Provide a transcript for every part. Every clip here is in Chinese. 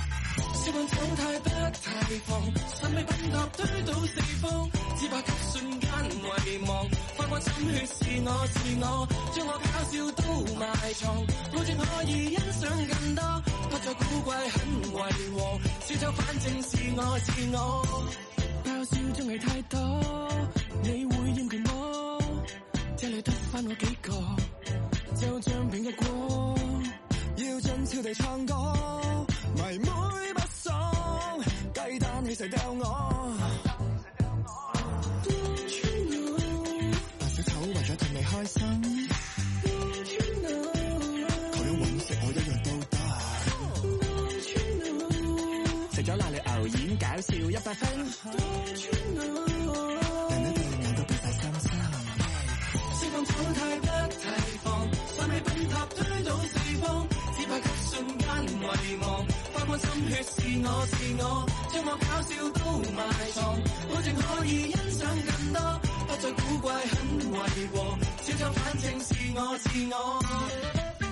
習慣醜態得太放，審美品格推倒四方，只怕給瞬間遺忘。花光心血是我是我，將我搞笑都埋藏，保證可以欣賞更多，不再古怪很違和。小丑反正是我是我，爆笑綜藝太多，你會厭倦麼？這裏得返我幾個。就像平日過，要盡超地唱歌，迷妹不爽，雞蛋你誰掉我？扮小丑為咗氹你開心，佢要揾食我一樣都得，食咗辣你牛丸搞笑一百分，人一對眼都變晒心心。釋放醜態不提防，三味品塔推倒四方，只怕給瞬間遺忘。花光心血是我是我，將我搞笑都埋藏，保證可以欣賞更多，不再古怪很違和，小丑反正是我是我。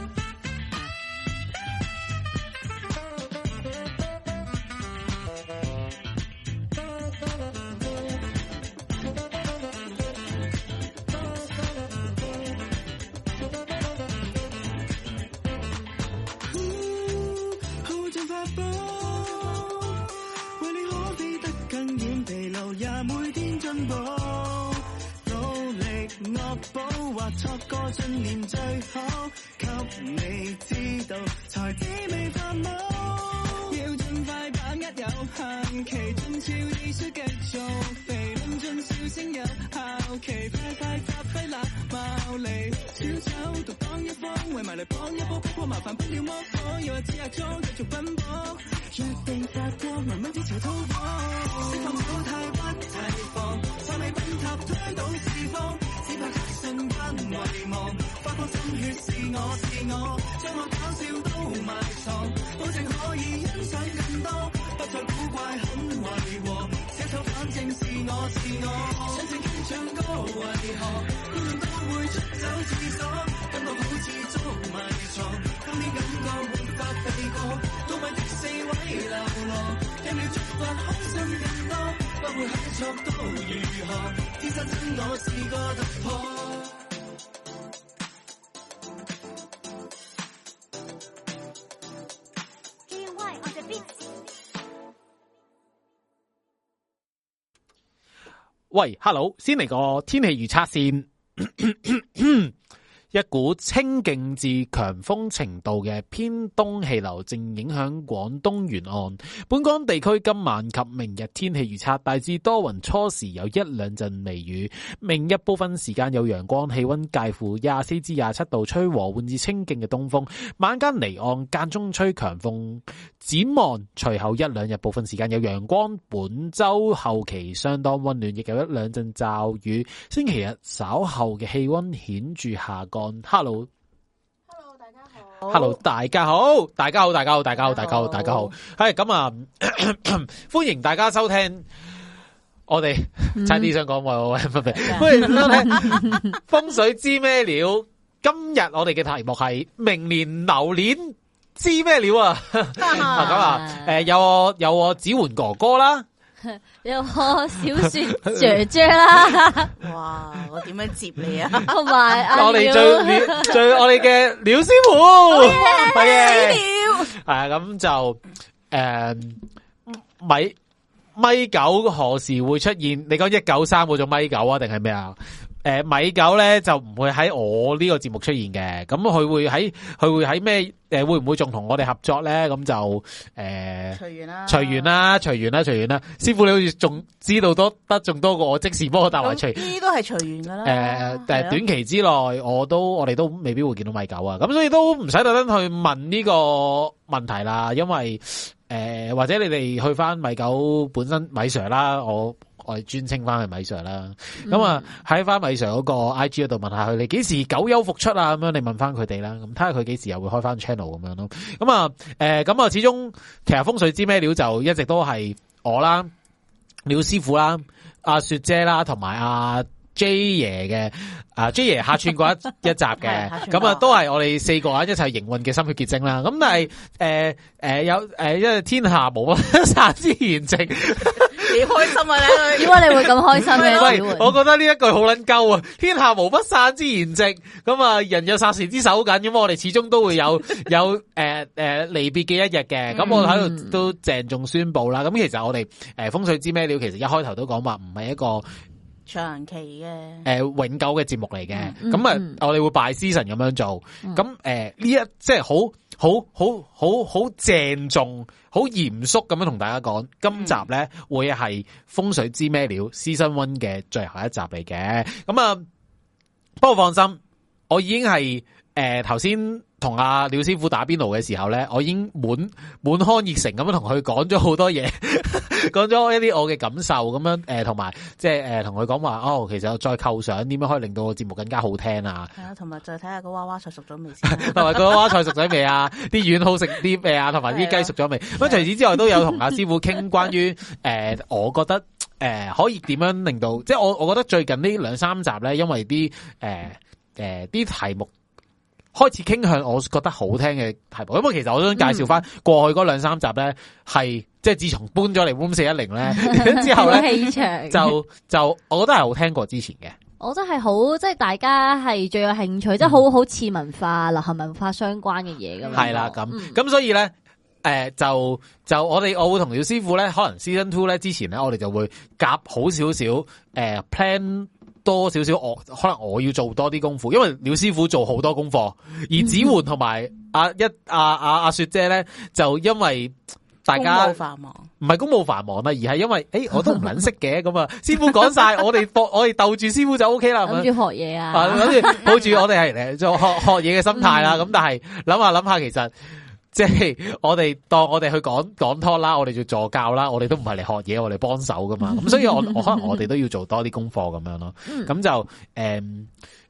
好像法寶，為你可飛得更遠，疲勞也每天進步。努力惡補或錯過信念最好，給你知道才知未發夢。要盡快把握有限期，盡少意輸繼續肥，論盡笑聲有效期，快快發揮禮貌嚟，小丑獨當一方，為埋嚟幫一波不過麻煩不了魔火，又話只係裝繼續奔波，約定發光，慢慢只潮滔波，釋放醜態不提防，三味品塔推倒四方，只怕一瞬間遺忘，發光心血是我是我，將我搞笑都埋藏，保證可以欣賞更多，不再古怪很違和，寫手反正是我是我，想正經唱歌為何？觀眾都會出走廁所，感覺好似捉迷藏。今天感覺沒法避過，倒米的四位流浪，一秒觸發開心更多，不會很錯都如何？天生真我試過突破。 K Y on the beat。喂，hello，先嚟個天氣預測先。 一股清勁至強風程度嘅偏東氣流正影響廣東沿岸。本港地區今晚及明日天氣預測大致多雲，初時有一兩陣微雨。明日部分時間有陽光，氣溫介乎廿四至廿七度，吹和緩至清勁嘅東風。晚間離岸間中吹強風。展望隨後一兩日部分時間有陽光，本周後期相當溫暖，亦有一兩陣驟雨。星期日稍後嘅氣溫顯著下降。Hello。 Hello，大家好。 Hello，大家好，大家好，大家好，大家好，大家好，大大家家好好，系咁啊！ 欢迎大家收听我哋，差啲想讲喂喂喂，喂欢迎收听风水知咩料？今日我哋嘅题目系明年流年知咩料啊？啊咁啊，诶，有我有我子桓哥哥啦，有個小雪姐姐啦， 哇，我點樣接你啊？同埋阿我哋廖最料最我哋嘅廖师 傅，系嘅。屌，系啊，咁就诶、米米九何時會出現？你講一九三嗰種米九啊，定係咩啊？诶、米九咧就唔會喺我呢個節目出現嘅，咁佢會喺佢會喺咩？诶、會唔會仲同我哋合作咧？咁就诶。隨緣啦，隨緣。啦，隨緣啦，隨緣啦！師傅你好似仲知道多得仲多過我，即時幫我答埋咁隨呢啲都係隨緣噶啦。诶，係但啊系短期之內，我都我哋都未必會見到米九啊，咁所以都唔使特登去問呢個問題啦，因為诶、呃或者你哋去翻米九本身米 Sir 啦，我我哋專稱翻係米 Sir 啦，嗯咁啊喺翻米 Sir 嗰個 I G 嗰度問下佢，你幾時九休復出啊？咁樣你問翻佢哋啦，咁睇下佢幾時又會開翻 channel 咁樣咯。咁啊，诶、咁啊，始終其實風水知咩料就一直都係我啦，廖師傅啦，阿雪姐啦，同埋阿 J 爺嘅啊 J 爺客串 過一一集嘅係客，串過咁啊都係我哋四個人一齊營運嘅心血結晶啦。咁嗯但係誒誒有誒，因為天下無不散之筵 席。幾開心啊你点解你會咁開心嘅？喂，小我媛覺得呢一句好撚鳩啊！天下無不散之筵席，咁啊人有霎時之手緊，咁我哋始終都會 有有诶诶离别嘅一日嘅。咁我喺嗯度都鄭重宣布啦。咁其實我哋诶風水知咩料，其實一開頭都講話唔係一個。長期嘅，诶、永久嘅節目嚟嘅，嗯咁啊、嗯我哋會 by season 咁樣做，嗯咁诶呢一即係好好好好好鄭重、好嚴肅咁樣同大家講，今集咧、會係風水知咩料 season one 嘅最後一集嚟嘅，咁啊不過放心，我已經係诶頭先。同阿廖師傅打邊爐嘅時候咧，我已經滿滿腔熱誠咁樣同佢講咗好多嘢，講咗一啲我嘅感受咁樣，诶、同埋即係诶，同佢講話哦，其實我再構想點樣可以令到個節目更加好聽啊，係啊，同埋再睇下個娃娃菜熟咗未先啦。同埋個娃菜熟咗未啊，啲丸好食啲未啊，同埋啲雞熟咗未？咁啊除此之外，都有同阿師傅傾關於诶、呃我覺得诶、呃可以點樣令到，即係我我覺得最近呢兩三集咧，因為啲诶诶啲題目。開始傾向我覺得好聽嘅題目，咁啊，其實我都想介紹翻過去嗰兩三集咧，係即係自從搬咗嚟 room 四一零咧之後好咧，氣場，就就我覺得係好聽過之前嘅，我真係好，即係大家係最有興趣，即係好好似文化、流行文化相關嘅嘢咁樣咯。嗯係啦咁嗯咁所以咧。誒、就就我哋我會同廖師傅咧，可能 season two 咧之前咧，我哋就會夾好少少誒 plan 多少少我可能我要做多啲功夫，因為廖師傅做好多功課， 而子媛同埋阿一阿阿阿雪姐咧，就因為 大家公務 繁忙，唔係公務繁忙啦，啊而係因為誒、我都唔撚識嘅咁啊，師傅講 晒，我哋搏我哋鬥住師傅就 O K 啦，咁樣諗住學嘢 啊，啊，諗住抱住我哋係嚟做學學嘢嘅心態啦。咁但係諗下諗下，其實即係我哋當我哋去講講拖啦，我哋做助教啦，我哋都唔係嚟學嘢，我哋幫手噶嘛。咁所以我我可能我哋都要做多啲功課咁樣咯。嗯咁就诶。誒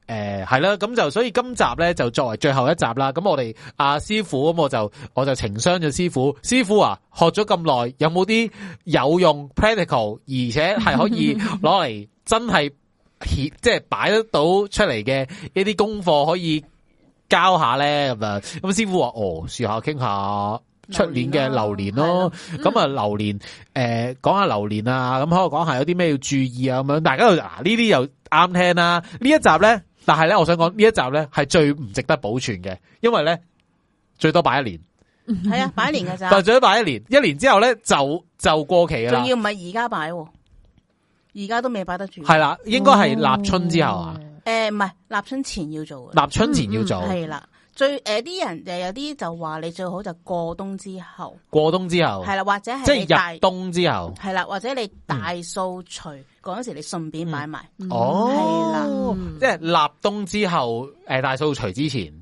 诶，系啦、咁就所以今集咧就作為最後一集啦。咁我哋阿、師傅咁，我就我就情商咗師傅。師傅啊，學咗咁耐，有冇啲有用 practical，而且係可以攞嚟真係顯即係擺得到出嚟嘅一啲功課可以交下咧？咁樣咁師傅話：哦，樹下傾啊下出年嘅榴蓮咯。咁嗯啊，榴蓮誒講下榴蓮啊，咁可以講下有啲咩要注意啊，咁樣大家就嗱呢啲又啱聽啦。呢一集咧，但係咧，我想講呢一集咧係最唔值得保存嘅，因為咧最多擺一年，係啊，擺年㗎咋但，係最多擺一年，一年之後咧就就過期㗎啦仲，要唔係而家擺喎，而家都未擺得住。係啦，應該嗯哦係立春之後啊，誒唔係立春前要做嘅，立春前要做，嗯係啦。最誒啲人誒有啲就話你最好就過冬之後，過冬之後，係啦，或者哦即係你大係入冬嗯之後，係啦，或者你大掃除嗰陣時，你順便擺埋，嗯哦嗯，即係立冬之後，誒大掃除之前。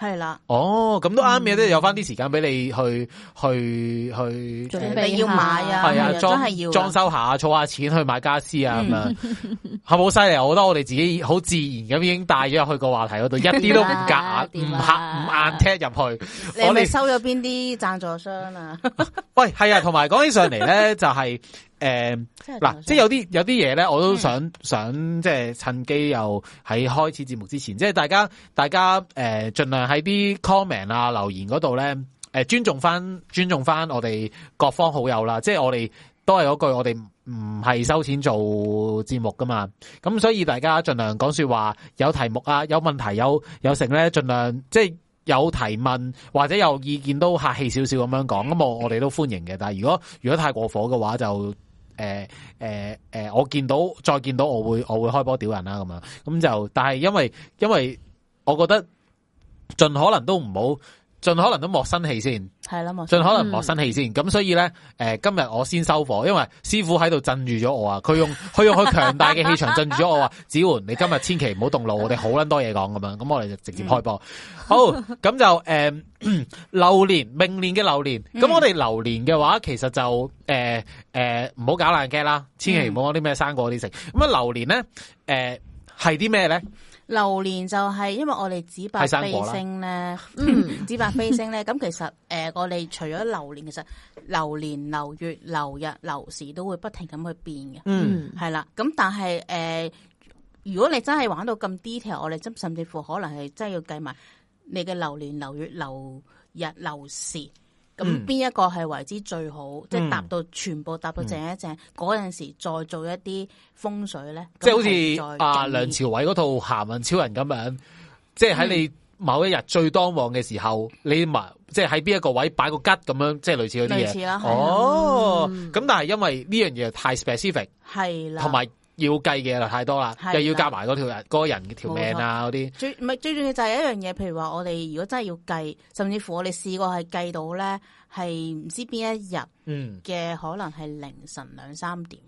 係啦，哦，咁都啱嗯嘅，即係有翻啲時間俾你去去去誒準備下你要買啊，係係啊，真裝係要啊裝修下，儲下錢去買家私啊，咁樣係 咪好犀利？啊我覺得我哋自己好自然咁已經帶咗入去個話題嗰度，一啲都唔夾硬，唔點啊黑唔硬踢入去。你係我咪哋收咗邊啲贊助 商啊？喂係啊，同埋講起上嚟咧，就係誒。嗱，即係係有啲有啲嘢咧，我都想、想即係趁機又喺開始節目之前，即係大家大家诶，尽、盡量喺啲 comment 啊留言嗰度咧，诶、尊重翻尊重翻我哋各方好友啦，即係我哋都係嗰句，我哋唔唔係收錢做節目噶嘛，咁所以大家盡量講说話，有題目啊，有問題有有成咧，盡量即係。有提問或者有意見都客氣少少咁樣講，咁我我哋都歡迎嘅。但係如果如果太過火嘅話，就呃誒誒誒，呃我見到再見到我會我會開波屌人啦咁樣，咁就但係因為因為我覺得盡可能都唔好，盡可能都莫生氣先，係啦，冇錯盡可能莫生氣先，咁、所以咧誒、今日我先收貨，因為師傅喺度鎮住咗我啊，佢用 佢用佢強大嘅氣場鎮住咗我話，子桓你今日千祈唔好動怒，我哋好撚多嘢講咁樣，咁我哋就直接開波，好咁就誒。 榴莲，明年嘅榴莲，咁、嗯我哋榴莲嘅话，其实就诶诶唔好搞烂嘅啦，千祈唔好講啲咩生果嗰啲食。咁啊、榴莲咧，诶呃系啲咩咧？榴蓮就係因為我哋紫白係生飛果啦 星咧，嗯紫白飛星咧，咁其實诶、呃我哋除咗榴蓮，其實榴蓮、榴月、榴日、榴時都會不停咁去變嘅，嗯係啦。咁但係诶、呃如果你真係玩到咁 detail，我哋真甚至乎可能係真係要計埋你嘅流年、流月、流日、流時，咁嗯邊一個係為之最好？即係搭嗯到全部搭到正一正，嗰陣時再做一啲風水咧，即係係好似阿梁梁朝偉嗰套《鹹運超人》咁樣，即係喺嗯你某一日最當旺嘅時候，你埋即係喺邊一個位擺個吉咁樣，即係類似嗰啲類嘢。似啊啦，哦，嗯咁但係因為呢樣嘢太 specific，係啦，同埋要計嘅嘢就太多啦係，啦又要夾埋嗰條人嗰個人條命啊嗰啲，最唔係最重要就係一樣嘢，譬如話我哋如果真係要計，甚至乎我哋試過係計到咧，係唔知邊一日嗯，嘅可能係凌晨兩三點，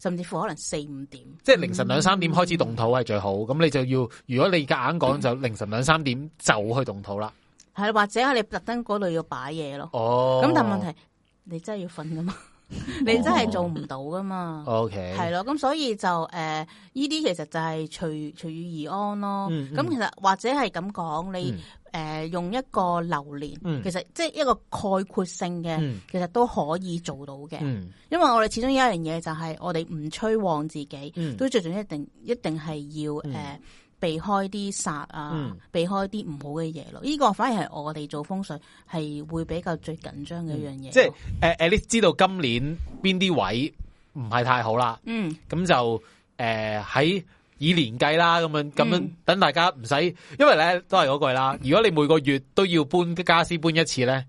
甚至乎可能四五點，即係凌晨兩三點開始動土係最好，咁你就要如果你夾硬嗯講就凌晨兩三點就去動土啦。係啦或者係你特登嗰度要擺嘢咯。哦，咁但係問題，你真係要瞓噶嘛？ 你真係做唔到噶嘛？ ，O K，係咯，咁所以就誒呢啲其實就係隨隨遇而安咯。嗯嗯咁其實或者係咁講，你嗯誒用一個流年，嗯其實即係一個概括性嘅。嗯其實都可以做到嘅，嗯因為我哋始終有一樣嘢就係我哋唔吹旺自己，嗯都最重要一定一定係要誒、呃避開啲煞啊，嗯避開啲唔好嘅嘢咯。呢、個反而係我哋做風水係會比較最緊張嘅一樣嘢咯。嗯即係诶诶，你知道今年邊啲位唔係太好啦，嗯，咁就诶喺、以年計啦，咁樣咁樣嗯等大家唔使，因為咧都係嗰句啦。如果你每個月都要搬家私搬一次咧，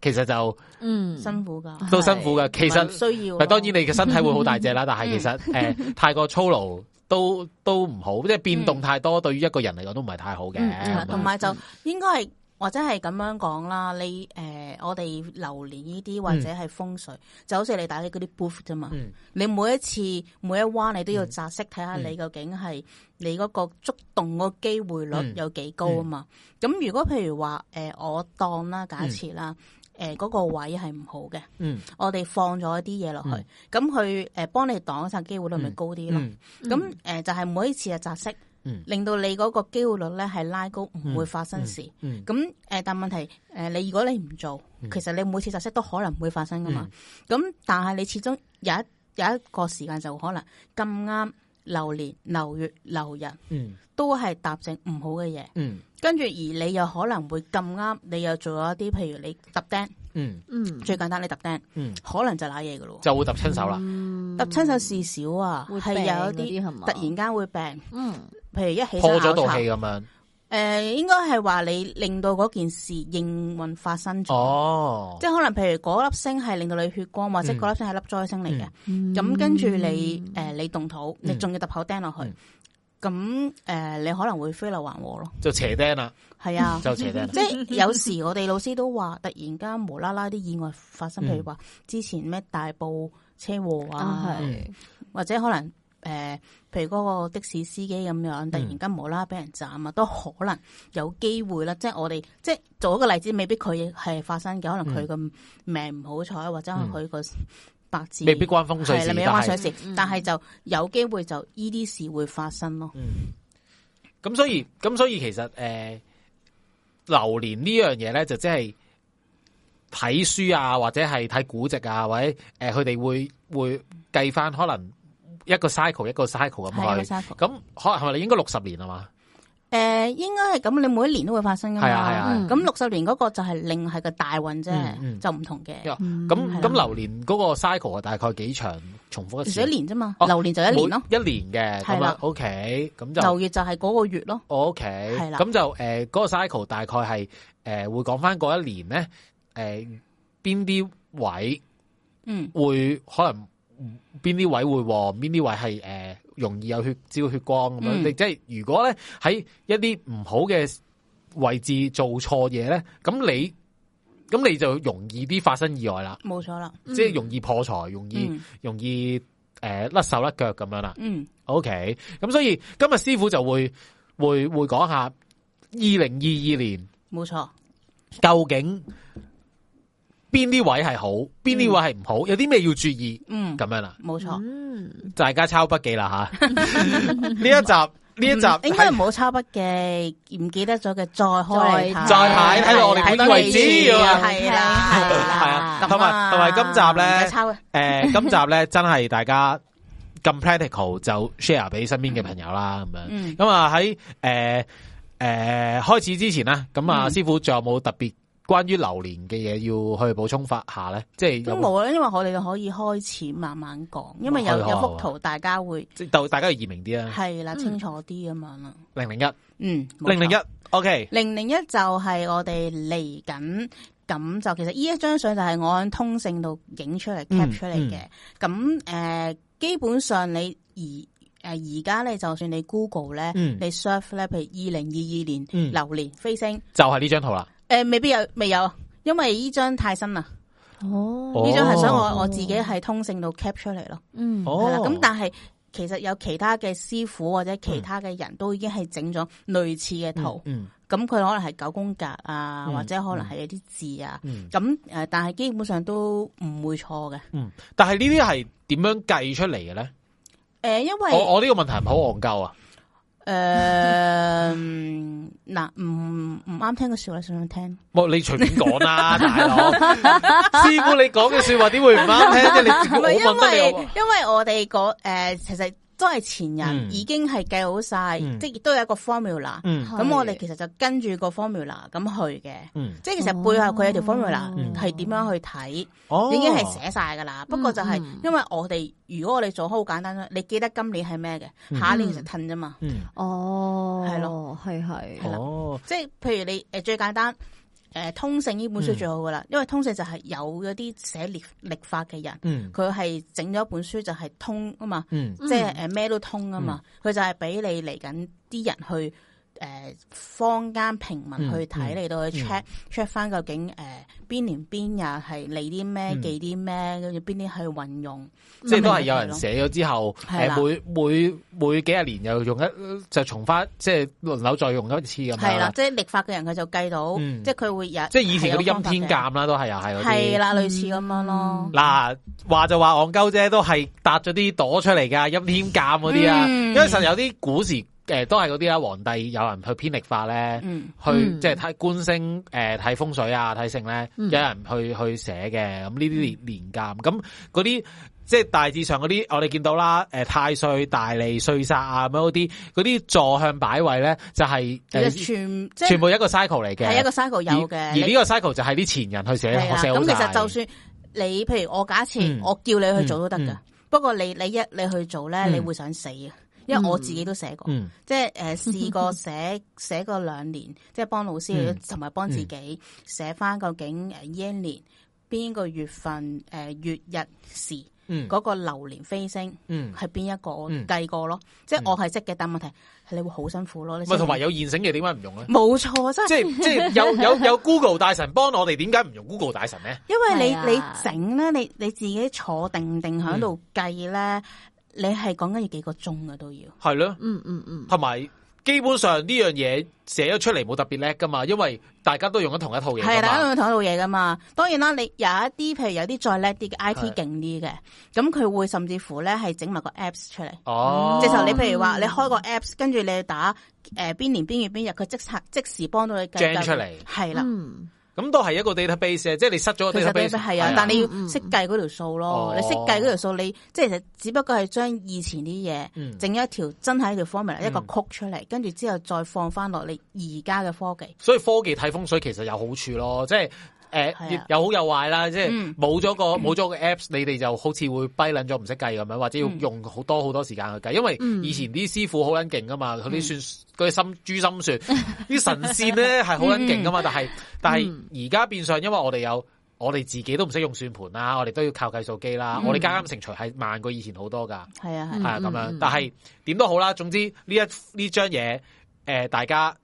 其實就嗯，辛苦噶，都辛苦㗎係其實唔需要咯。咪當然你嘅身體會好大隻啦，但係其實诶、呃太過操勞都都唔好，即係變動太多，對於一個人嚟講都唔係太好嘅。嗯嗯係咁同樣埋就應該係或者係咁樣講啦。你誒、呃我哋流年呢啲或者係風水，就好似你打嘅嗰啲 booth 啫嘛。嗯你每一次每一彎你都要擲色睇下你究竟係你嗰個觸動嗰個機會率嗯有幾高啊嘛。咁、如果譬如話誒、呃我當啦，假設啦。誒嗰、個位係唔好嘅，嗯我哋放咗一啲嘢落去嗯，咁佢誒幫你擋殺機會率咪高啲咯。嗯咁誒、呃就係、每一次嘅擲色，嗯令到你嗰個機會率咧係拉高，唔會發生事。嗯咁誒、呃但問題誒、呃你如果你唔做，其實你每次擲色都可能唔會發生噶嘛。嗯咁、但係你始終有一有一個時間就可能咁啱流年、流月、流日嗯都係搭正唔好嘅嘢，嗯跟住而你又可能會咁啱，你又做咗一啲譬如你揼釘，嗯嗯，最簡單你揼釘，嗯，可能就揦嘢噶咯喎。就會揼親手啦。嗯揼親手事少啊，會係病有嗰一啲係啲嘛突然間會病，嗯譬如一起身破咗拗呃道柴氣咁樣，诶、应该系话你令到嗰件事應運發生咗，哦，即系可能譬如嗰粒星係令到你血光，或者嗯嗰粒星係粒災星嚟嘅。咁、咁跟住你诶、誒你動土，你嗯仲要揼口釘落去，咁诶、誒你可能會飛流還禍咯。就邪釘啦，係啊，嗯就邪釘啦。即係有時我哋老師都話，突然間無啦啦啲意外發生，嗯譬如話之前咩大埔車禍啊啊，嗯係或者可能。誒、譬如嗰個的士司機咁樣，嗯突然間無啦啦俾人斬啊，都可能有機會啦。即係我哋即係做一個例子，未必佢係發生嘅，可能佢嗯個命唔好彩，或者可能佢個八字未必關風水係事，啦，未必但關係水事，但係就有機會就呢啲事會發生咯。嗯咁所以咁所以其實诶、呃，流年呢樣嘢咧，就即係睇書啊，或者係睇古籍啊，或者诶佢哋會會計翻可能一個 cycle 一個 cycle 咁係啊啊個去。 cycle 咁可能係咪你應該六十年啊嘛？誒，呃應該係咁，你每一年都會發生噶係啊係啊係嘛啊。咁六十年嗰個就係另係個大運嗯嗯啫，就唔同嘅，因為嗯咁係咁啦流年嗰個 cycle 啊，大概幾長？重複一其次實一年啫嘛，哦流年就一年咯，每一年嘅咁係啊啦。 OK，咁就流月就係嗰個月咯。 O K，係啦咁就诶嗰、個 cycle 大概係诶、呃、会讲翻嗰一年咧，诶边啲位嗯，會可能嗯邊啲位會旺，邊啲位係诶、呃容易有血焦血光咁樣。嗯你即係如果咧喺一啲唔好嘅位置做錯嘢咧，咁你咁你就容易啲發生意外啦，冇錯啦。即係容易破財，容易、嗯容易诶甩、手甩腳咁樣啦。嗯。 OK，咁所以今日師傅就會會會講下二零二二年冇錯，究竟邊啲位係好，邊啲位係唔好，有啲咩要注意嗯，咁樣啦。冇錯。嗯大家抄筆記啦 吓，呢一集呢一集嗯應該唔好抄筆記，唔記得咗嘅再開嚟睇，再睇睇到我哋滿意為止咁啊係啦，係係啦，啊咁同埋同埋今集咧唔使抄嘅，啊诶、呃今集咧真係大家咁 practical 就 share 俾身邊嘅朋友啦，咁樣。嗯，咁啊喺诶诶开始之前啦，咁啊、嗯師傅仲有冇特別關於榴蓮嘅嘢要去補充法下咧？即係都有冇冇啦，因為我哋可以開始慢慢講，因為有好啊有好啊幅圖，大家會即係就大家要易明啲啦。係啦嗯清楚啲咁樣啦。零零一，嗯，冇錯零零一，OK，零零一就係我哋嚟緊，咁就其實呢一張相就係我喺通勝度影出嚟、嗯 cap 出嚟嘅。咁诶、呃基本上你而诶而家咧，就算你 Google 咧，嗯你 search 咧，譬如二零二嗯二年榴莲飛升，就係呢張圖啦。诶、未必有未有，因為呢張太新啦，哦呢張係想我哦我自己喺通勝度 cap 出嚟咯。嗯，哦係啦，咁但係其實有其他嘅師傅或者其他嘅人都已經係整咗類似嘅圖。嗯咁佢可能係九宮格啊，嗯或者可能係有啲字啊，嗯，咁誒、呃但係基本上都唔會錯嘅。誒、但係呢啲係點樣計出嚟嘅咧？呃因為我我呢個問題係咪好戇鳩啊？誒嗯嗱，唔唔啱聽嘅説話，想唔想聽？冇你隨便講 啦，大佬。師傅你講嘅说話點會唔啱聽啫？你自己 唔 係我因問得為你有。因為我哋嗰誒其實都係前人嗯已經係計好晒，嗯即係亦都有一個 formula。嗯咁我哋其實就跟住個 formula 咁去嘅，嗯，即係其實背後佢有條 formula 嗯係點樣去睇。哦已經係寫晒㗎啦。不過就係嗯因為我哋如果我哋做開好簡單啫，你記得今年係咩嗯嘅，下一年其實褪啫嘛。嗯，哦，係咯，系系，哦，即係譬如你诶最簡單诶通勝呢本嗯書最好㗎啦，因為通勝就係有嗰啲寫歷历法嘅人，嗯佢係整咗一本書就係通啊嘛，嗯即係诶咩都通啊嘛，佢就係俾你嚟緊啲人去。诶、坊間平民去嗯睇嗯嚟到去 check check 翻究竟诶邊年邊日係嚟啲咩嗯記啲咩，跟住邊啲去運用，即係都係咁咪有人咯寫咗之後，誒係啦每每每幾廿年又用一就重翻，即係輪流再用一次咁系樣啦啦，。即系历法嘅人佢就計到，嗯即系佢會有，即係以前嗰啲陰天鑑鑑啦，都係又係嗰啲。係啦，類似咁樣咯。嗱，話就話戇鳩啫，都係搭咗啲朵出嚟噶，陰天鑑嗰啲啊，因嗯為實有啲古時诶、呃都係嗰啲啦，皇帝有人去編歷法咧，嗯，去、嗯即係睇官星诶睇、風水啊，睇性咧，嗯有人去去寫嘅，咁呢嗯啲年年鑑，咁嗰啲即係大致上嗰啲，我哋見到啦，诶、太歲、大利、歲煞啊咁樣嗰啲，嗰啲坐向擺位咧，就係其呃實全即全係部一個 cycle 嚟嘅，係一個 cycle 而有嘅。而呢你個 cycle 就係啲前人去寫係啦寫好咁其晒實就算你，譬如我假嗯設我叫你去做都得嗯嗯噶，不過你你一你去做咧，嗯你會想死啊！因為我自己都寫過，嗯即係诶 試過寫寫過兩年，即係幫老嗯師同埋幫自己寫翻究竟诶呢一年邊個月份诶月日時嗯嗰個流年飛升。嗯。係啊邊一個我嗯計過咯，即係我係識嘅，但問題係你會好辛苦咯。你？唔係同埋有現成嘅，點解唔用咧冇錯，真係即係即係有有有 Google 大神幫我哋，點解唔用 Google 大神 咧？因為係啊你你整咧，你你自己坐定定喺度嗯計咧，你係講緊要幾個鐘嘅啊都要。係咯，嗯嗯嗯，同埋基本上呢樣嘢寫咗出嚟冇特別叻噶嘛，因為大家都用緊同一套嘢係啊，㗎大家嘛。都會同一套嘢噶嘛。當然啦，你有一啲譬如有啲再叻啲嘅 I T 係勁啲嘅，咁佢會甚至乎咧係整埋個 Apps 出嚟。哦，即係就你譬如話，你開個 Apps，跟住你打誒邊年邊月邊日，佢即刻即時幫到你計 Gen 出嚟係啦。嗯，咁都係一個 database 嘅，即係你塞咗個其實 database 你係啊，但你要嗯嗯識計嗰條數哦咯。你識計嗰條數，你即係其實只不過係將以前啲嗯嘢整咗一條真係一條 formula 一個嗯曲出嚟，跟住之後再放翻落你而家嘅科技。所以科技睇風水其實有好處咯，即係。誒、係啊有好有壞啦，即係嗯冇咗個冇咗個 apps，你哋就好似會跛撚咗唔識計咁樣，或者要嗯用好多好多時間去計，因為嗯以前啲師傅好撚勁噶嘛，佢嗯啲算佢啲心珠心算，啲神仙咧係好撚勁噶嘛，但嗯係但係而家變相，因為我哋有我哋自己都唔識用算盤啦，我哋都要靠計數機啦，嗯我哋加減乘除係慢過以前好多噶。係啊，係嗯啊系啊咁嗯樣，嗯但係點都好啦，總之呢一呢張嘢，诶、大家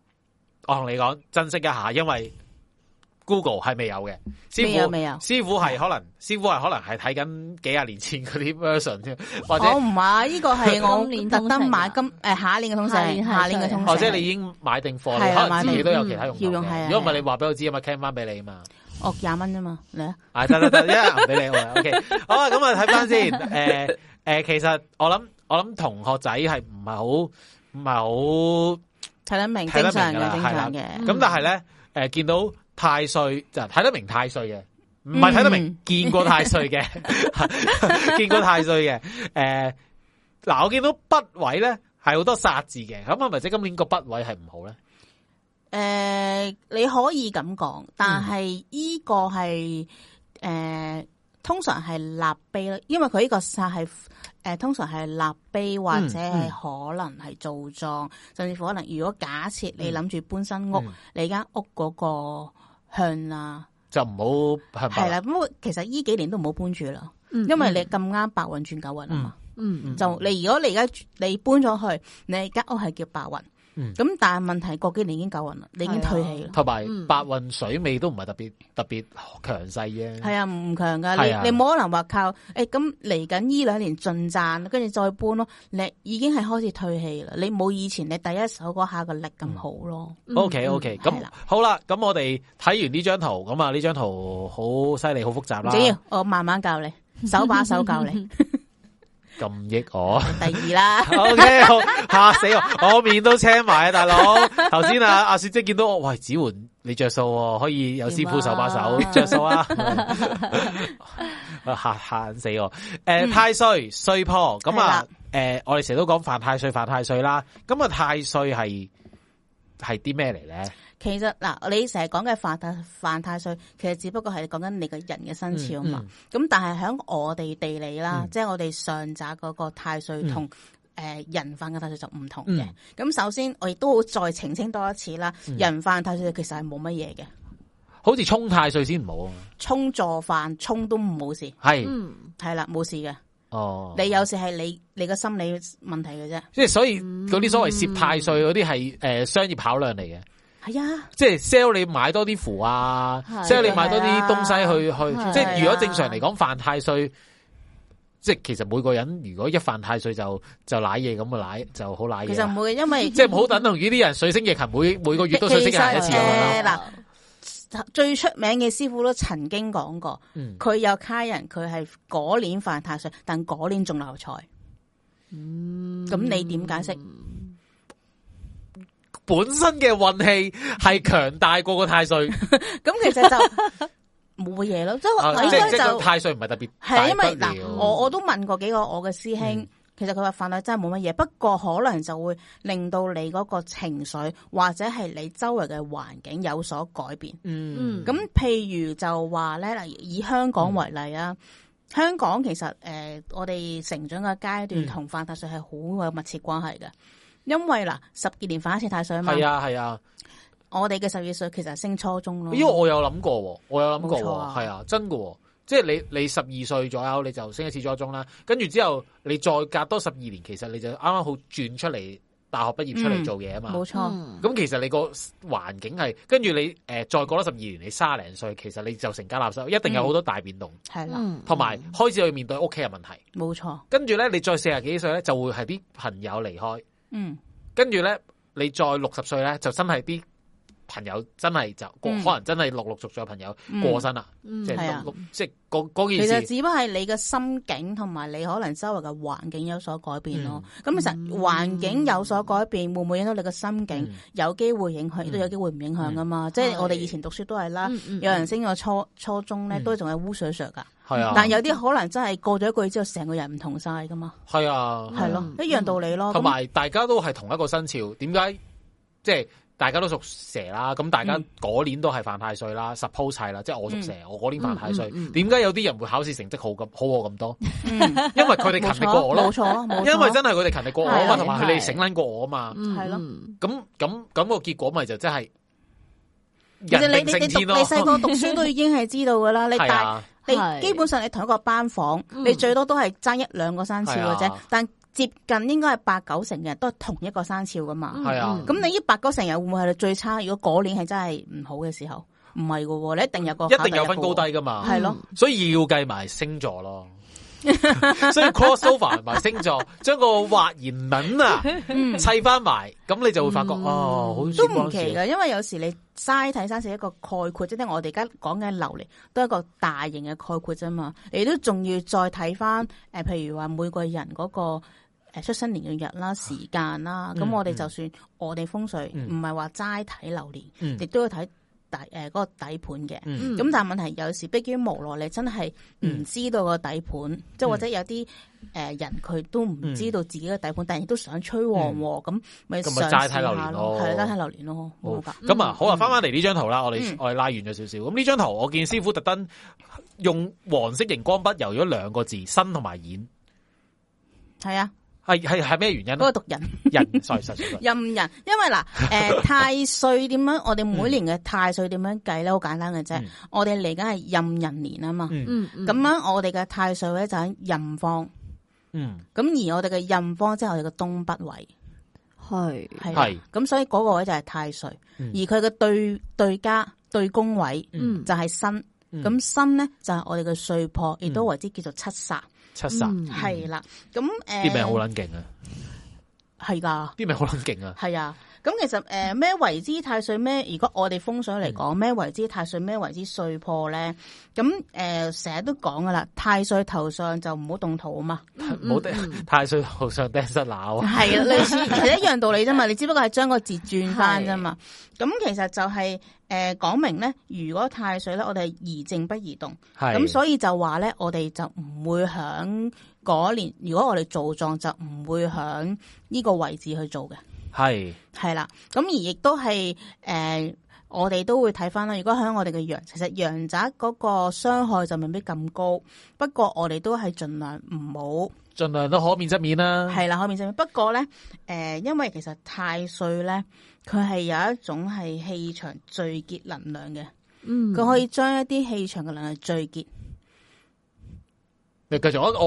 我同你講珍惜一下，因為 Google 係未有嘅，師未有傅未有師傅係可能，師傅係可能係睇緊幾廿年前嗰啲 version 添，或者我唔買呢個係我 今年通特登買勝今誒下一年嘅通下年勝，係下年嘅通唔或係者勝。哦你已經買定貨，係你啊可能自己都有買定其他用途要用係嘅。啊如果唔係係啊你話俾我知啊嘛，cam 翻俾你啊嘛。哦，廿蚊啫嘛，你啊，啊得得 得，一人唔俾你我，OK。好啊，咁啊睇翻先， 诶、诶、其實我諗我諗同學仔係唔係好唔睇得明，睇得正明常㗎啦係嘅，正常嘅係。好，咁但係咧，诶、見到太歲就睇得明太歲嘅，唔係睇得明、嗯 見過太歲嘅，見過太歲嘅，诶、嗱，我見到筆位咧係好多殺字嘅，咁係咪即係今年個筆位係唔好咧？诶、呃你可以咁講，但嗯係依個係诶、誒通常係立碑啦，因為佢呢個煞係诶，通常係立碑或者嗯係可能係做莊，甚至乎可能如果假設你諗住搬新屋，嗯你間屋嗰個向啊，就唔好向係白啦，咁其實呢幾年都唔好搬住啦，啊嗯因為你咁啱白雲轉九雲啊嘛。嗯嗯就你如果你而家你搬咗去，你間屋係叫白雲，咁、嗯但係問題過幾年已經夠雲啦，你已經退氣啦。同埋嗯白運水尾都唔係特別特別強勢啫。係啊，唔強噶，你係啊你冇可能話靠诶，咁嚟緊呢兩年盡賺，跟住再搬咯。你已經係開始退氣啦，你冇以前你第一手嗰下個力咁好咯。 O K O K，嗯咁係啦好啦，咁我哋睇完呢張圖，咁啊呢張圖好犀利，好複雜唔啦，緊要，我慢慢教你，手把手 教你。咁益我。第二啦， O K，好吓死我，我面都青埋啊，大 佬。頭先啊，阿雪姐見到我，喂，子媛你着數喎，可以有師傅手把手點啊着數 啊， 吓吓死我。诶，太歲歲破咁啊嗯係啦，诶，我哋成日都講犯太歲犯太歲啦，咁啊太歲係係啲咩嚟咧？其實嗱，你成日講嘅犯太犯太歲，其實只不過係講緊你個人嘅生肖嘛。咁、但係喺我哋地理啦，嗯即係我哋上宅嗰個太歲同诶人犯嘅太歲就唔同嘅。嗯咁、首先我亦都好再澄清多一次啦，人犯太歲其實係冇乜嘢嘅，好似沖太歲先唔沖坐犯沖都冇事，好，係嗯係啦冇事嘅。哦，你有時係你你個心理問題嘅啫。即係所以嗰啲所謂嗯涉太歲嗰啲係诶商業考量嚟嘅。係啊，即係 sell 你買多啲符啊係，sell 你買多啲東西去係啊去，即係如果正常嚟講犯太歲，即係其實每個人如果一犯太歲就就濑嘢咁啊濑就好濑其實嘢唔啦，會嘅，因 為即係唔好等同於啲人水星逆行，每每個月都水星逆行一次咁樣誒啦。嗱最出名嘅師傅都曾經講過，嗯佢有卡人，佢係嗰年犯太歲，但嗰年中漏財。咁你點解釋？本身嘅運氣係強大過個太歲，咁其實就冇嘢咯，即啊即係哦係應該即係個就太歲唔係特別係因為大不嗱，了我我都問過幾個我嘅師兄，嗯其實佢話犯太真係冇乜嘢，不過可能就會令到你嗰個情緒或者係你周圍嘅環境有所改變。嗯嗯咁譬如就話咧，嗱，以香港為例啊。香港其實誒、呃我哋成長嘅階段嗯同犯太歲係好有密切關係嘅，因為嗱，十二年犯一次太歲啊嘛，係啊係啊，我哋嘅十二歲其實係升初中咯，因為我有諗過喎，我有諗過嗯冇錯喎，啊係啊，真嘅喎，即係你你十二歲左右你就升一次初中啦，跟住之後你再隔多十二年，其實你就啱啱好轉出嚟大學畢業出嚟嗯做嘢啊嘛。冇錯。嗯咁其實你個環境係，跟住你誒、呃再過多十二年，你卅零歲，其實你就成家立室，一定嗯有好多大變動，系啦，嗯同埋、開始去面對屋企嘅問題。冇错，跟住咧，你再四十幾歲咧，就會係啲朋友離開，嗯，跟住咧，你再六十歲咧，就真係啲朋友真係就過，嗯可能真係陸陸續續有朋友嗯過身啦。嗯即系係啊即系嗰嗰件其實事，只不過係你嘅心境同埋你可能周圍嘅環境有所改變咯。咁、其嗯實環境有所改變，會唔會影響你嘅心境？嗯有機會影響，亦都有機會唔影響噶嘛。即係我哋以前讀書都係啦，嗯嗯有人升咗初初中咧，都仲係污水上噶。系嗯啊，嗯但有啲可能真係過咗一個月之後，成個人唔同晒噶嘛。系啊，係咯，嗯一樣道理咯。同埋大家都係同一個生肖，點解即係大家都屬蛇啦？咁大家嗯嗰年都係犯太歲啦，suppose 係啦，即係我屬蛇，我嗰年犯太歲嗯嗯，嗯點解有啲人會考試成績好咁好我咁 多？嗯，嗯因為佢哋冇 勤力錯過我冇咯，錯啊冇錯啊，因為真係佢哋勤力過我啊嘛，係嗯同埋佢哋係醒撚過我啊嘛，係咯咯，咁咁咁個結果咪就真係其實人你定你你勝讀天咯你，細個讀書都已經係知道噶啦，你係大。啊，你係基本上你同一個班房，嗯你最多都係爭一兩個生肖嘅係啫啊，但接近應該係八九成嘅人都係同一個生肖噶嘛。係啊咁你呢八九成人會唔會係你最差？如果嗰年係真係唔好嘅時候，唔係噶喎，你一定有個嗯一定有分高低噶嘛。係啊咯，所以要計埋星座咯。 所以 crossover 埋星座，將個滑言文啊砌翻埋，咁你就會發覺哦，好似嗯都唔幫奇少噶，因為有時你齋睇生肖一個概括，即係我哋而家講嘅流嚟，都係一個大型嘅概括啫嘛。你都仲要再睇翻诶，誒譬如話每個人嗰、個个。誒出生年月日啦、時間啦，咁、啊嗯我哋嗯就算我哋風水嗯唔係話齋睇流年，嗯亦都要睇底誒嗰個底盤嘅。嗯，嗯咁但係問題有時迫於無奈，你真係唔知道個底盤，嗯即係或者有啲誒人佢都唔知道自己嘅底盤，但係亦都想吹旺喎，咁咪嗯咁嘗咪試齋睇榴下槤咯，咯係啦，齋睇榴蓮咯，好冇㗎。咁啊，好啊，翻翻嚟呢張圖啦，我哋嗯我哋拉遠咗少少。咁呢啊張圖我見師傅特登用黃色熒光筆油咗兩個字新同埋演，係啊，係係係咩原因嗰個咧？讀人人，sorry sorry sorry，任人，因為 嗱，誒太歲點樣？我哋每年嘅太歲點樣計咧？好簡單嘅啫嗯，我哋嚟緊係任人年啊嘛。嗯嗯嗯咁樣我哋嘅太歲咧就喺任方，嗯咁而我哋嘅任方即係我哋嘅東北位。系系啦係咁，所以嗰個位就係太歲，嗯而佢嘅對對家對宮位嗯就係申，嗯咁申咧就係我哋嘅歲破，亦都為之叫做七煞，七殺嗯係啦。咁呃诶，啲名好撚勁啊，係噶，啲名好撚勁啊，係啊。咁其實诶咩為之太歲咩？如果我哋風水嗯嚟講，咩為之太歲，咩為之歲破咧？咁诶成日都講噶啦，太歲頭上就唔好動土啊嘛。冇得太歲頭上釘失乸啊，系啦，类似其實一樣道理啫嘛，你只不過係將個字轉翻啫嘛。咁其實就係诶讲明咧，如果太歲咧，我哋係宜靜不宜動，係咁所以就話咧，我哋就唔會響嗰年，如果我哋做狀就唔會響呢個位置去做嘅，係係啦。咁而亦都係诶。我哋都會睇翻啦。如果喺我哋嘅陽，其實陽宅嗰個傷害就未必咁高，不過我哋都係盡量唔好盡量都可面則面啦，嗯系啦，海面上。不過咧，诶、因為其實太歲咧，佢係有一種係氣場聚結能量嘅，嗯佢可以將一啲氣場嘅能量聚結。你繼續，我我我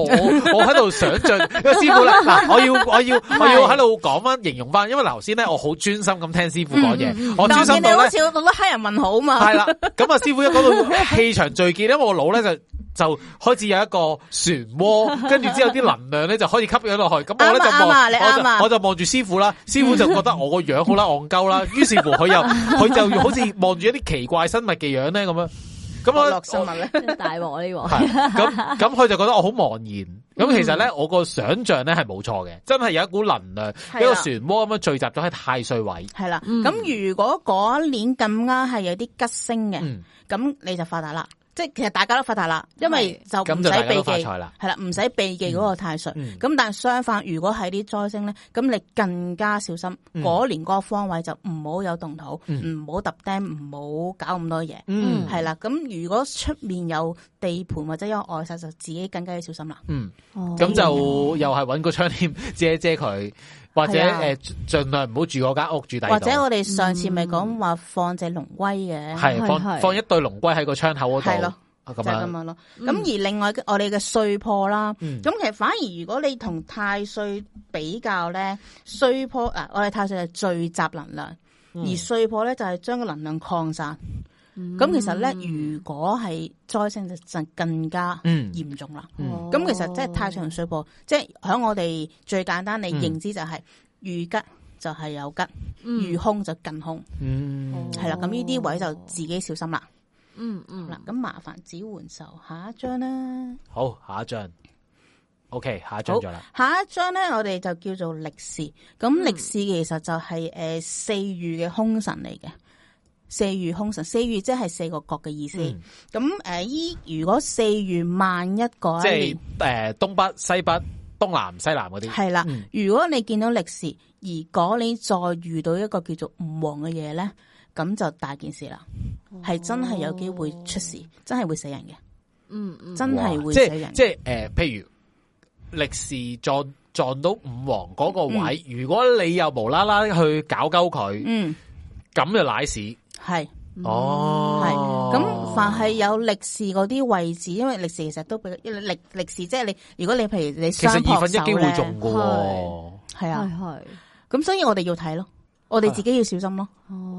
我喺度想 象，因為師傅咧，嗱，我要我要我要喺度講翻形容翻，因為頭先咧我好專心咁聽師傅講嘢，我專但心見你到好咧似攞得黑人問號啊嘛，係啦，咁啊師傅一講到氣場聚結咧，因為我腦咧就就開始有一個漩 渦，跟住之後啲能量咧就開始吸咗落去，咁我咧啱啊就啱啊你啱望啊我就我就望住師傅啦，師傅就覺得我個樣好啦戇鳩啦，於是乎佢 又佢就好似望住一啲奇怪生物嘅樣咧咁樣，咁我我 落新聞咧，大镬呢哦镬，係 咁咁，佢就覺得我好茫然。咁嗯其實咧，我個想像咧係冇錯嘅，真係有一股能量，一啦個漩渦咁樣聚集咗喺太歲位。係啦。嗯咁、如果嗰一年咁啱係有啲吉星嘅，嗯，咁、你就發達啦。即係其實大家都發達啦，因為就咁唔就大使家避都發忌，財啦。係啦，唔使避忌嗰個太歲。嗯，咁但係相反，如果係啲災星咧，咁你更加小心。嗯嗰年嗰個方位就唔好有動土，嗯唔好揼釘，唔好搞咁多嘢。嗯係啦，咁如果出面有地盤或者有外煞，就自己更加要小心啦。嗯，哦咁就又係揾個窗簾遮遮佢，或者係啊誒盡量唔好住嗰間屋住第或二度者我哋上次咪講話放隻龍龜嘅，嗯係係放係放一對龍龜喺個窗口嗰度。係咯，啊就咁係咁樣。樣咯。嗯咁而另外嘅我哋嘅歲破啦，嗯咁其實反而如果你同太歲比較咧，歲破啊，我哋太歲係聚集能量，嗯而歲破咧就係將個能量擴散。咁其實咧，如果係災星就就更加嗯嚴重啦。嗯哦咁啊其實即係太歲同水破，即係喺我哋最簡單嗯你認知就係遇吉就係有吉，遇如凶就近凶，嗯係啦。咁呢啲位就哦自己小心啦。嗯嗯嗱，咁麻煩指換手下一張啦。好，下一張。OK，下一張好咗啦。，下一張咧，我哋就叫做力士。嗯咁力士其實就係诶四遇嘅凶神嚟嘅，四遇凶神，四遇即係四個角嘅意思。嗯咁诶，依如果四遇萬一嗰即一年係誒東北、西北、東南、西南嗰啲。係啦，嗯如果你見到歷史，而嗰年再遇到一個叫做吳王嘅嘢咧，咁就大件事啦，係真係有機會出事，真係會死人嘅，嗯嗯，真哦係哇會即死係人。即係诶、呃譬如歷史撞撞到五王嗰個位，如果你又無啦啦去搞鳩佢，嗯，咁就奶屎係哦係。咁凡係有歷史嗰啲位置，因為歷史其實都比較因為歷歷史，即係你如果你譬如你其實雙二撲分手一機會中咧，噶喎。啊係啊，系系咁所以我哋要睇咯，我哋自己要小心咯。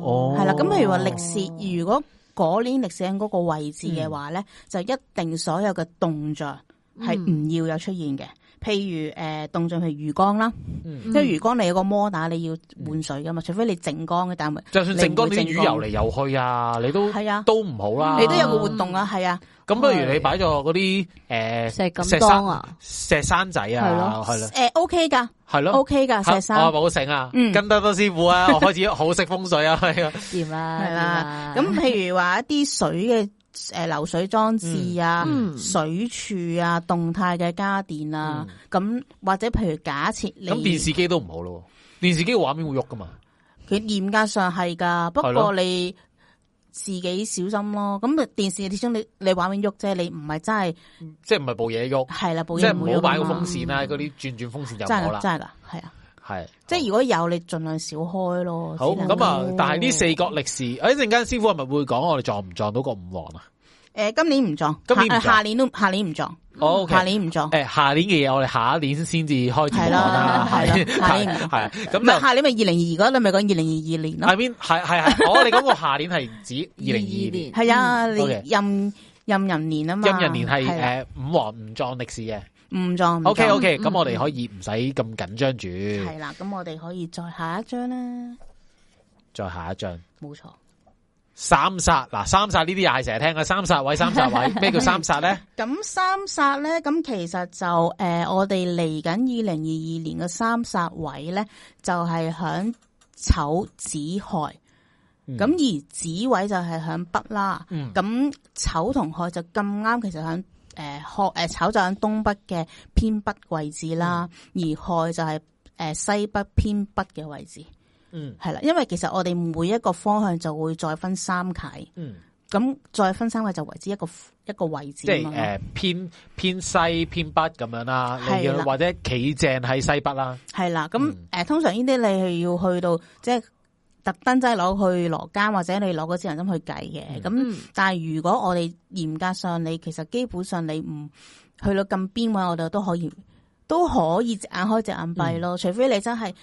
哦系啦，咁譬如話歷史，如果嗰年歷史喺嗰個嗯嗯位置嘅話咧，就一定所有嘅動作係唔要有出現嘅。譬如诶動靜係魚缸啦，嗯因為魚缸你有個摩打你要換水噶嘛，除非你整缸嘅，但係就算你正唔江會啲魚正游嚟游去啊，你都係啊，都唔好啦。你都有個活動嗯啊，係啊，咁不如你擺咗嗰啲诶石咁當啊，石山仔啊，係咯，诶呃 OK 㗎係咯。 OK 㗎石啊山我係。冇成啊，嗯跟得多師傅啊，我開始好識風水 啊，係啊，掂啦，係掂啦啦，咁啊譬如話一啲水嘅诶流水裝置啊、嗯嗯水柱啊、動態嘅家電啊，咁、或者譬如假設你嗯咁電視機都唔好咯，電視機個畫面會喐噶嘛，佢嚴格上係㗎，不係咯過你自己小心咯。咁電視始終你你畫面喐啫，你唔係真係即係唔係部嘢 喐，係啦，部即嘢係會唔好喐擺㗎個啊嘛風扇啦，嗰啲轉轉風扇就真唔好係㗎啦，真係㗎，係啊。係。即係如果有，你盡量少開咯。好只能咁啊夠！但係呢四角力士，誒一陣間師傅係咪會講我哋撞唔撞到個五王啊？誒今年唔撞，今年唔下撞下年都下年唔撞，哦，OK 下年唔撞，诶，下年嘅嘢我哋下一年先至開始講係啦啦，係係啦下年係係唔咁啊係就下年咪二零二二嗰，你咪講二零二二年咯 I。mean 係係係，我哋講個下年係 指二零二二年。系啊，嗯你 OK 任任人年啊嘛，陰人年係係啊诶五黃唔撞歷史嘅唔撞，OK OK，嗯咁我哋可以唔使咁緊張住，系啦，咁我哋可以再下一張啦，再下一張冇錯，三殺嗱，三殺呢啲又係成日聽嘅三殺位，三殺 位，咩叫三殺咧？咁三殺咧，咁其實就诶、呃我哋嚟緊二零二二年嘅三殺位咧，就係響丑子亥，嗯咁、而子位就係響北啦。嗯咁丑同亥就咁啱，其實呃喺誒亥誒丑就喺東北嘅偏北位置啦，嗯而亥就係、誒、西北偏北嘅位置，嗯係啦，因為其實我哋每一個方向就會再分三啟，嗯，咁再分三啟就為之一個一個位置即啊係呃嘛，诶偏偏西偏北咁樣啦，你係要啦或者企正喺西北啦，係啦，咁誒、嗯通常呢啲你係要去到即係特登真係攞去羅間或者你攞個指南針去計嘅，咁、嗯但係如果我哋嚴格上你其實基本上你唔去到咁邊位，我哋都可以都可以隻眼開隻眼閉嗯咯，除非你真係诶、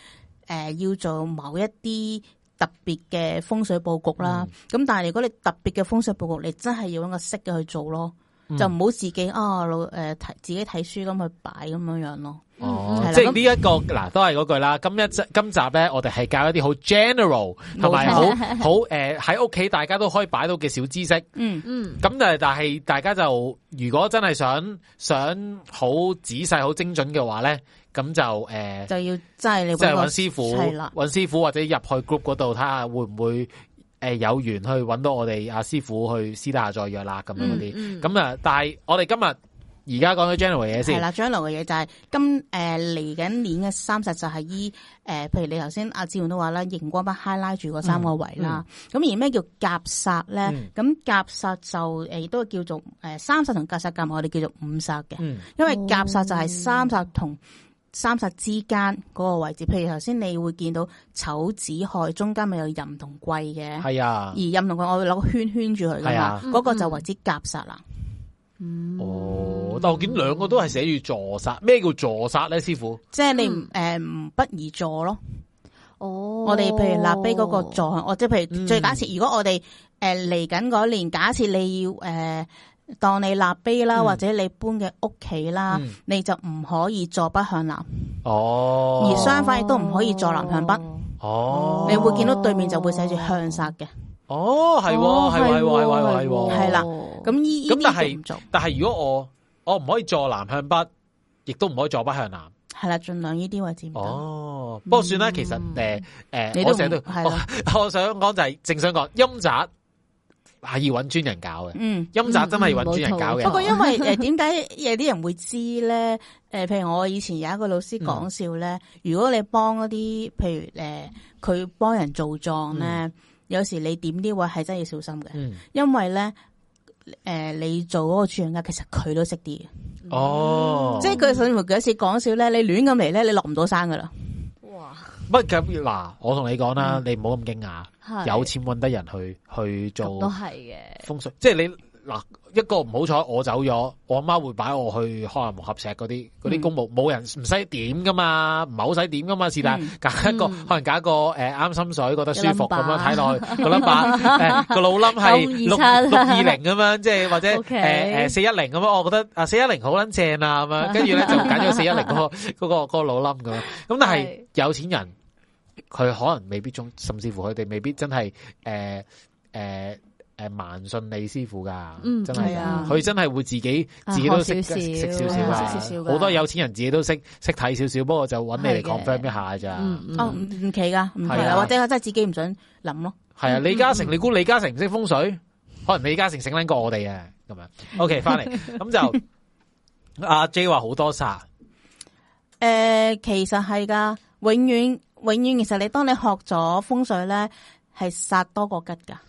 呃要做某一啲。特別嘅風水佈局啦，嗯咁、但係如果你特別嘅風水佈局，你真係要揾個識嘅去做咯，嗯就唔好自己啊老誒睇自己睇書咁去擺咁樣樣咯。哦嗯係，啦即系呢一個嗱，都係嗰句啦。今一集今集咧，我哋係教一啲好 general 同埋 好好诶喺屋企大家都可以擺到嘅小知識。嗯，嗯咁但係但係大家就如果真係想想好仔細好精準嘅話咧，咁就呃诶就要真係你即係揾個揾師傅，係啦揾師傅或者入去 group 嗰度睇下會唔會诶有緣去揾到我哋阿師傅去私底下再約啦咁樣嗰啲。嗯咁啊，但係我哋今日而家講咗 general 嘢係先。啦，將來嘅嘢就係今诶嚟緊年嘅三十就係依诶，譬如你頭先阿志源都話啦，熒光筆 high 拉住嗰三個位啦。咁、而咩叫夾殺咧嗯？咁、夾殺就诶亦都叫做诶三殺同夾殺夾埋，我哋叫做五殺嘅。嗯因為夾殺就係三殺同三殺之間嗰個位置。譬如頭先你會見到丑子亥中間咪有壬同貴嘅，係啊而。壬同貴我會攞個圈圈住佢噶係嘛啊，嗰、個就為之夾殺啦。嗯嗯哦，但我見兩個都係寫住坐殺，咩叫坐殺咧，師傅？即係你嗯诶唔不宜坐咯。哦，我我哋譬如立碑嗰個座向，我即係譬嗯如最假設，如果我哋诶嚟緊嗰年，假設你要诶、呃、当你立碑啦，嗯或者你搬嘅屋企啦，嗯你就唔可以坐北向南，哦，而相反亦都唔可以坐南向北。哦，你會見到對面就會寫住向煞嘅，哦，係喎，係喎，係喎，係喎，係喎。係啦咁咁呢咁呢但啲係就唔做，但係如果我我唔可以坐南向北，亦都唔可以坐北向南。係啦，盡量呢啲位置唔得。哦，不過算啦，其實誒嗯你誒，都我唔成日都哦係啦我 我想講就係正想講陰宅係要揾專人搞嘅，嗯。陰宅真係要揾專人搞嗯嗯冇錯嘅。冇錯不過因為诶點解有啲人會知 咧？诶、譬如我以前有一個老師講笑咧，如果你幫嗰啲，譬如诶佢幫人做葬咧，有時你點呢位係真係要小心嘅，嗯，因為咧诶、誒你做嗰個主人家其實佢都識啲嘅，哦，嗯即係佢甚至乎有一次講笑咧，你亂咁嚟咧，你落唔到山噶啦。哇，乜咁嗱？我同你講嗯啦，你唔好咁驚訝。係有錢揾得人去去咁都做係嘅，風水，即係你嗱，一個唔好彩我走咗，我阿媽會擺我去可能磨合石嗰啲嗰嗯啲公墓，冇人唔使點噶嘛，唔係好使點噶嘛，是但嗯揀一個嗯可能揀一個誒啱心水，覺得舒服咁樣 number 睇落去個 number 誒個老冧係六九五二七六二零咁樣，即係或者誒 OK 誒四一零咁樣，我覺得啊四一零好撚正啊咁樣，跟住咧就揀咗四一零嗰個嗰個嗰個老冧咁樣，咁但係係有錢人。佢可能未必中，甚至乎佢哋未必真係誒誒誒盲信李師傅噶，嗯真係係㗎啊佢真係會自己自己都識學少識少少少係㗎啊識少少㗎好多有錢人自己都識識睇少少，不過就揾你嚟係嘅 confirm 一下咋。嗯嗯哦，唔唔奇噶，唔奇係噶，啊或者佢真係自己唔想諗咯。係啊，李嘉誠，你估李嘉誠唔識風水？可能李嘉誠醒撚過我哋啊，咁樣。OK，翻嚟咁就阿 J 話好多煞，诶、呃其實係噶，永遠永遠，其實你當你學咗風水咧，係殺多過吉噶。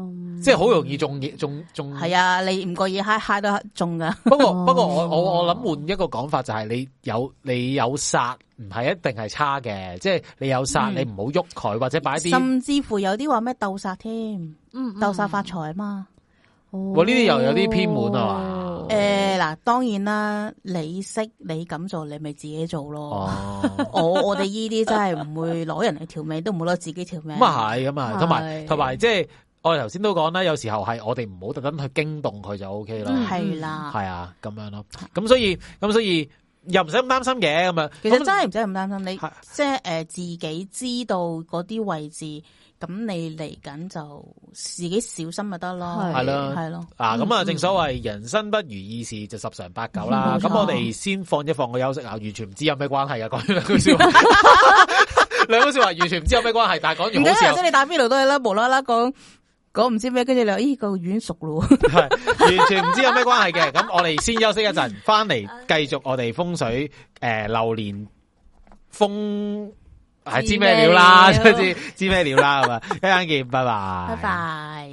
嗯即係好容易中中中。係啊，你唔覺意嗨嗨都中啊噶。不過哦不過我我我諗換一個講法就係你有你有殺唔係一定係差嘅，即係你有殺嗯你唔好喐佢或者擺啲，甚至乎有啲話咩鬥殺添，嗯嗯鬥殺發財啊嘛。哇哇呢啲又有啲偏門哦啊嘛诶、嗱、當然啦，你識你咁做，你咪自己做咯。哦，我我哋依啲真係唔會攞人嚟條命，都唔會攞自己條命。咁啊係咁啊，係同埋同埋即係我哋頭先都講啦，有時候係我哋唔好特登去驚動佢就 O K 啦，嗯係係啦，啊咁樣咯，咁所以咁所以又唔使咁擔心嘅咁樣，其實咁啊真係唔使咁擔心，你係即係诶自己知道嗰啲位置，咁你嚟緊就自己小心咪得咯，係係啦係咯，啊，咁啊，嗯正所謂人生不如意事就十常八九啦。冇咁錯我哋先放一放個休息啊，完全唔知有咩關係啊。講完兩句说話， 兩句说話完全唔知有咩關係，但係講唔完好緊似要，有 即係你打邊爐都係啦，無啦啦講講唔知咩，跟住你話咦個丸熟咯喎，係完全唔知有咩關係嘅。咁我哋先休息一陣，翻嚟繼續我哋風水诶榴莲風係知咩料啦，知咩料知知咩料啦，咁啊，一陣見，拜拜，拜。拜。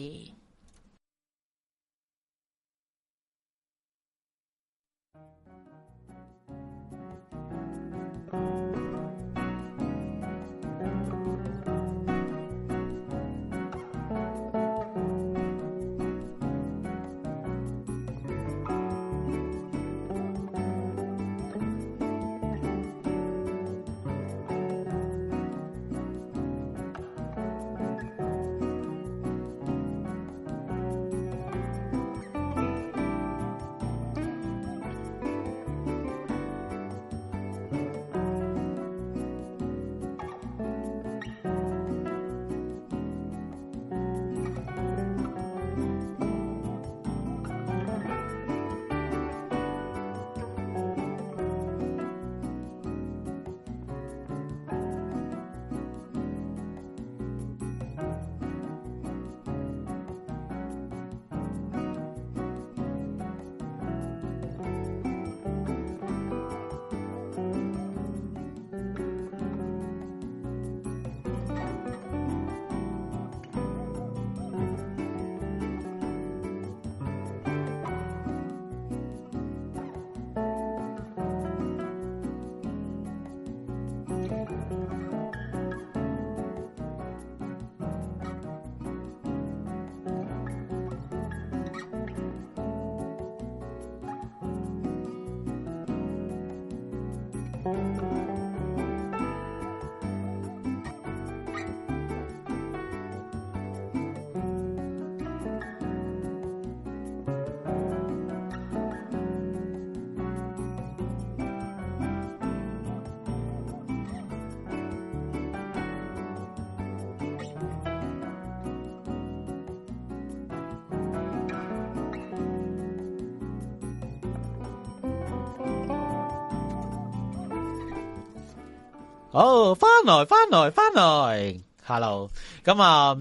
好，翻来翻来翻来，hello，咁啊，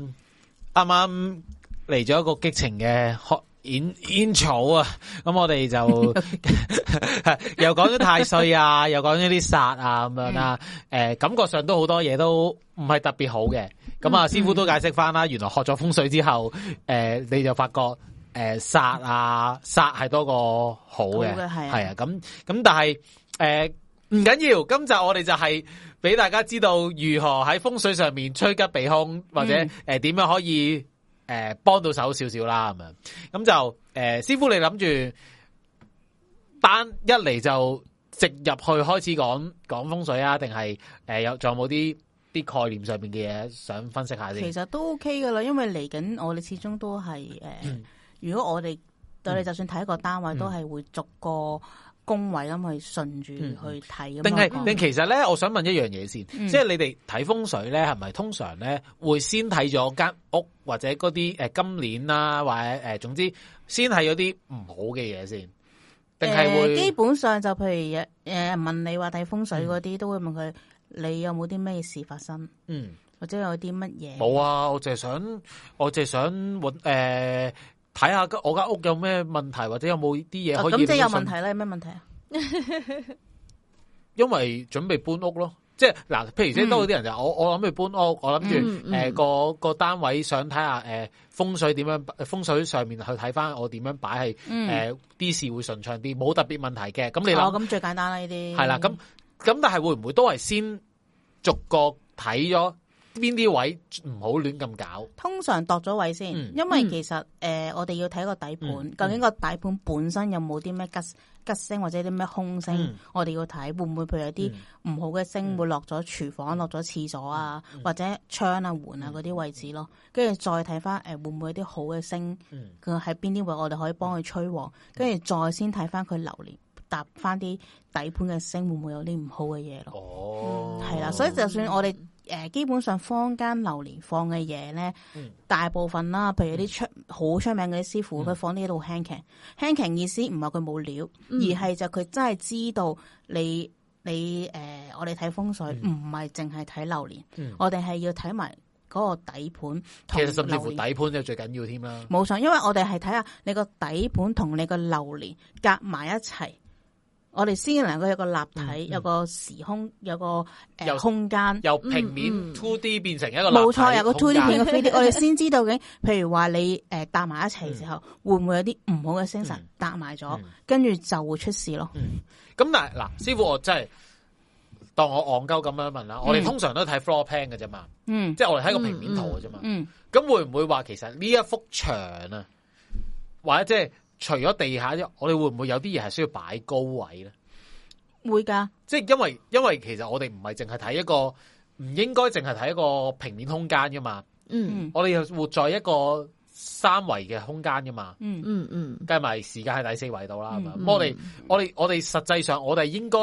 啱啱嚟咗一个激情嘅學演演草啊，咁我哋就 又講咗太歲 啊，又講咗啲煞啊咁樣啦，诶、嗯感覺上都好多嘢都唔係特別好嘅，咁嗯啊，師傅都解釋翻啦，原來學咗風水之後，诶、你就發覺诶煞啊煞係多過好嘅，好嘅係啊係啊，咁咁但係诶。誒唔緊要，今集我哋就係俾大家知道如何喺風水上面趨吉避凶，或者呃嗯诶点、樣可以诶帮到手少少啦，咁样咁就诶、呃師傅你諗住單一嚟就直入去開始講講風水啊，定係诶有仲有冇啲啲概念上面嘅嘢想分析下其先？實都 OK 噶啦，因為嚟緊我哋始終都係诶、呃如果我哋對你就算睇一個單位，嗯嗯都係會逐個工位咁去順住去睇咁樣定係講定其實咧，我想問一樣嘢先，嗯即係你哋睇風水咧，係咪通常咧會先睇咗間屋或者嗰啲诶金鏈啦，或者诶、呃、总之先睇咗啲唔好嘅嘢先，定係誒會呃基本上就譬如誒、呃、問你話睇風水嗰啲，都會問佢你有冇啲咩事發生，嗯？或者有啲乜嘢？冇啊！我淨係想，我淨係想揾诶睇下間我間屋有咩問題，或者有冇啲嘢啊可以。咁即係有問題，啦，有咩問題啊？因為準備搬屋咯。即係嗱，譬如即係多啲人就嗯話我我諗住搬屋，我諗嗯住嗯诶個個單位想睇下诶風水點樣，風水上面去睇翻我點樣擺係嗯，诶啲事會順暢啲，冇特別問題嘅。咁你哦，諗咁最簡單啦呢啲。係啦，咁咁但係會唔會都係先逐個睇咗邊啲位唔好亂咁搞？通常度咗位先，嗯因為其實诶、呃我哋要睇個底盤，嗯究竟個底盤本身有冇啲咩吉吉星或者啲咩空星，嗯我哋要睇會唔會譬如有啲唔好嘅星嗯會落咗廚房、落咗廁所啊，或者窗啊、門嗯啊嗰啲位置咯，跟住再睇翻诶會唔會有啲好嘅星，嗯佢喺邊啲位我哋可以幫佢催旺，跟住再先睇翻佢流年搭翻啲底盤嘅星會唔會有啲唔好嘅嘢咯。哦，系啦，所以就算我哋诶、呃基本上坊間流年放嘅嘢咧，嗯大部分啦，譬如啲出好出名嗰啲師傅，佢放呢度 hand can hand can 意思唔係佢冇料，而係就佢真係知道你你诶、呃我哋睇風水唔係淨係睇流年，嗯我哋係要睇埋嗰個底盤其同嗯實甚至乎流底年。盤就最緊要添啦。冇錯，因為我哋係睇下你個底盤同你個流年夾埋一齊，我哋先能夠有個立體，有個時空，有個诶、嗯有空間。由平面嗯 two D 變成一個立體冇錯，有個 two D 空片間個 three D，我哋先知道嘅。譬如話你诶搭埋一齊嘅時候，會唔會有啲唔好嘅精神嗯搭埋咗嗯，跟住就會出事咯。咁但係嗱，師傅我真係當我戇鳩咁樣問啦。我哋通常都睇 floor plan 嘅啫嘛，嗯即係我哋睇個平面圖嘅啫嘛。嗯，咁會唔會話其實呢一幅牆啊，或者即係除咗地下啫，我哋會唔會有啲嘢係需要擺高位咧？會㗎。即係因為因為其實我哋唔係淨係睇一個，唔應該淨係睇一個平面空間噶嘛。嗯嗯我哋又活在一個三維嘅空間噶嘛。嗯嗯嗯，計埋時間喺第四位度啦，係嘛嗯咁我哋我哋我哋實際上我哋應該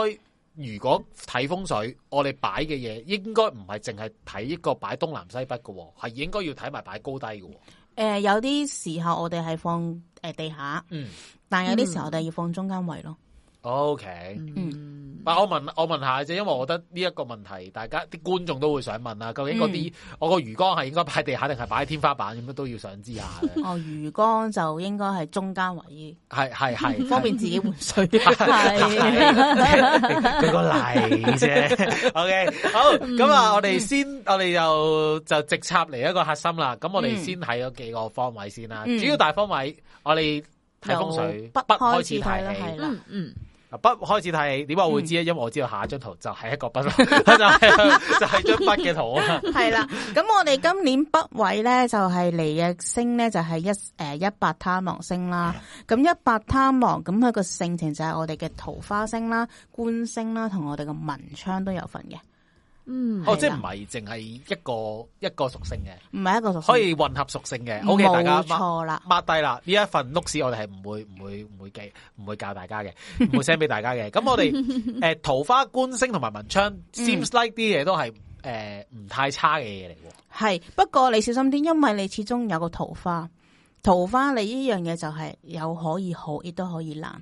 如果睇風水，我哋擺嘅嘢應該唔係淨係睇一個擺東南西北嘅喎，係應該要睇埋擺高低嘅喎。诶，呃有啲時候我哋係放诶地下，嗯但有啲時候我哋要放中間位咯。 ，OK。嗯但我問我問下啫，因為我覺得呢一個問題，大家啲觀眾都會想問啊啦。究竟嗰啲、嗯我個魚缸係應該擺地下定係擺喺天花板咁樣都要想知下 嘅。哦，魚缸就應該係中間位，係係係，方便自己換水。 佢個例 啫。OK，好，嗯咁啊，我哋先，我哋就就直插嚟一個核心啦。咁我哋嗯先睇咗幾個方位先啦。嗯主要大方位，我哋睇風水，由北北開開始始睇啦嗯睇係起。啦嗯嗯，北開始睇起，點解我會知咧？因為我知道下一張 圖就係一個北，就係就係張北嘅 圖啊。系啦，咁我哋今年北位咧就系嚟嘅星咧就系一诶一白贪狼星啦，咁一白贪狼咁佢个性情就系我哋嘅桃花星啦、官星啦，同我哋嘅文昌都有份嘅，嗯哦，即係唔係淨係一個一個屬性嘅，唔系一個屬可性，以混合屬性嘅。O K，大家冇錯啦，抹低啦，呢一份 notes 我哋係唔會唔會唔會計唔會教大家嘅，唔會 send 俾大家 嘅。咁我哋诶、呃桃花官星同埋文昌、seems like 啲嘢都係诶唔太差嘅嘢嚟喎。係不過你小心啲，因為你始終有個桃花，桃花你呢樣嘢就係有可以好，亦都可以難，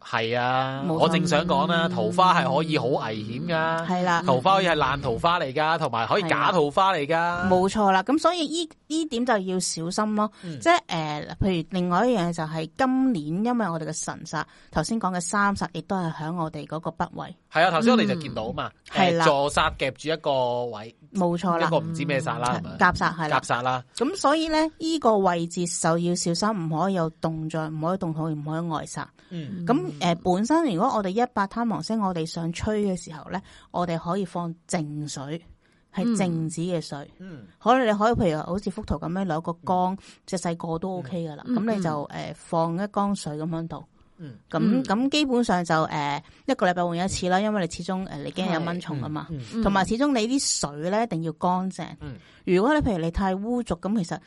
係啊，冇錯嗯我正想講啦，桃花係可以好危險噶，係啦，桃花可以係爛桃花嚟噶，同埋可以係啊假桃花嚟噶。冇錯啦，咁所以依依點就要小心咯。嗯即係诶、呃譬如另外一樣嘢就係今年，因為我哋嘅神煞，頭先講嘅三煞，亦都係喺我哋嗰個北位，係啊，頭先我哋就見到嘛，嗯係誒啦坐煞夾住一個位，冇錯一啦嗯個，唔知咩煞啦，係咪夾煞係啦夾。煞啦。咁所以咧，依、個位置就要小心，唔可以有動作，唔可以動土，唔可以外煞。嗯咁诶、呃本身如果我哋一百貪亡星，我哋想吹嘅時候咧，我哋可以放靜水係靜止嘅水。嗯可能你可以譬如好似幅圖咁樣攞個缸，隻細個都 OK 噶啦。嗯咁你就诶放一缸水咁樣度。嗯咁咁基本上就诶一個禮拜換一次啦，因為你始終诶呃你驚有蚊蟲啊嘛。嗯同埋始終你啲水咧一定要乾淨。嗯如果你譬如你太污濁，咁其實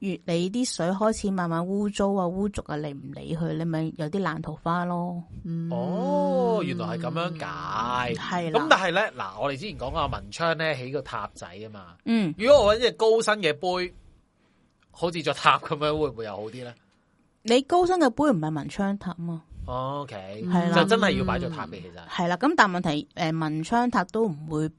越你啲水開始慢慢污糟啊、污濁啊，你唔理佢，你咪有啲爛桃花咯。哦，原來係咁樣解。係咁嗯啦，但係咧，嗱，我哋之前講過阿文昌咧起個塔仔啊嘛。嗯，如果我搵只高身嘅杯，好似座塔咁樣，會唔會又好啲咧你高身嘅杯唔係文昌塔嘛， ？O K，嗯係啦就真係要擺座塔嘅，其實。係啦。咁但問題诶、誒文昌塔都唔會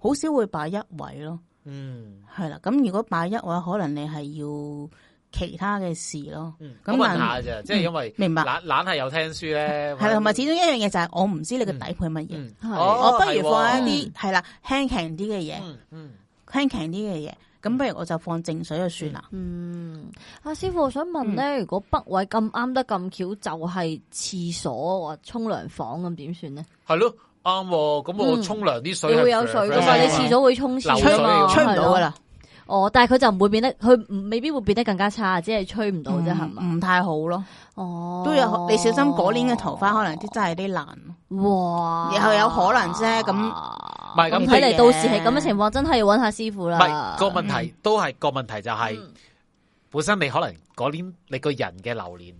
好少會擺一位咯，嗯，係啦。咁如果擺一位，可能你係要其他嘅事咯。嗯咁咁問但下啫，即係因為明白懶懶係有聽書咧，係啦，同埋始終一樣嘢就係我唔知你嘅底配乜嘢，嗯，係哦我不如放係喎一啲係啦輕強啲嘅嘢。嗯嗯輕強啲嘅嘢，咁不如我就放淨水就算啦。嗯，阿師傅，我想問嗯咧，如果北位咁啱得咁巧，就係廁所或沖涼房咁點算咧？係咯，啱喎。咁我嗯沖涼啲水你係啊會有水噶嘛？ friend 你試廁所會沖廁流嗯吹水啊噶嘛？吹唔到噶係咯。啦，哦，但係佢就唔會變得，佢唔未必會變得更加差，只係吹唔到嗯啫，係嘛？唔太好咯，哦，都有你小心嗰年嘅桃花，可能啲真係啲爛。哇，又有可能啫咁唔係咁睇譬嚟如到時係咁嘅情況，真係要揾下師傅唔啦。係個問題，都係個問題就係、啊嗯本身你可能嗰年你個人嘅流年，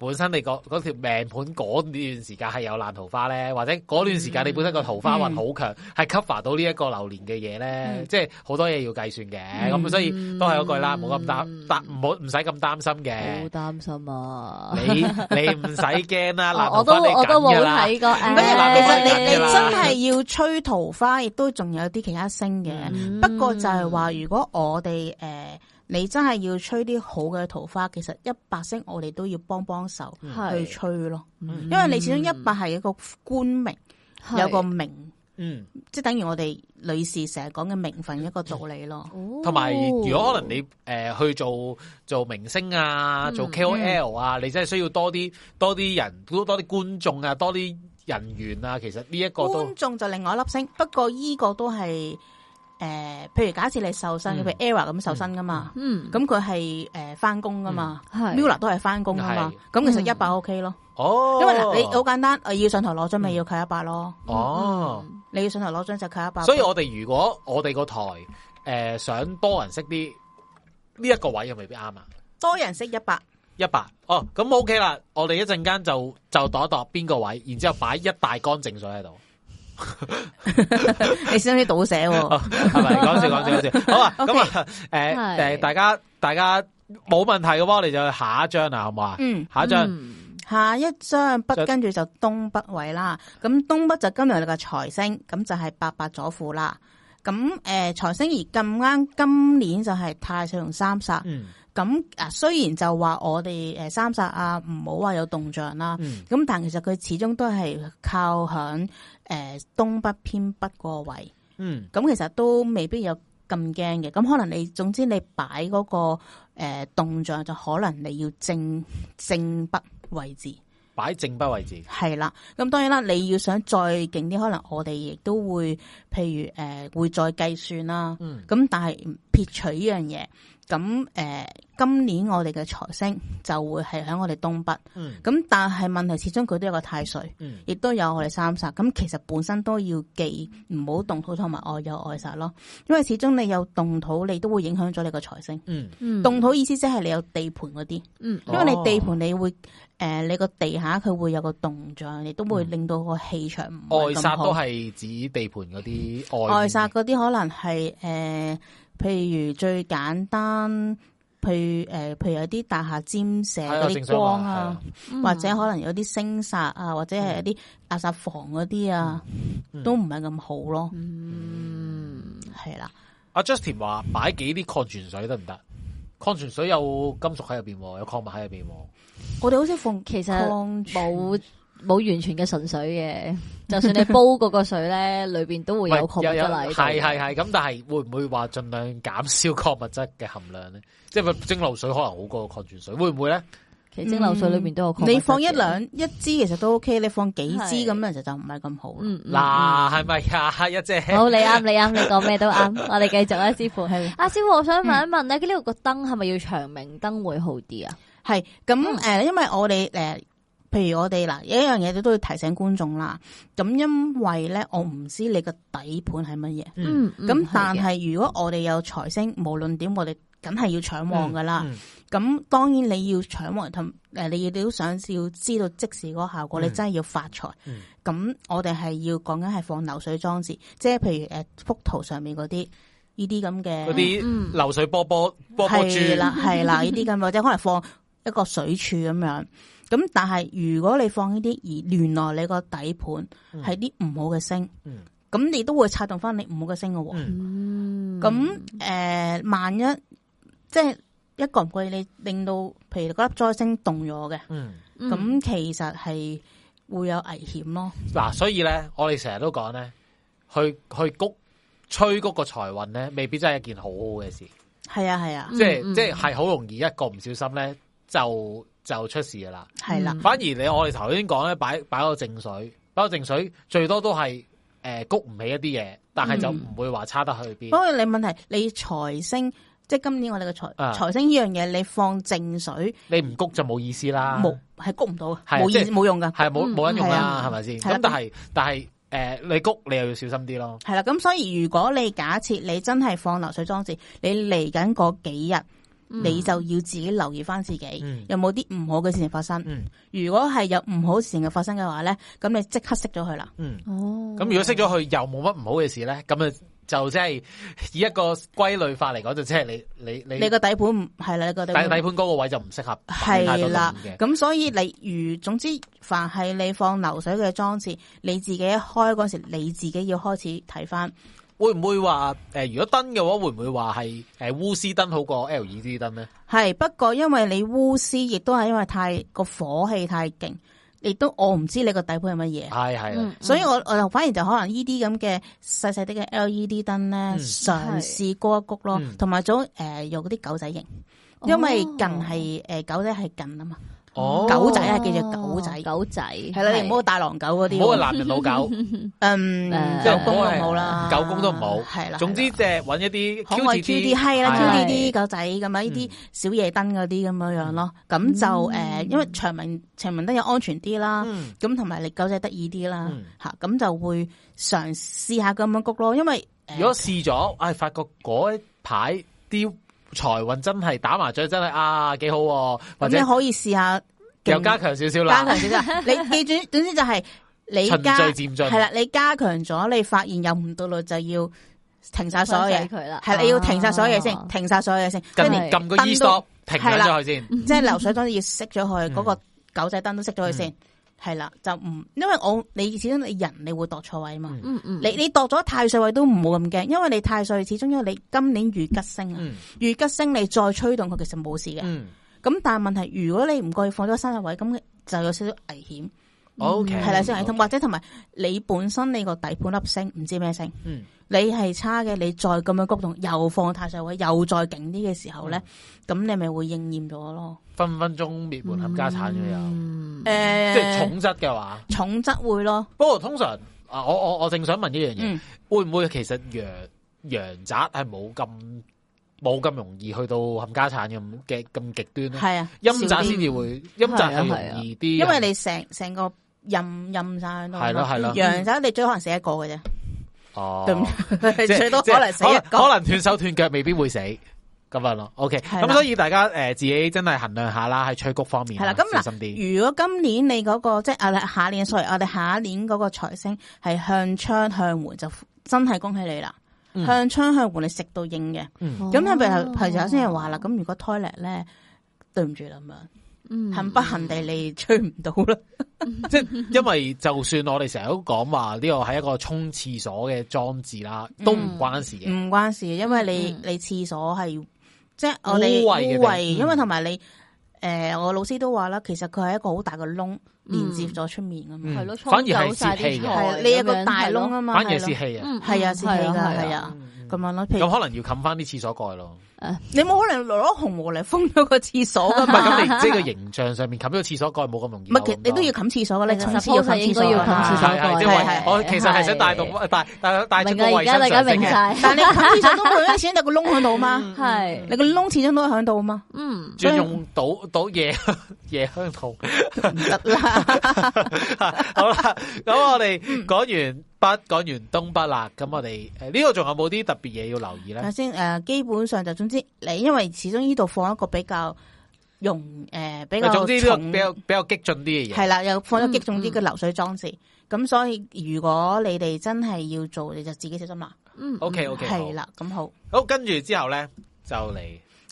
本身你個嗰條命盤嗰段時間係有爛桃花咧，或者嗰段時間嗯你本身個桃花運好強，係 cover 到呢一個流年嘅嘢咧，嗯即係好多嘢要計算嗯嘅，咁、所以都係嗰句啦，冇咁擔擔，唔好唔使咁擔心好嘅。擔心啊！你你唔使驚 啦，爛我桃哦我都花你啊我都緊冇㗎啦，睇過，不誒過其實你你係啦真係要吹桃花，亦都仲有啲其他星嘅。嗯不過就係話，如果我哋诶，你真係要吹啲好嘅桃花，其實一百星我哋都要幫幫手嗯去係，嗯吹咯。因為你始終一百係一個官名，係有個名，嗯。即系等於我哋女士成日講嘅名分一個道理咯。同埋，哦如果可能你誒、呃去做做明星啊，嗯做 KOL 啊，你真係需要多啲多啲人，多多啲觀眾啊，多啲人員啊。其實呢一個都觀眾就另外一粒星，不過依個都係诶、呃譬如假設你瘦身，嗯譬如 Era 咁瘦身噶嘛，嗯咁佢係诶翻工噶嘛。係 Mula 都係翻工噶嘛，咁其實一百 OK 咯，哦，因為嗱你好簡單，我要上台攞獎咪要佢一百咯，哦，嗯你要上台攞獎就佢一百，所以我哋如果我哋個台誒、呃想多人識啲，呢、一個位又未必啱啊。多人識一百，一百哦，咁 OK 啦。我哋一陣間就就度一度邊個位，然之後擺一大缸淨水喺度，你先唔先倒 寫係喎？哦咪？講笑講笑講 笑。好啊，咁哦 OK 啊，誒誒，係大家大家冇問題嘅話，我哋就去下一張啦，好唔好啊？嗯，下一張，嗯下一張就北跟住就東北位啦，咁東北就今日我哋嘅財星，咁就係八八左庫啦。咁诶財星而咁啱今年就係太歲同三煞，嗯咁啊，雖然就話我哋誒三煞啊，唔好話有動象啦，嗯咁但其實佢始終都係靠響誒、呃、東北偏北個位，嗯咁其實都未必有咁驚嘅。咁可能你總之你擺嗰、個誒、呃、動象就可能你要正正北位置。擺正北位置，係啦，咁當然啦，你要想再勁啲，可能我哋亦都會，譬如誒、呃、會再計算啦。咁、嗯但係呃撇除呢樣嘢，咁誒、呃今年我哋嘅財星就會係喺我哋東北。嗯咁但係問題始終佢都有個太歲，嗯亦都有我哋三煞。咁其實本身都要記唔好動土同埋外有外煞咯，因為始終你有動土，你都會影響咗你個財星。嗯嗯動土意思即係你有地盤嗰啲。嗯因為你哦地盤你會诶、呃你個地下佢會有個動像，你都會令到個氣場唔外係咁煞好嗯都係指地盤嗰啲外外煞嗰啲可能係诶、呃譬如最簡單，譬如诶、呃譬如有啲大廈尖射係啊嗰正啲想光話啊，嗯或者可能有啲星煞啊，或者係有啲垃圾房嗰啲啊，嗯都唔係咁好咯，嗯係啦。阿 Justin 話擺幾啲礦泉水得唔得？礦泉水有金屬喺入邊喎，有礦物喺入邊喎。我哋好似放其實礦泉冇冇完全嘅純水嘅，就算你煲嗰個水咧， 裏边都會有礦物有質嚟。係係係咁，但係會唔會話盡嗯量減少礦物質嘅含量咧？即係咪蒸馏水可能好過礦泉水，會唔會咧？奇蒸馏水裏面都有礦物質嘅你放一兩一支其實都 OK，你放幾支咁樣其實就唔係咁好啦。嗯嗯嗱，係咪呀？一姐， 好，你啱，你啱，你講咩都啱。我哋繼續啊，師傅。係阿師傅，我想嗯問一問咧，呢度個燈係咪要長明燈會好啲啊？係咁诶，誒因為我哋诶。譬如我哋嗱，有一樣嘢你都要提醒觀眾啦。咁因為咧，我唔知你個底盤係乜嘢，嗯，咁但係如果我哋有財星，無論點我哋梗係要搶旺噶啦。嗯，咁當然你要搶旺同誒，你要都想要知道即時嗰個效果，嗯你真係要發財。咁、嗯我哋係要講緊係放流水裝置，即係譬如誒幅圖上面嗰啲呢啲嗰咁嘅，啲嗯流水波波波波珠，係啦係 啦，呢啲咁或者可能放一個水柱咁樣。咁但係如果你放呢啲而原來你個底盤係啲唔好嘅星，咁、嗯你都會策動翻你唔好嘅星嘅喎。嗯嗯咁诶、呃萬一即係一個唔覺意，你令到譬如嗰粒災星動咗嘅，嗯。嗯咁、其實係會有危險咯。嗱，所以咧，我哋成日都講咧，去去谷吹谷個財運咧，未必真係一件好好嘅事，係啊，係啊嗯，即係嗯即係係好容易一個唔小心咧就就出事噶啦。係啦嗯，反而你我哋頭先講咧，擺擺個正水，擺個正水最多都係诶谷唔起一啲嘢，但係就嗯唔會話差得去不邊。過你問題，你財星即係今年我哋嘅財啊財星呢樣嘢，你放淨水你唔谷就冇意思啦，冇係谷唔到嘅，啊係啊冇即意係冇用噶。係冇嗯冇人用係啦，啊係咪先？係啦咁但係但係诶，誒你谷你又要小心啲咯。係啦，咁所以如果你假設你真係放流水裝置，你嚟緊嗰幾日，嗯你就要自己留意翻自己、嗯有冇啲唔好嘅事情發生。嗯如果係有唔好事情嘅發生嘅話咧，咁你即刻熄咗佢啦。嗯。哦咁如果識咗佢又冇乜唔好嘅事咧，咁啊就即係以一個歸類法嚟講，就即係你你你你個底盤唔係啦，你個底底底盤盤嗰個位就唔適合擺太多係啦動嘅。咁所以你如總之，凡係你放流水嘅裝置，你自己一開嗰時，你自己要開始睇翻。會唔會話诶、呃如果燈嘅話，會唔會話係诶钨絲燈好過 LED 燈咧？係不過因為你鎢絲，亦都係因為太個火氣太勁，亦都我唔知你個底盤係乜嘢。係係嗯啦，所以我我就反而就可能呢啲咁嘅細細啲嘅 LED 燈咧，嘗試高一谷咯嗯，同埋早誒有嗰啲狗仔型，哦因為近係誒狗仔係近啊嘛，哦，狗仔啊記住狗仔狗仔係啦，你唔好大狼狗嗰啲唔好係喎，男人老 狗，嗯，誒狗公都冇啦，狗公都唔好係啦，總之即係揾一啲嗯可愛 Q 啲閪啦係，Q 啦啲啲狗仔咁樣，呢啲小夜燈嗰啲咁樣樣咯，咁就誒，因為長明長明燈又安全啲啦。嗯咁同埋你狗仔得意啲啦嗯，吓咁、就會嘗試下咁樣谷咯，因呃為誒嗯如果試咗，唉、發覺嗰一排啲財運真係打麻雀真係啊幾好、喎，或咁者你可以試下勁又加強少少加啦強，少少。你記住，總之就係你 循序加漸進。係啦，你加強咗，你發現有唔對路就要停晒所有嘢，佢啦，係啦，你要停晒所有嘢啊先，停晒所有嘢先，跟跟住撳係住個燈 e 都 stop 停係緊啦咗佢先。即係流水裝置要熄咗佢，嗯嗰個狗仔燈都熄咗佢先，係啦，就唔因為我你始終你人你會度錯位嘛。嗯嗯嗯，你你度咗太歲位都唔好咁驚，因為你太歲始終因為你今年遇吉星啊，嗯遇吉星你再吹動佢其實冇事嘅。嗯咁但係問題，如果你唔過去放咗三日位，咁就有少少危險， ，OK，係啦，少少危險。或者同埋你本身你個底盤粒星唔知咩星，嗯你係差嘅，你再咁樣谷動，又放太上位，又再勁啲嘅時候咧，咁、嗯你咪會應驗咗咯。分分鐘滅門冚家產嘅又，嗯诶、即係重質啊嘅話。重質會咯，不過通常啊，我我我正想問一樣嘢嗯，會唔會其實羊羊宅係冇咁冇咁容易去到冚家產咁嘅咁極端咧？係啊，陰少宅啲啊先至會，陰宅係容易啲，因為你成成個任任晒啊咯。係咯係咯，羊仔你最可能死一個嘅啫，哦，對唔 即係 最多即可係能死一可能個。可能斷手斷腳未必會死咁樣咯。OK，係啦咁所以大家诶自己真係衡量下啦，喺吹谷方面啊係啦咁小嗱心啲。如果今年你嗰、個即係啊下年，sorry，我哋下一年嗰個財星係向窗向門，就真係恭喜你啦！嗯向窗向門你食到應嘅，哦咁係咪頭頭先又話啦？咁如果 toilet 咧，對唔住啦咁嗯樣，幸不幸地你吹唔到啦，即系因為就算我哋成日都講話呢個係一個沖廁所嘅裝置啦，都嗯唔關事嘅。唔關事，因為你嗯你廁所係即係我哋污穢嘅地污穢，嗯因為同埋你诶，我老師都話啦，其實佢係一個好大嘅窿，嗯連接咗出面噶嘛，係咯，嗯反而係沖走晒泄氣啲嘅菜係你有個大窿哦咁樣係咯啊啊嘛，反而係咯係泄氣啊，嗯係啊，泄氣係噶，係係啊。嗯咁樣咯。譬如咁可能要冚翻啲廁所蓋咯。你冇可能攞紅毛嚟封咗個廁所噶唔係嘛？咁，你即係個形象上面冚咗個廁所蓋冇咁容易唔咯。係，其實你都要冚廁所噶，你其實重試要 suppose 係冚廁應該所要㗎冚廁所係係即係係係為我其實係想帶係動帶帶帶出明個啊，衞而家生大家常識明嘅。晒， 但係你冚廁所都冇咩錢，但個窿喺度嘛，係你個窿始終都喺度嘛，嗯，仲要用到到夜 夜香筒，唔得啦。 好啦，咁我哋講完北，講完東北啦，咁我哋誒呢度仲有冇啲特別嘢要留意首咧？先誒，基本上就總之你因為始終呢度放一個比較容誒比較總之呢個重比較比較激進啲嘅嘢，係啦，又放咗激重啲嘅流水裝置，咁所以如果你哋真係要做，你就自己小心啦。嗯 OK，嗯 OK，係啦，咁好。好，跟住之後咧就嚟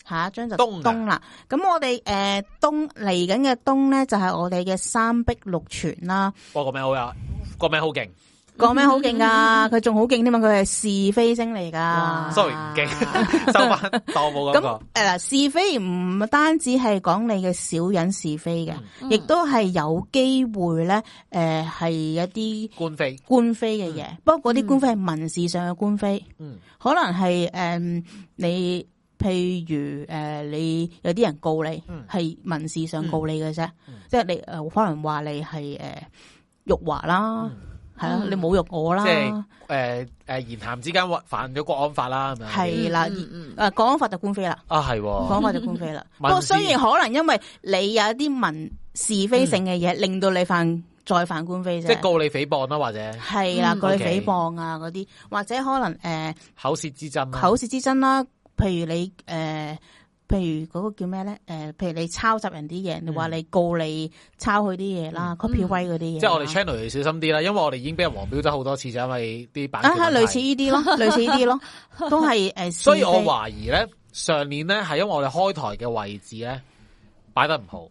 下一張就東啊東啦，咁我哋誒東嚟緊嘅東咧就係我哋嘅三碧六泉啦，哇個名好有，個名好勁個名好勁 噶，佢仲好勁添嘛，佢係是非星嚟噶哇，sorry 唔勁， 收翻 當我冇講啊咁過。誒嗱，是非唔單止係講你嘅小人是非嘅，嗯亦都係有機會咧，誒、係一啲官非，官非嘅嘢。不過嗰啲官非係民事上嘅官非，嗯可能係誒、嗯你譬如誒、呃你有啲人告你嗯係、民事上告你嘅啫，嗯即係你誒、呃可能話你係誒辱華啦，係啦、嗯你侮辱我啦，即係誒誒呃言談之間犯咗國安法啦，咁樣係啦，嗯嗯誒呃國安法就官非啦。啊係喎，講法就官非啦。不 民過事雖然可能因為你有一啲民是非性嘅嘢，令到你犯再犯官非嗯啫。即係告你誹謗啦，啊或者係啦，嗯告你 OK 誹謗啊嗰啲，或者可能诶、口舌之爭啊呃啦，口舌之爭啦，譬如你诶。呃譬如嗰個叫咩咧？诶，譬如你抄襲人啲嘢，你話你告你抄佢啲嘢啦，copy 威嗰啲嘢嗯啦，即係我哋 channel 要小心啲啦，因為我哋已經俾人黃標咗好多次，就因為啲版權啊，問係題類似呢啲咯，類似呢啲咯，都係诶。 所以是我非懷疑咧，上年咧係因為我哋開台嘅位置咧擺得唔好，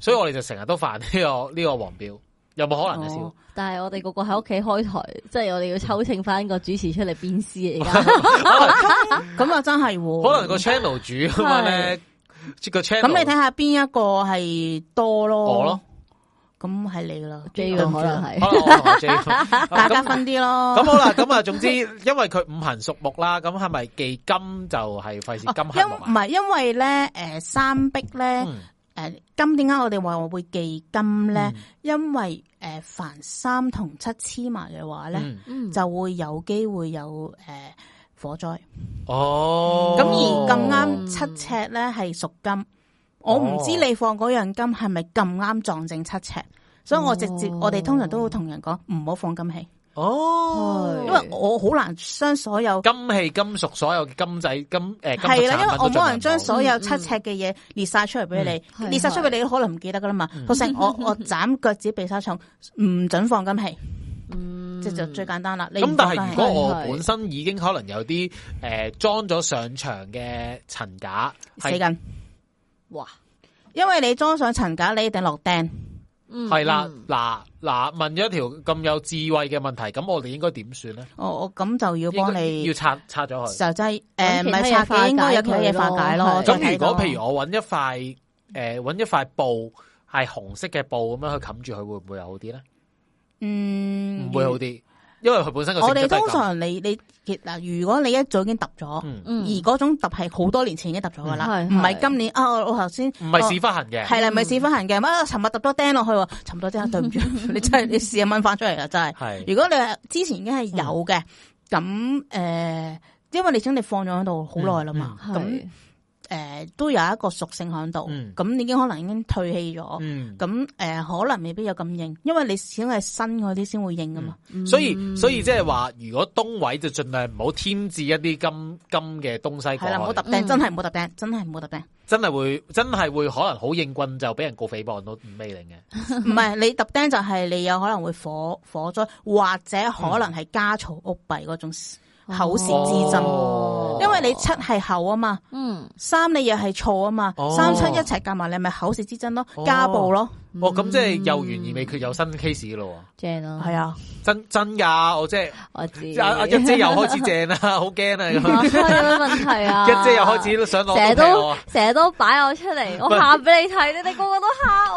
所以我哋就成日都犯呢、個呢、個黃標，有冇可能嘅哦少？但係我哋個個喺屋企開台，即係我哋要抽清翻個主持出嚟變師 而家。咁啊，真係喎。可能個 channel 主咁樣咧，個 channel 咁你睇下邊一個係多咯？我咯，，咁係你啦 J 嘅可能係可能我同阿 J 大家咁分啲咯。咁好啦，咁啊，總之因為佢五行屬木啦，咁係咪忌金就係費事哦金克木因唔啊？係因為咧，诶、三碧咧，嗯诶、金點解我哋話我會忌金咧？嗯因為诶、誒凡三同七黐埋嘅話咧，嗯嗯就會有機會有诶、誒火災。哦，咁、而咁啱七尺咧係屬金，我唔知你放嗰樣金係咪咁啱撞正七尺。所以我直接，哦我哋通常都會同人講唔好放金器，哦，因係為我好難將所有金器金屬所有嘅金仔金诶，金屬係啦，產因為品都我冇盡人量冇將所有七尺嘅嘢列晒出嚟俾你，嗯列晒出嚟你可能唔記得噶啦嘛。嗯佢成 我我斬腳趾避沙蟲，唔准放金器，嗯即係就最簡單啦。你咁唔但係放金如器，果我本身已經可能有啲誒裝咗上牆嘅層架，死係緊，哇，因為你裝上層架，你一定落釘。係係啦，嗱嗱問咗一條咁有智慧嘅問題，咁我哋應該點算咧？我我咁就要幫應該你要拆拆咗佢。就真係誒，唔揾係其他拆嘢化嘅，應該有其他嘢解佢化解咯咯。再係咁睇如咯果譬如我揾一塊誒揾一塊布係紅色嘅布咁樣去冚住佢，會唔會又好啲咧？嗯唔會好啲，因為佢本身個性我質哋都係通咁。常你你其嗱，如果你一早已經揼咗，嗯嗯而嗰種揼係好多年前已經揼咗噶啦，嗯唔係係係嗯今年啊！我我頭先唔我係屎忽痕嘅，系啦，咪屎忽痕嘅，乜啊尋日揼咗釘落去喎，尋咗釘，啊 對唔住，你真係你試下掹翻出嚟啦，真係。係嗯如果你係之前已經係有嘅，咁诶、呃因為你將你放咗喺度好耐啦嘛，咁诶、嗯係呃都有一個屬性喺度，嗯咁、已經可能已經退氣咗，嗯。咁诶、呃可能未必有咁硬，因為你始終係新嗰啲先會硬噶嘛。所嗯以所以即係話，如果東位就盡量唔好添置一啲金金嘅東西係過啦，唔好去揼。釘，嗯真係唔好揼釘，真係唔好揼釘。真係會，真係會可能好應棍就俾人告誹謗都唔未定嘅。唔係嗯你揼釘就係你有可能會火火災，或者嗯可能係家嘈屋閉嗰種口舌之爭。哦因為你七係厚啊嘛，嗯，三你又係燥啊嘛，哦三七一齊夾埋你咪口舌之爭咯哦，家暴咯，哦，咁即係又懸而未決，有新 case 嘅咯正嗯咯，係啊，喎，真真㗎，我即係我知。阿 阿一啊姐又開始正啦， 好驚啊咁 啊 樣！有咩问题 啊？一姐又開始都想攞成日刀劈我都。成日都擺我出嚟，我喊俾你睇，你哋個個都蝦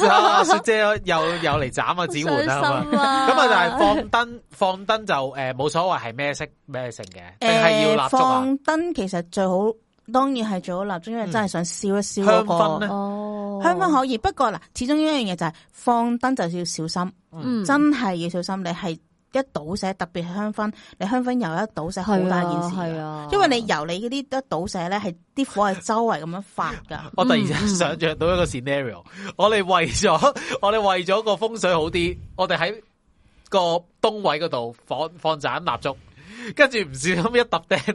我， 哇！雪姐又 又嚟斬啊，好指傷換啦，心啊！咁啊，但係放燈放燈就诶冇所謂係咩色咩性嘅，定係誒要蠟燭啊？放燈其實最好，當然係最好蠟燭，因為真係想燒一燒香嗰薰個咧哦，香薰可以，不過嗱，始終一樣嘢就係放燈就要小心，嗯真係要小心，你係一倒瀉，特別香薰，你香薰油一倒啊瀉好大件事係㗎。啊，因為你由你嗰啲一倒瀉咧，係啲火係周圍咁樣發㗎。我突然嗯間想象到一個 scenario，我哋為咗 我哋為咗個風水好啲，我哋喺個東位嗰度放放盞蠟燭，跟住唔小心一揼釘，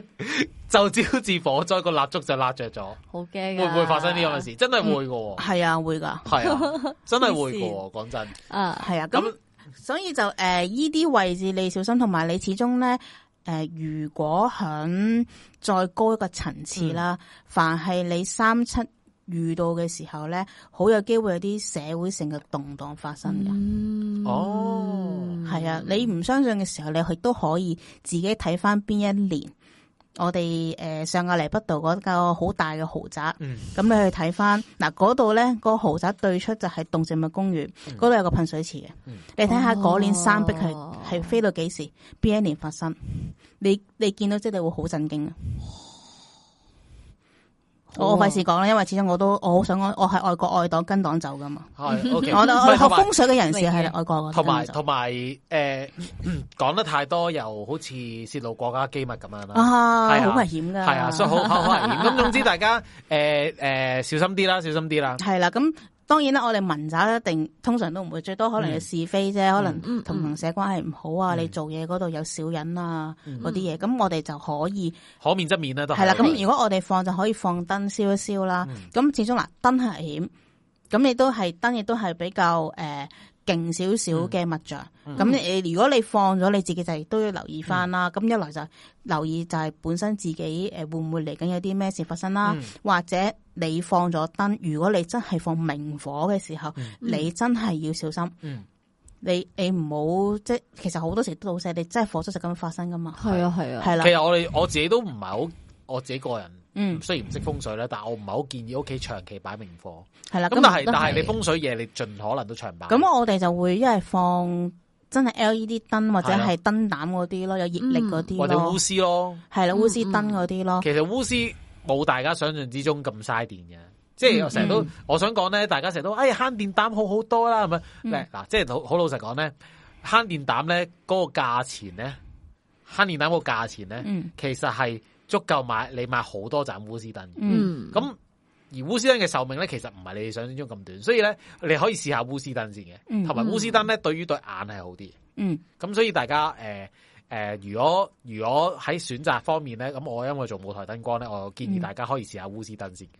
就招致火災，個蠟燭就焫着咗。好驚會啊，唔會發生呢咁嘅事？真係會㗎喎，係啊，會㗎。係 啊，真係會㗎黐喎，講真。啊？係啊，咁咁所以就誒依啲位置你小心，同埋你始終咧誒、呃如果響再高一個層次啦，凡係你三七遇到嘅時候咧，好有機會有啲社會性嘅動盪發生嘅。嗯哦係啊，你唔相信嘅時候，你亦都可以自己睇翻邊一年。我哋誒、呃上個嚟北道嗰個好大嘅豪宅，咁、嗯你去睇翻嗱嗰度咧，個豪宅對出就係動植物公園，嗰度、有個噴水池嘅。嗯你睇下嗰年三碧係哦係飛到幾時，邊一年發生？你你見到即係你會好震驚啊！好啊我我費事講啦，因為始終我都我好想講我係愛國愛黨跟黨走噶嘛。係，OK。我我唔係我學同埋風水嘅人士明嘅係愛國同愛埋黨跟黨走同埋 誒講得太多，又好似泄露國家機密咁樣啦。係啊，啊好危險㗎。係啊，所以好好好危 險。咁總之大家誒誒小心啲啦，小心啲啦。係啦，咁當然啦，我哋文宅一定通常都唔會，最多可能嗯你是非啫，可能同同社關係唔好啊，嗯你做嘢嗰度有小人啊嗯嗰啲嘢，咁我哋就可以可面則面啦，都係啦。咁係如果我哋放就可以放燈燒一燒啦。嗯咁始終嗱，燈係危險，咁亦都係燈亦都係比較诶勁少少嘅物象。嗯嗯咁你如果你放咗，你自己就亦都要留意翻啦。咁一來就係留意就係本身自己诶會唔會嚟緊有啲咩事發生啦。嗯或者你放咗燈，如果你真係放明火嘅時候，你真係要小心。嗯你你唔好即係其實好多時都老細，你真係火災就咁樣發生噶嘛。係啊係啊，係啦其，實我哋我自己都唔係好，我自己個人嗯，雖然唔識風水啦，但我唔係好建議屋企長期擺明火。係啦。咁但係啊都但係你風水嘢，你盡可能都長擺。咁我哋就會一係放真係 LED 燈或者係燈膽嗰啲咯，有熱力嗰啲嗯或者咯鎢，絲咯，係啦，鎢絲燈嗰啲咯。其實鎢絲冇大家想象之中咁嘥電嘅。嗯即係我成日都，我想講咧，大家成日都，哎呀慳電膽好好多啦，係嗯咪？嗱、即係好好老實講咧，慳電膽咧嗰個價錢咧，慳電膽個價錢咧，嗯其實係足夠買你買好多盞鎢絲燈。嗯，嗯咁、而鎢絲燈嘅壽命咧，其實唔係你哋想象中咁短，所以咧你可以試下鎢絲燈先嘅，嗯同埋鎢絲燈咧對於對眼係好啲嘅。嗯，咁所以大家诶诶、呃如果如果喺選擇方面咧，咁我因為做舞台燈光咧，我建議大家可以試下烏絲燈先嘅。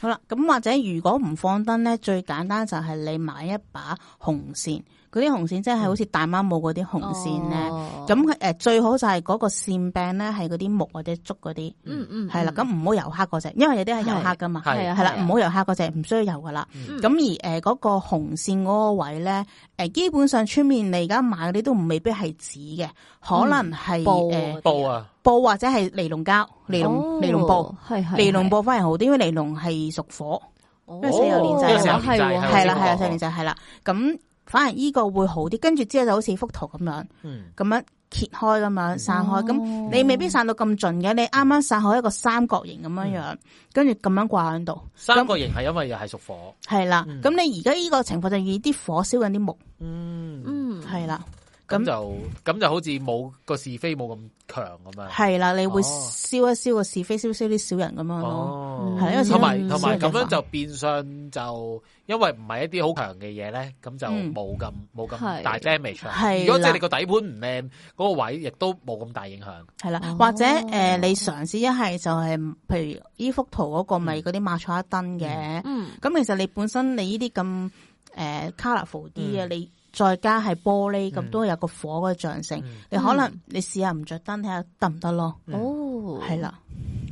好啦。咁或者如果唔放燈咧，最簡單就係你買一把紅線，嗰啲紅線即係好似大媽舞嗰啲紅線咧。哦咁佢誒最好就係嗰個扇柄咧，係嗰啲木或者竹嗰啲，嗯嗯係啦。咁唔好油黑嗰只，因為有啲係油黑噶嘛，係係啊嗯係啦，係啊唔好油黑嗰只，唔需要油噶啦。嗯咁而誒呃嗰個紅線嗰個位咧，誒基本上出面你而家買嗰啲都唔未必係紙嘅，可能係嗯布哦誒布啊，布或者係尼龍膠、尼龍尼龍布。，係係尼龍布反而好啲，因為尼龍係屬哦火，因為四有年制係啊啦嘛係喎係屬啦係火啦，上年就係啦。咁反而依個會好啲，跟住之後就好似幅圖咁樣，嗯，咁樣揭開咁樣散開，咁、哦你未必散到咁盡嘅，你啱啱散開一個三角形咁樣嗯樣，跟住咁樣掛喺度，三角形係因為又係屬火。係啦嗯。咁、你而家呢個情況就以啲火燒緊啲木，嗯，嗯係啦，咁咁就咁就好似冇個是非冇咁強咁樣。係啦，你會哦燒一燒個是非，燒一燒啲小人咁樣咯。哦係因嗯為始終同埋小人同埋咁就樣煩就變相就因為唔係一啲好強嘅嘢咧，咁就嗯冇咁冇咁係大 damage 啊。係如果即係啦你個底盤唔靚，嗰個位亦都冇咁大影響。係啦，哦或者誒、呃你嘗試一係就係、嗯譬如依幅圖嗰個咪嗰啲馬賽克燈嘅。嗯咁其實你本身你呢啲咁誒 colourful 啲嘅，你再加係玻璃，咁嗯都有個火嘅象性嗯。你可能你試下唔着燈睇下得唔得咯？哦係啦，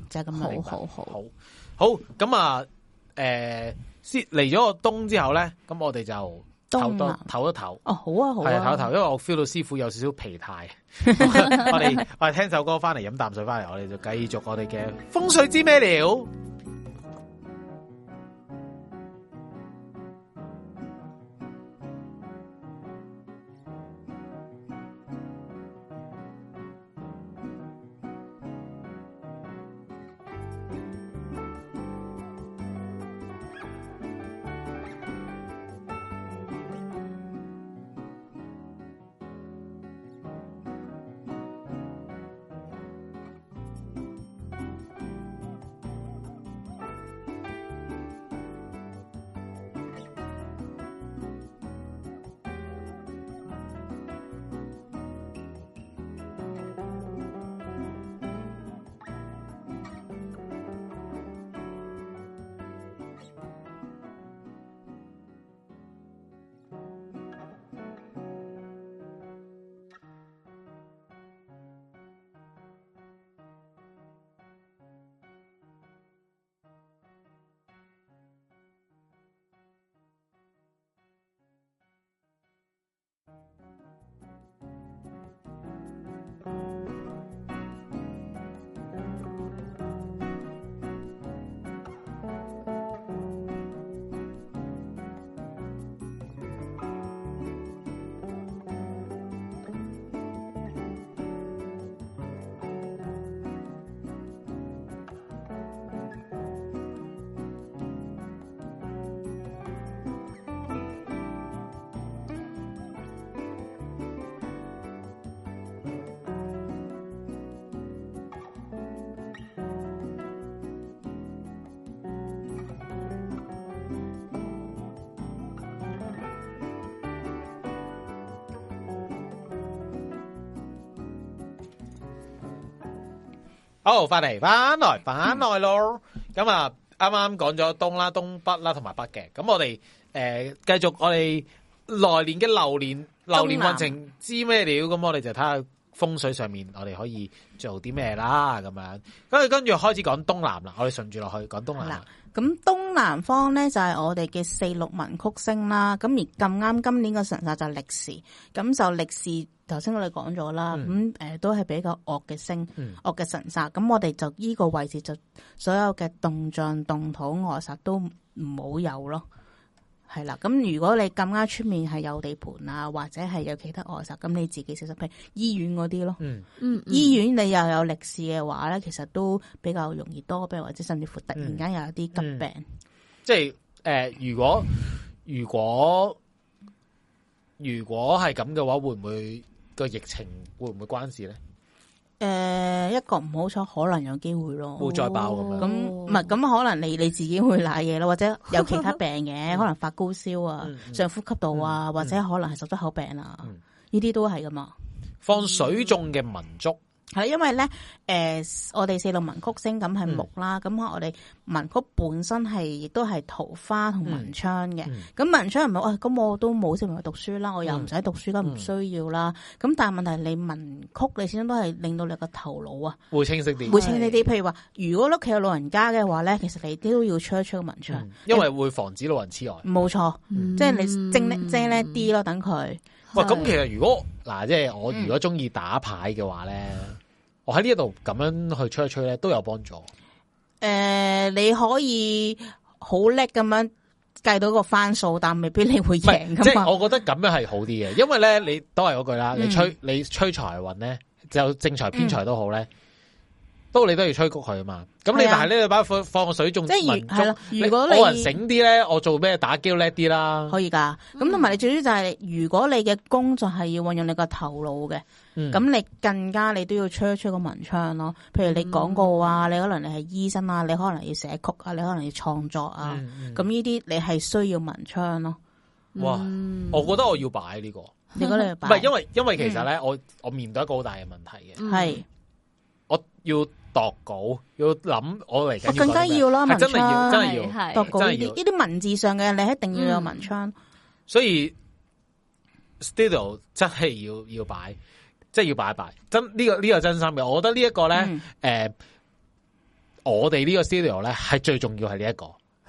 就係咁好樣。好好，啊好好咁啊，诶、先嚟咗個冬之後咧，咁我哋就唞冬多啊唞一唞。哦，好啊，好系啊，唞啊一，唞，因為我 feel 到師傅有少少疲態。 我哋我哋聽首歌翻嚟，飲啖水翻嚟，我哋就繼續我哋嘅風水知咩料。好，翻嚟，翻嚟，翻嚟咯。咁啊，啱啱講咗東啦、東北啦同埋北嘅。咁我哋诶继续我哋來年嘅流年流年運程知咩料？咁我哋就睇下風水上面我哋可以做啲咩啦。咁樣跟住跟住開始講東南啦，我哋順住落去講東南啦。咁東南方咧就係我哋嘅四六文曲星啦，咁而咁啱今年個神煞就係力士，咁就力士頭先我哋講咗啦，咁誒、呃都係比較惡嘅星，嗯惡嘅神煞，咁我哋就依個位置就所有嘅動象、動土、外煞都唔好有咯。係啦，咁如果你咁啱出面係有地盤啊，或者係有其他外煞，咁你自己小心，譬如醫院嗰啲咯。嗯，嗯，嗯醫院你又有歷史嘅話咧，其實都比較容易多病，或者甚至乎突然間又有啲急病。嗯即係诶、呃如果如果如果係咁嘅話，會唔會個疫情會唔會關事咧？誒、呃一個唔好彩，可能有機會咯。會再爆咁樣？咁唔係咁，可能你你自己會賴嘢咯，或者有其他病嘅，可能發高燒啊、嗯嗯上呼吸道啊，或者可能係十足口病啊，嗯呢啲都係噶嘛。放水種嘅民族，係啦，因為咧，誒、我哋四六文曲星咁係木嗯啦，咁、我哋文曲本身係亦都係桃花同文昌嘅，嗯咁、文昌唔係，喂、咁我都冇小朋友讀書啦，我又唔使讀書啦，唔、需要啦，嗯咁但係問題你文曲你始終都係令到你個頭腦啊會清晰啲，會清呢啲，譬如話，如果屋企有老人家嘅話咧，其實你都要吹一吹個文昌，嗯因為會防止老人痴呆。冇錯，即係你精叻精叻啲咯，等佢。喂，咁其實如果嗱，即係嗯我如果中意打牌嘅話咧，我喺呢一度咁樣去吹一吹咧，都有幫助。诶、你可以好叻咁樣計到個番數，但未必你會唔係贏即噶嘛嗯係。我覺得咁樣係好啲嘅，因為咧，你都係嗰句啦，你吹你吹財運咧，就正財偏財都好咧，都你都要吹谷佢啊嘛。咁你嗯係啊但係呢，你把放放個水中即係民如係啦族，，如果我人你醒啲咧，我做咩打機都叻啲啦。可以㗎，咁同埋你最主要就係你，如果你嘅工作係要運用你個頭腦嘅，嗯咁、你更加你都要吹一吹個文昌咯。譬如你廣告啊，嗯你可能你係醫生啊，你可能要寫曲啊，你可能要創作啊，嗯嗯咁呢啲你係需要文 昌咯。哇，我覺得我要擺呢個。你覺得你唔擺係，因為因為其實咧，我我面對一個好大嘅問題嘅，係我要度稿，要諗我嚟緊我哦更加講啲咩要啦係真係要，嗯文昌真係要。係度係稿呢真係要啲呢啲文字上嘅，你一定要有嗯文昌。所以 studio 真係要要擺，嗯即係要擺一擺。真呢個呢個真心嘅，我覺得呢一個咧，嗯誒我哋呢個 studio 咧係最重要係呢一個，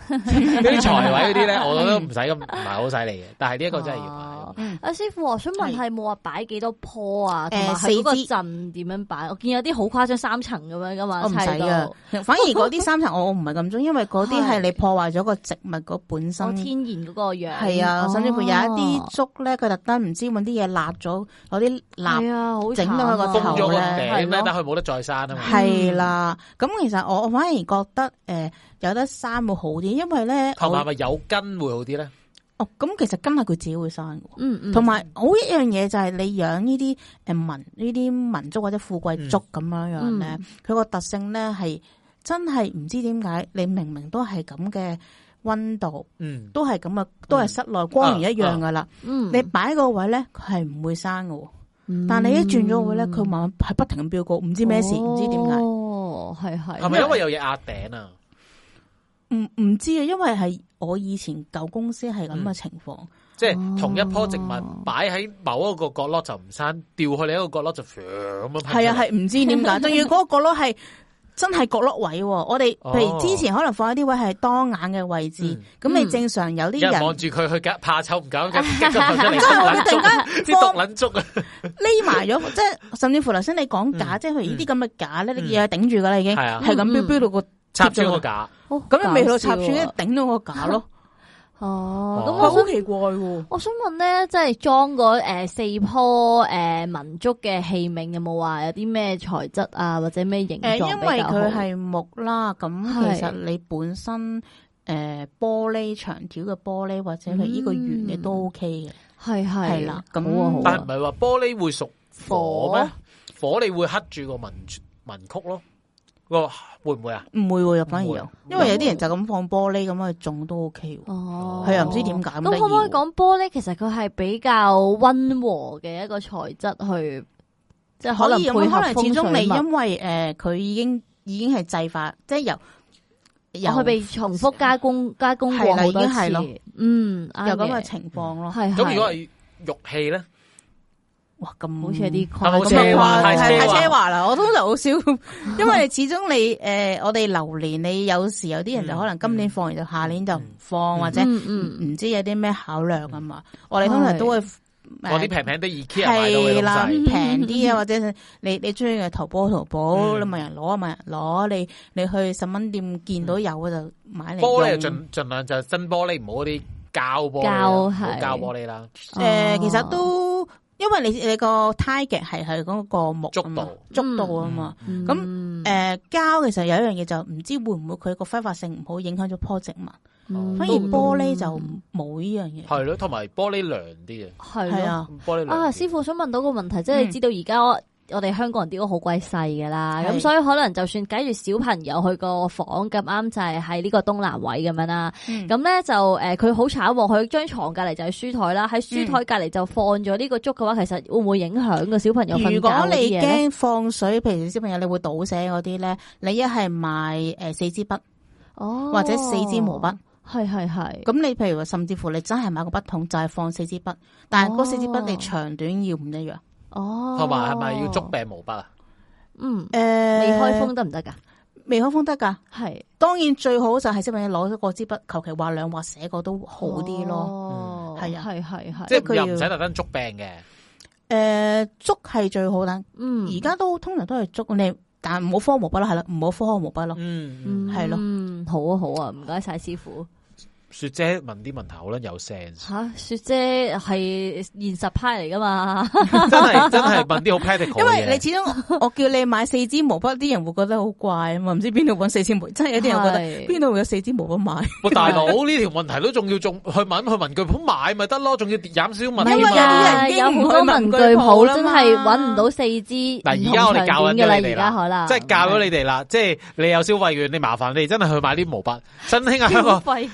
呢啲財位嗰啲咧，我覺得唔使咁唔係好犀利嘅，但係呢一個真係要啊嗯買。哦阿師傅，我想問係冇話擺幾多棵啊，同誒埋係嗰個四支陣點樣擺？我見有啲好誇張三層咁樣噶嗯嘛，我唔使砌到啊，反而嗰啲三層我唔係咁中意，因為嗰啲係你破壞咗個植物嗰本我哦身。哦天然嗰個樣。係啊，甚至乎有一哦啲竹咧，佢特登唔知搵啲嘢立咗，有啲立係啊，好整到佢個慘封啊咗個係頂咯咧，但佢冇得再生啊嗯嘛。係啦。咁其實我我反而覺得诶有得生會好啲，因為咧同埋係我咪有根會好啲咧？哦咁其實今日佢自己會生嘅喎。嗯嗯，同埋好一樣嘢就係你養呢啲诶民呢啲民族或者富貴竹嗯咁樣樣咧，佢個特性咧係真係唔知點解，你明明都係咁嘅温度，嗯，都係咁嘅，都係室內光源一樣噶啦。嗯你擺個位咧，佢係唔會生嘅喎。但你一轉咗位咧，佢慢慢係不停咁飆高，唔知咩事，唔知點解，哦，係係係咪因為有嘢壓頂啊？唔唔知啊，因為係我以前舊公司係咁嘅情況。即係同一棵植物擺喺某一個角落就唔生，掉去另一個角落就咁樣噴出嚟。系啊，係唔知點解，仲要嗰個角落係真係角落位喎。我哋哦譬如之前可能放喺啲位係當眼嘅位置，咁你正常有啲有人人望住佢，佢怕醜唔敢咁激咁出嚟， 突然啲毒撚粥啊！匿埋咗，即係甚至乎頭先你講架，即係譬如呢啲咁嘅架咧，你嘢頂住㗎啦已經，係啊係咁嗯飆飆到個，插穿個架，咁你未到插住，哦好搞笑啊頂到個架咯，哦，咁哦我想好奇怪喎。我想問咧，即係裝嗰诶四棵诶民族嘅器皿，有冇話有啲咩材質啊，或者咩形狀诶，比較呃因好？啊為佢係木啦，咁係其實你本身诶玻璃長條嘅玻璃或者佢呢個圓嘅都 OK 嘅。係係係啦咁好啊好啊但係唔係話玻璃會屬火咩？火你會黑住個文文曲咯，個會唔會啊？唔會喎，又反而唔會有，因為有啲人就咁放玻璃咁去啊種都 OK 喎。哦，係啊，唔知點解咁得咁意可唔可以喎？講玻璃其實佢係比較温和嘅一個材質去，即係可能以配咁，可合能始終終你因為诶，佢、已經已經係製法，即係由由哦佢被重複加工加工過係啦好多已經係咯次，嗯，有咁嘅嗯系情況咯。係咁如果係玉器咧，哇，咁好似有啲係咪啊好誇似張奢華係太奢華太奢華啦！我通常好少，因 為始終你诶、呃我哋流年，你有時有啲人就可能今年放完就下年就唔放，或者唔嗯嗯，唔知有啲咩考量啊嘛。我哋通常都會我啲呃平平啲 IKEA 買到係嘅啦，東西，平啲啊，或者你你中意嘅淘寶淘嗯寶，你問人攞啊問人攞，你你去十蚊店見到有嘅就買嚟玻璃就用。盡盡量就真玻璃，唔好嗰啲膠玻璃啦，膠唔好係膠玻璃啦，诶哦，其實都因為你你個 target 係係嗰個木啊嘛竹竹度度啊嘛。咁咁呃诶，膠其實有一樣嘢就唔知會唔會佢個揮發性唔好，影響咗棵植物。嗯反而都玻璃就冇呢樣嘢。係咯，同埋玻璃涼啲嘅，係係咯。啊，玻璃涼啲啊，師傅想問到個問題，即係你嗯知道而家我我哋香港人啲屋好鬼細噶啦，係咁所以可能就算假如小朋友去個房咁啱就係喺呢個東南位咁樣啦，嗯咁咧就誒佢好慘喎，佢張床隔離就係書台啦，喺嗯書台隔離就放咗呢個竹嘅話，其實會唔會影響個小朋友瞓覺如果嗰啲你嘢呢驚放水，譬如小朋友你會倒瀉嗰啲咧，你一係買诶四支筆哦，或者四支毛筆。係係係，咁你譬如話，甚至乎你真係買個筆筒，就係、放四支筆，但係嗰四支筆哦你長短要唔一樣。哦，同埋係咪要捉？病毛筆啊？嗯，誒、未開封封得唔得㗎？未開封得㗎。係當然最好就係小朋友攞咗嗰支筆，求其畫兩畫寫過都好啲哦咯。咯係啊係係係，即佢係又要唔使特登捉病嘅，誒、呃竹係最好啦，嗯而家都通常都係竹，你但唔好科毛筆啦，係啦，唔好科毛筆咯。嗯。嗯嗯係咯嗯，好啊好啊，唔該晒師傅。雪姐問啲問題好撚有 sense，吓、雪姐係現實派嚟噶嘛？真係真係問啲好 practical 因為嘅你嘢。始 終我叫你買四支毛筆，啲人會覺得好怪啊嘛，唔知邊度搵四支毛，真係有啲人覺係得邊度會有四支毛筆買。喂，大佬呢條問題都仲要仲去問去文具鋪買咪得咯，仲要飲少問係添因為啊有啲㗎人已有經好多唔去文文具具鋪鋪真啦嘛係揾唔到四支嗱，而家我哋教緊嘅啦，咗你而哋家啦可能即係教咗你哋啦，即係你有消費券，你麻煩你哋真係去買啲毛筆，振興下啊香 港， 費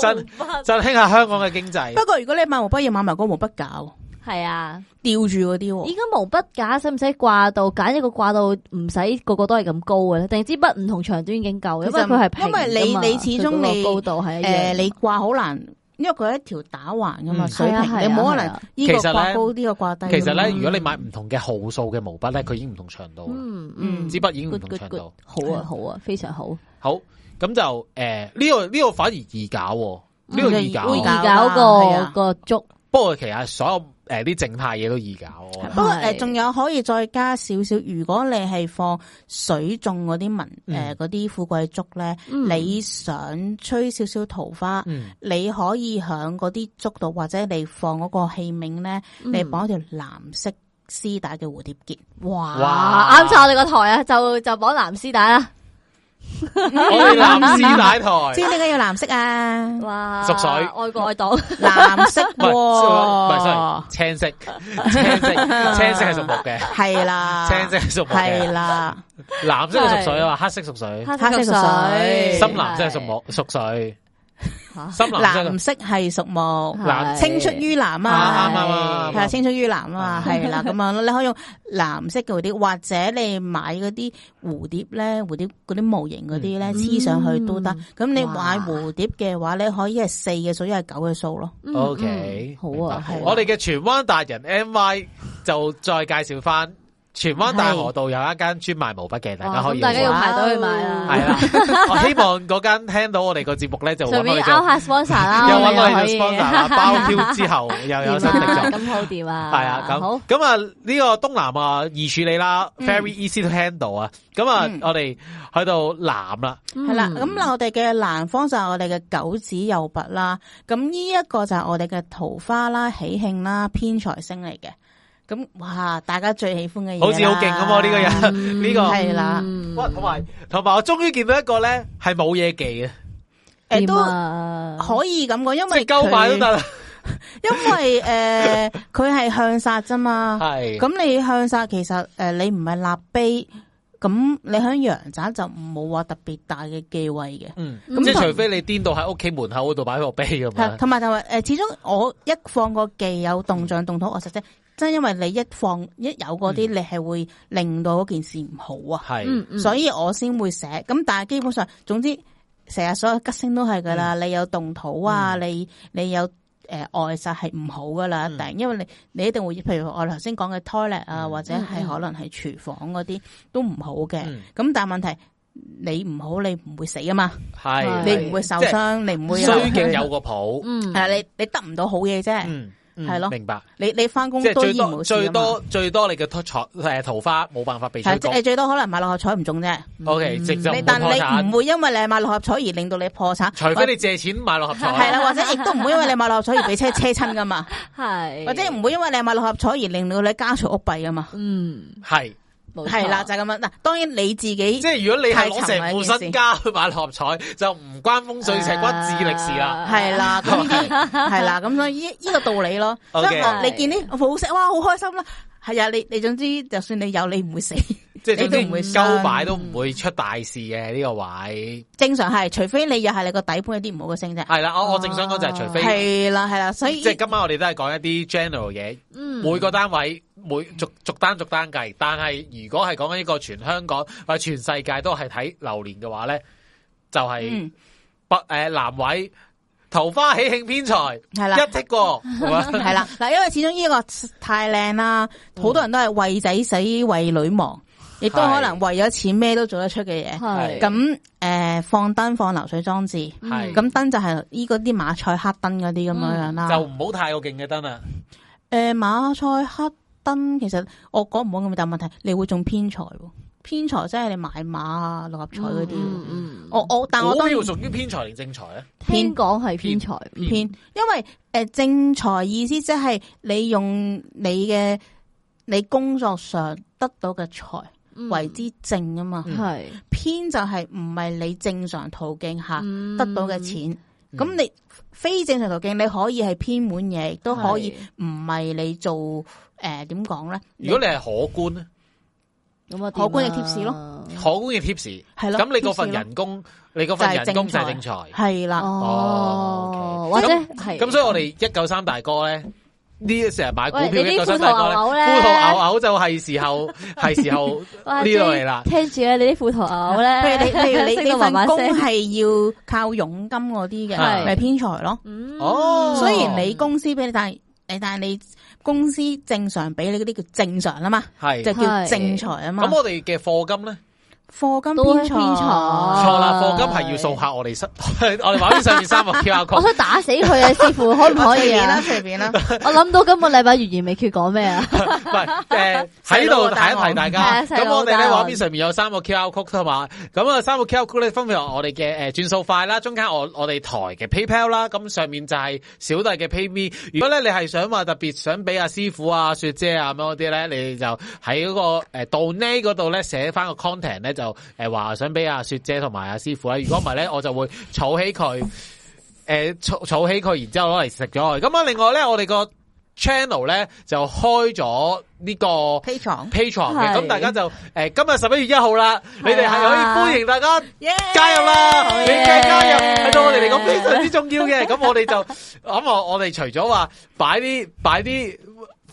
真振興下香港嘅經濟。 不過如果你買毛筆，要買埋嗰毛筆架喎，係啊！吊住嗰啲喎依。家毛筆架使唔使掛到？揀一個掛到唔使個個都係咁高嘅咧，定係支筆唔同長短已經夠？因為其實佢係平㗎嘛因為你你始終佢嗰個你高度係一樣诶、你掛好難因為佢係一條打橫噶嘛嗯水係平，啊係啊你冇可係能啊呢個其實呢掛高呢個掛低㗎嘛。其實咧，如果你買唔同嘅毫數嘅毛筆咧，佢已經唔同長度啦，嗯嗯支筆已經唔 good 同 good 長 good，度。好啊好啊，非常好。好，咁就诶呢個呢個反而易搞喎，呢個易搞嗯會會易喎。易搞係個啊個竹，不過其實所有诶啲靜態嘢都易搞喎。不過係誒，仲有可以再加少少。如果你係放水種嗰啲文誒嗯嗰啲富貴竹咧，嗯你想吹少少桃花，嗯，你可以響嗰啲竹度，或者你放嗰個器皿咧，嗯你綁一條藍色絲帶嘅蝴蝶結。哇，哇啱晒我哋個台啊，就就綁藍絲帶啦。我哋藍絲帶台 知。點解要藍色 啊？哇，熟水愛國愛黨，藍色唔係，唔係喎，sorry，，青色，青色，青色係屬木嘅，係啦，青色係屬木啊係嘅，啦，藍色係屬水啊嘛，黑色屬水，黑色屬水深藍色係屬木，屬水，嚇深藍色啊藍啊係色係屬木，藍青出於藍啊啊啱。啱系啱啊，啱。青出於藍啊嘛，係啦咁樣咯。你可以用藍色嘅蝴蝶，或者你買嗰啲蝴蝶咧，蝴蝶嗰啲模型嗰啲咧，黐上去都得。咁你哇買蝴蝶嘅話你可以係四嘅數，一係九嘅數咯。嗯 O K，嗯好啊，係啊我哋嘅荃灣達人 M Y 就再介紹翻，荃灣大河道有一間專賣毛筆嘅，大家可哇以咁大家要玩排隊去買啦。係啦。我希望嗰間聽到我哋個節目咧， 就揾順我哋便做勾，下 sponsor 啦，又我揾哋我哋可做以啊 sponsor 啦，包 Q 之 後又有新力做。咁好掂啊！系啊，好咁咁啊，呢個東南啊易處理啦嗯，very easy to handle 啊。咁啊嗯，我哋去到南啦，係啦，咁嗱我哋嘅南方就係我哋嘅九子右弼啦。咁呢一個就係我哋嘅桃花啦、喜慶啦、偏財星嚟嘅。咁哇，大家最喜歡嘅嘢啦好似好勁咁喎呢個嗯人，呢個係啦，哇，同埋同埋，我終於見到一個咧係冇嘢記嘅，誒都都可以咁講，因即係為鳩買都佢得啦。因为诶，呃佢、係向殺啫嘛。 係咁你向殺其實诶、呃你唔係立碑，咁你喺陽宅就冇話特別大嘅忌讳嘅。嗯，咁即係同除非你顛到喺屋企門口嗰度擺個碑咁係樣，同埋同埋诶，呃始終我一放個忌有動象動土我實啫，真係因為你一放一有嗰啲，你係會令到嗰件事唔好啊，係嗯嗯，所以我先會寫。咁但係基本上，總之成日所有吉星都係噶啦，嗯你有動土啊，你你有。诶、外殺係唔好噶啦，一定，嗯因為你你一定會，譬如我頭先講嘅 toilet 啊，或者嗯嗯係可能係廚房嗰啲都唔好嘅。咁、嗯但係問題你唔好，你唔會死啊嘛，係，你係唔會受即係傷，你唔會啊流衰血勁 有個譜，嗯系你你得唔到好嘢啫，嗯，嗯係咯明白。你你翻工即係都最依然冇多事啊嘛最多最多你嘅桃誒桃花冇辦法被係啊吹即高係你最多可能買六合彩唔中啫， ，O K，直就你唔但破你唔產，會因為你買六合彩而令到你破產，除非你借錢買六合 彩，系啦，或者亦都唔會因為你買六合彩而俾車車親 噶嘛，系或者唔會因為你買六合彩而令到你家嘈屋閉噶嘛，嗯係。冇錯係啦就係咁樣嗱，當然你自己即係如果你係攞成副身家去買六合彩，就唔關風水事，係關智力事啦。係啦，咁 呢啲係啦，咁所以呢呢個道理咯，所啊 OK 以我你見啲好食哇，好開心啦，係啊，你你總之就算你有，你唔會死。 即係總之你都唔會鳩傷擺都唔會出大事嘅呢個位。正常係，除非你又係你個底盤有啲唔好嘅聲啫。係啦，我我正想講就係除非，係啦係啦，所以即係今晚我哋都係講一啲 general 嘢，嗯每個單位每逐逐單逐單計。但係如果係講緊一個全香港或者全世界都係睇流年嘅話咧，就係嗯北誒南位桃花喜慶偏財係啦一剔過，係嘛系 啦，嗱，因為始終呢個太靚啦，好多人都係為仔死為女亡，亦都可能為咗錢咩都做得出嘅嘢。係咁诶、呃放燈放流水裝置，嗯係咁燈就係呢嗰啲馬賽克燈嗰啲咁樣樣嗯就啦。唔好太過勁嘅燈啊啦。诶、馬賽克燈其實我講唔好咁，但問題你會中偏財喎，偏財即係你買馬啊、六合彩嗰啲。嗯嗯我我但我股當然票屬於偏財定正啊財咧？偏講係偏財，偏偏，因為诶、呃正財意思即係你用你嘅你工作上得到嘅財嗯為之正啊嘛，係偏就係唔係你正常途徑下嗯啊得到嘅錢，嗯咁、你非正常途徑你可以係偏滿嘢，亦都可以唔係你做诶點講咧？如果你係可觀咧，咁啊，可觀嘅貼士咯，嗯可觀嘅 tips，係咯咁你嗰份人工，你嗰份人工就係正財。係啦，哦，或者係咁所以我哋一九三大哥咧，呢成日買股票喂你啲一九三大哥富途牛牛咧，咧富途啊牛牛就係時候，係時候哇呢度嚟啦。聽住啊咧，你啲富途牛 咧， 譬如你譬如你識你到麻份麻工聲係要靠佣金嗰啲嘅，係咪偏財咯。嗯哦，雖然你公司俾你，但係誒，但係你公司正常俾你嗰啲叫正常啊嘛，系就叫係正財啊嘛。咁，我哋嘅課金咧課金都偏係財，偏哦財錯啦，課金係要掃下我哋身， 我哋畫面上面三個 QR 我 code。想打死佢啊，師傅可唔可以啊？ 隨 便啦，隨便啦。我諗到今個禮拜懸而未決講咩啊？唔係誒喺度提一提大家，細咁佬我個哋答案咧畫面上面有三個 QR code 同嘛，咁啊三個 QR code 咧分別係我哋嘅誒轉數快啦，中間我我哋台嘅 PayPal 啦，咁上面就係小弟嘅 PayMe。如果咧你係想話特別想俾阿師傅啊、雪姐啊咁樣嗰啲咧，你就喺嗰個誒 donate 嗰度咧寫翻個 content 咧就誒話想俾阿雪姐同埋阿師傅啦。如果唔係咧，我就會儲起佢。诶，儲儲起佢，然之後攞嚟食咗佢。咁啊，另外咧，我哋個 channel 咧就開咗呢個 Patreon， Patreon 嘅，係咁大家就诶，今日十一月一號啦，你哋係啊可以歡迎大家加入好啦，嘢你嘅加入係對我哋嚟講非常之重要嘅。咁我哋就咁我我哋除咗話擺啲擺啲。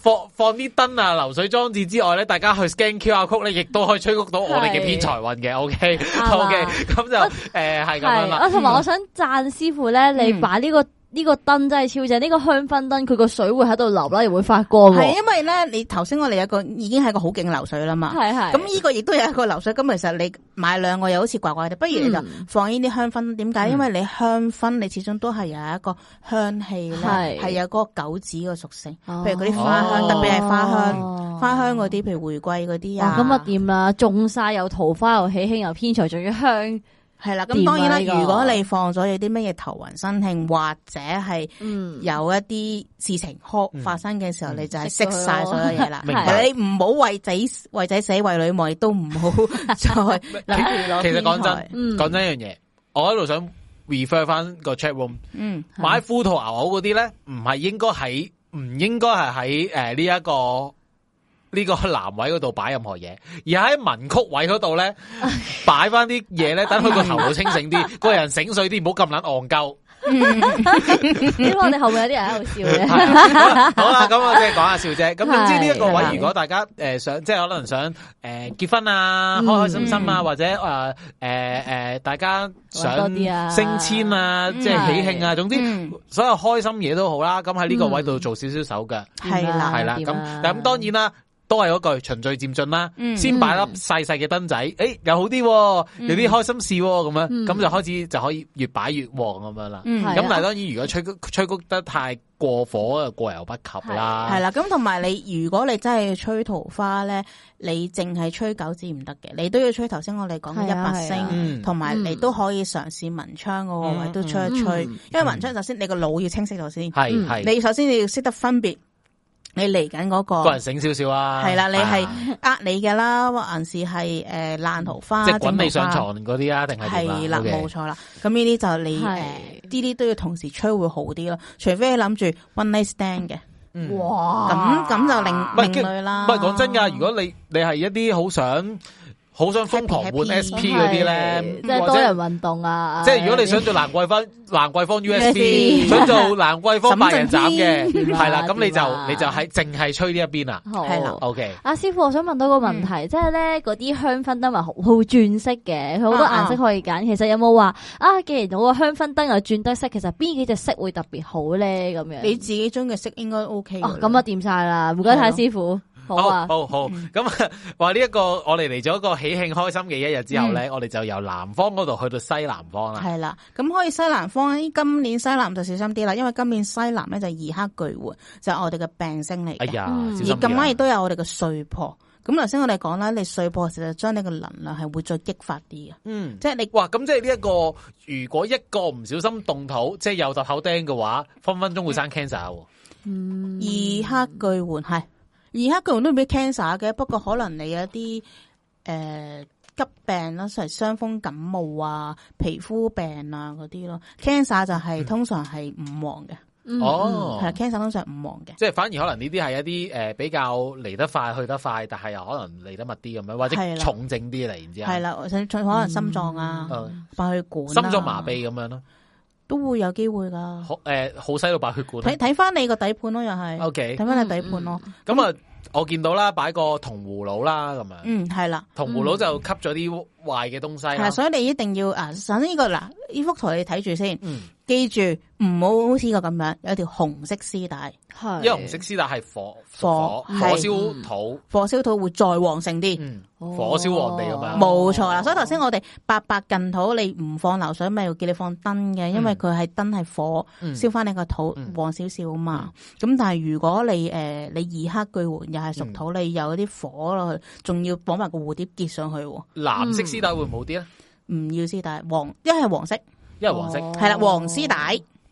放放啲燈啊、流水裝置之外咧，大家去 scan QR code 咧，亦都可以催谷到我哋嘅係偏財運嘅。OK，OK，、啱啊咁就誒係咁樣啦嗯係，。我同埋我想讚師傅咧，你嗯把呢個呢個燈真係超正，呢個香薰燈佢個水會喺度流啦，又會發光係喎，因為咧，你頭先我哋有一個已經係一個好勁嘅流水啦嘛。係係啊咁呢個亦都有一個流水，咁其實你買兩個又好似怪怪哋，不如你就嗯放呢啲香薰。點解？嗯因為你香薰你始終都係有一個香氣咧，係係有嗰個九子嘅屬性，哦譬如嗰啲花香，哦特別係花香，哦花香嗰啲，啊譬如玫瑰嗰啲哇啊，咁啊掂啦，種晒又桃花又喜慶又偏財，仲要香，系啦，咁掂當然啊呢個啦，如果你放咗有啲乜嘢頭暈身慶，或者係嗯，有一啲事情可發生嘅時候，嗯你就係食熄咗晒所有嘢啦。明白係你唔好為仔為仔死，為女亡，亦都唔好再諗住 攞其實偏講真財 嗯講真一樣嘢，我一路想 refer 翻個 chat room， 嗯，係買富途牛牛嗰啲咧，唔係應該喺唔應該係喺诶呢一個呢、個南位嗰度擺任何嘢，而喺文曲位嗰度 咧擺翻啲嘢咧，等佢個頭腦清醒 啲，個人醒水啲，唔好咁撚戇鳩。嗯嗯 因為我哋後面有啲人喺度笑嘅，好啦，咁我即係講下笑啫。咁 總之呢一個位，係啊如果大家诶想，即係可能想诶结婚啊，嗯開開心心啊，或者诶诶诶，大家想玩多啲啊升遷啊，嗯即係喜慶啊，總之嗯所有開心嘢都好啦。咁喺呢個位度做少少手腳，係嗯啦，係啦。掂嗯啊咁但咁當然啦。都係嗰句循序漸進啦，嗯先擺粒細細嘅燈仔，誒又好啲喎，有啲開心事喎咁樣，嗯咁就開始就可以越擺越旺咁樣啦。嗯係咁啊但係當然，如果吹谷吹谷得太過火，就過猶不及啦。係啦，咁同埋你如果你真係吹桃花咧，你淨係吹九子唔得嘅，你都要吹頭先我哋講嘅係一啊百係啊星，嗯同埋嗯你都可以嘗試文昌嗰個位嗯都吹一吹，因為文昌首先你個腦要清晰咗先。係，嗯係係你首先你要識得分別你嚟緊嗰個個人醒少少啊。係啦你係啊呃你嘅啦，還是係呃诶爛桃花，即係滾你上正桃花。床嗰啲啊，定係點啊係啦， OK 冇錯啦。咁呢啲就你係诶，呢啲都要同時吹會好啲咯。除非你諗住 one night stand 嘅，嗯哇咁咁就唔係另另類啦。唔係講真㗎，如果你你係一啲好想好想瘋狂換 Happy, happy SP 嗰啲咧，嗯即係或多人者運動啊，即係如果你想做蘭桂坊 蘭桂坊 USB， USB 想做蘭桂坊白人斬嘅，沈靜天係啦，咁你點啊哦就你就係淨係吹呢一邊啦。好係啦 OK，阿啊師傅，我想問到個問嗯題，即係咧嗰啲香薰燈咪好好轉色嘅，佢好多啊啊顏色可以揀。其實有冇話啊？既然我個香薰燈又轉得色，其實邊幾隻色會特別好咧？咁樣你自己中嘅色應該 OK 㗎哦啦，咁啊掂晒啦，唔該晒師傅，好啊，好好嗯咁啊話呢一個我哋嚟咗一個喜慶開心嘅一日之後嗯咧，我哋就由南方嗰度去到西南方啦。係啦，咁可以西南方呢今年西南就小心啲啦，因為今年西南咧就二黑巨活，就係我哋嘅病星嚟哎嘅。呀，嗯小而心啲咁啱亦啊都有我哋嘅碎破。咁頭先我哋講啦，你碎破其實將你嘅能量係會再激發啲嘅，嗯。即係你哇！咁即係呢一個，如果一個唔小心動土，即係有揼口釘嘅話，分分鐘會生 cancer 喎。嗯二黑巨換係二黑巨換都俾 cancer 嘅，不過可能你有一啲诶、急病啦，例如傷風感冒啊、皮膚病啊嗰啲咯。cancer 就係通常係五黃嘅，嗯哦，係啦 cancer 通常五黃嘅。即係反而可能呢啲係一啲诶、呃比較嚟得快去得快，但係又可能嚟得密啲咁樣，或係者啦重症啲嚟，然之後係啦，甚至可能心臟啊、呃爆血管、心臟麻痹咁樣咯，都會有機會噶。好诶好犀到爆血管啊。睇睇翻你個底盤咯，又係 O K，睇翻你底盤咯。咁啊，我見到啦，擺個銅葫蘆啦，咁樣嗯，係啦。銅葫蘆就吸咗啲壞嘅東西系，啦。啊所以你一定要啊，首先呢、個嗱，呢幅圖你睇住先。嗯記住唔好好似個咁樣，有條紅色絲帶，系，因為紅色絲帶係火火火嗯火係燒土，火燒土會再旺盛啲。嗯，哦火燒皇帝咁樣冇錯哦啦，所以頭先我哋八百近土，你唔放流水，咪要叫你放燈嘅，因為佢係燈係火嗯燒翻你個土嗯旺少少嘛。咁但係如果你诶你二黑巨垣又係嗯屬土，你有啲火落去，仲要綁埋個蝴蝶結上去喎，藍色絲帶會唔會好啲咧？唔要絲帶黃，一係黃色因為黃色哦係啦，黃絲帶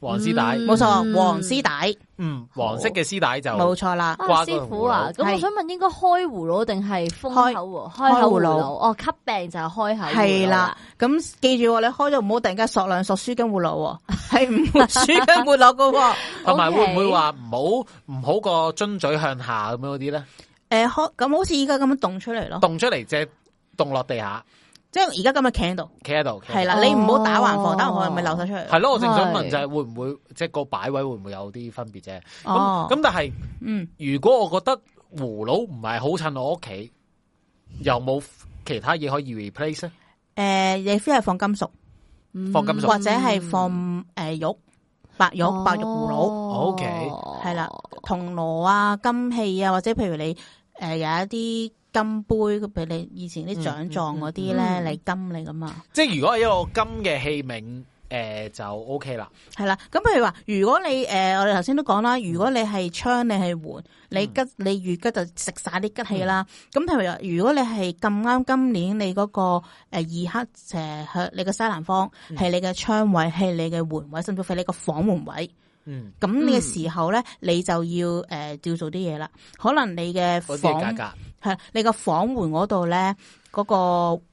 黃絲帶，嗯冇錯，黃絲帶嗯，黃色嘅絲帶就冇錯啦。啊，掛師個傅啊，葫蘆咁我係想問，應該開葫蘆定係封口開喎？開口葫開葫蘆蘆哦，吸病就係開口葫蘆係啦，咁記住喎，你開咗唔好突然間索兩索輸緊活落 喎，係唔會輸緊活落噶喎。同埋 OK 會唔會話唔好唔好個樽嘴向下咁樣嗰啲咧？诶，開咁好似依家咁樣凍出嚟咯。凍出嚟只凍落地下，即系而家咁嘅企喺度，企喺度，企喺度係啦，哦你唔好打橫防，打橫防咪流晒出嚟。係咯，我正想問係就係會唔會即係個擺位會唔會有啲分別啫？咁哦咁但係嗯，如果我覺得葫蘆唔係好襯我屋企，又冇其他嘢可以 replace 咧？诶，你非係放金屬，嗯放金屬或者係放诶玉、白玉、白玉葫蘆，哦 OK 係啦，銅鑼啊、金器啊，或者譬如你诶有一啲金杯，譬如你以前啲獎狀嗰啲咧，嗯嗯嗯你金你噶嘛。即係如果係一個金嘅器皿，诶、就 OK 啦。係啦，咁譬如話，如果你诶、呃我哋頭先都講啦，嗯如果你係槍，你係換，你吉你越吉就食晒啲吉氣啦。咁嗯譬如話，如果你係咁啱今年你嗰、個诶二黑诶向你嘅西南方嗯係你嘅槍位，係你嘅換位，甚至乎係你個房換位，嗯，咁你嘅時候咧，你就要诶照做啲嘢啦。可能你嘅嗰啲嘅房價格，系你個房換嗰度咧，嗰、個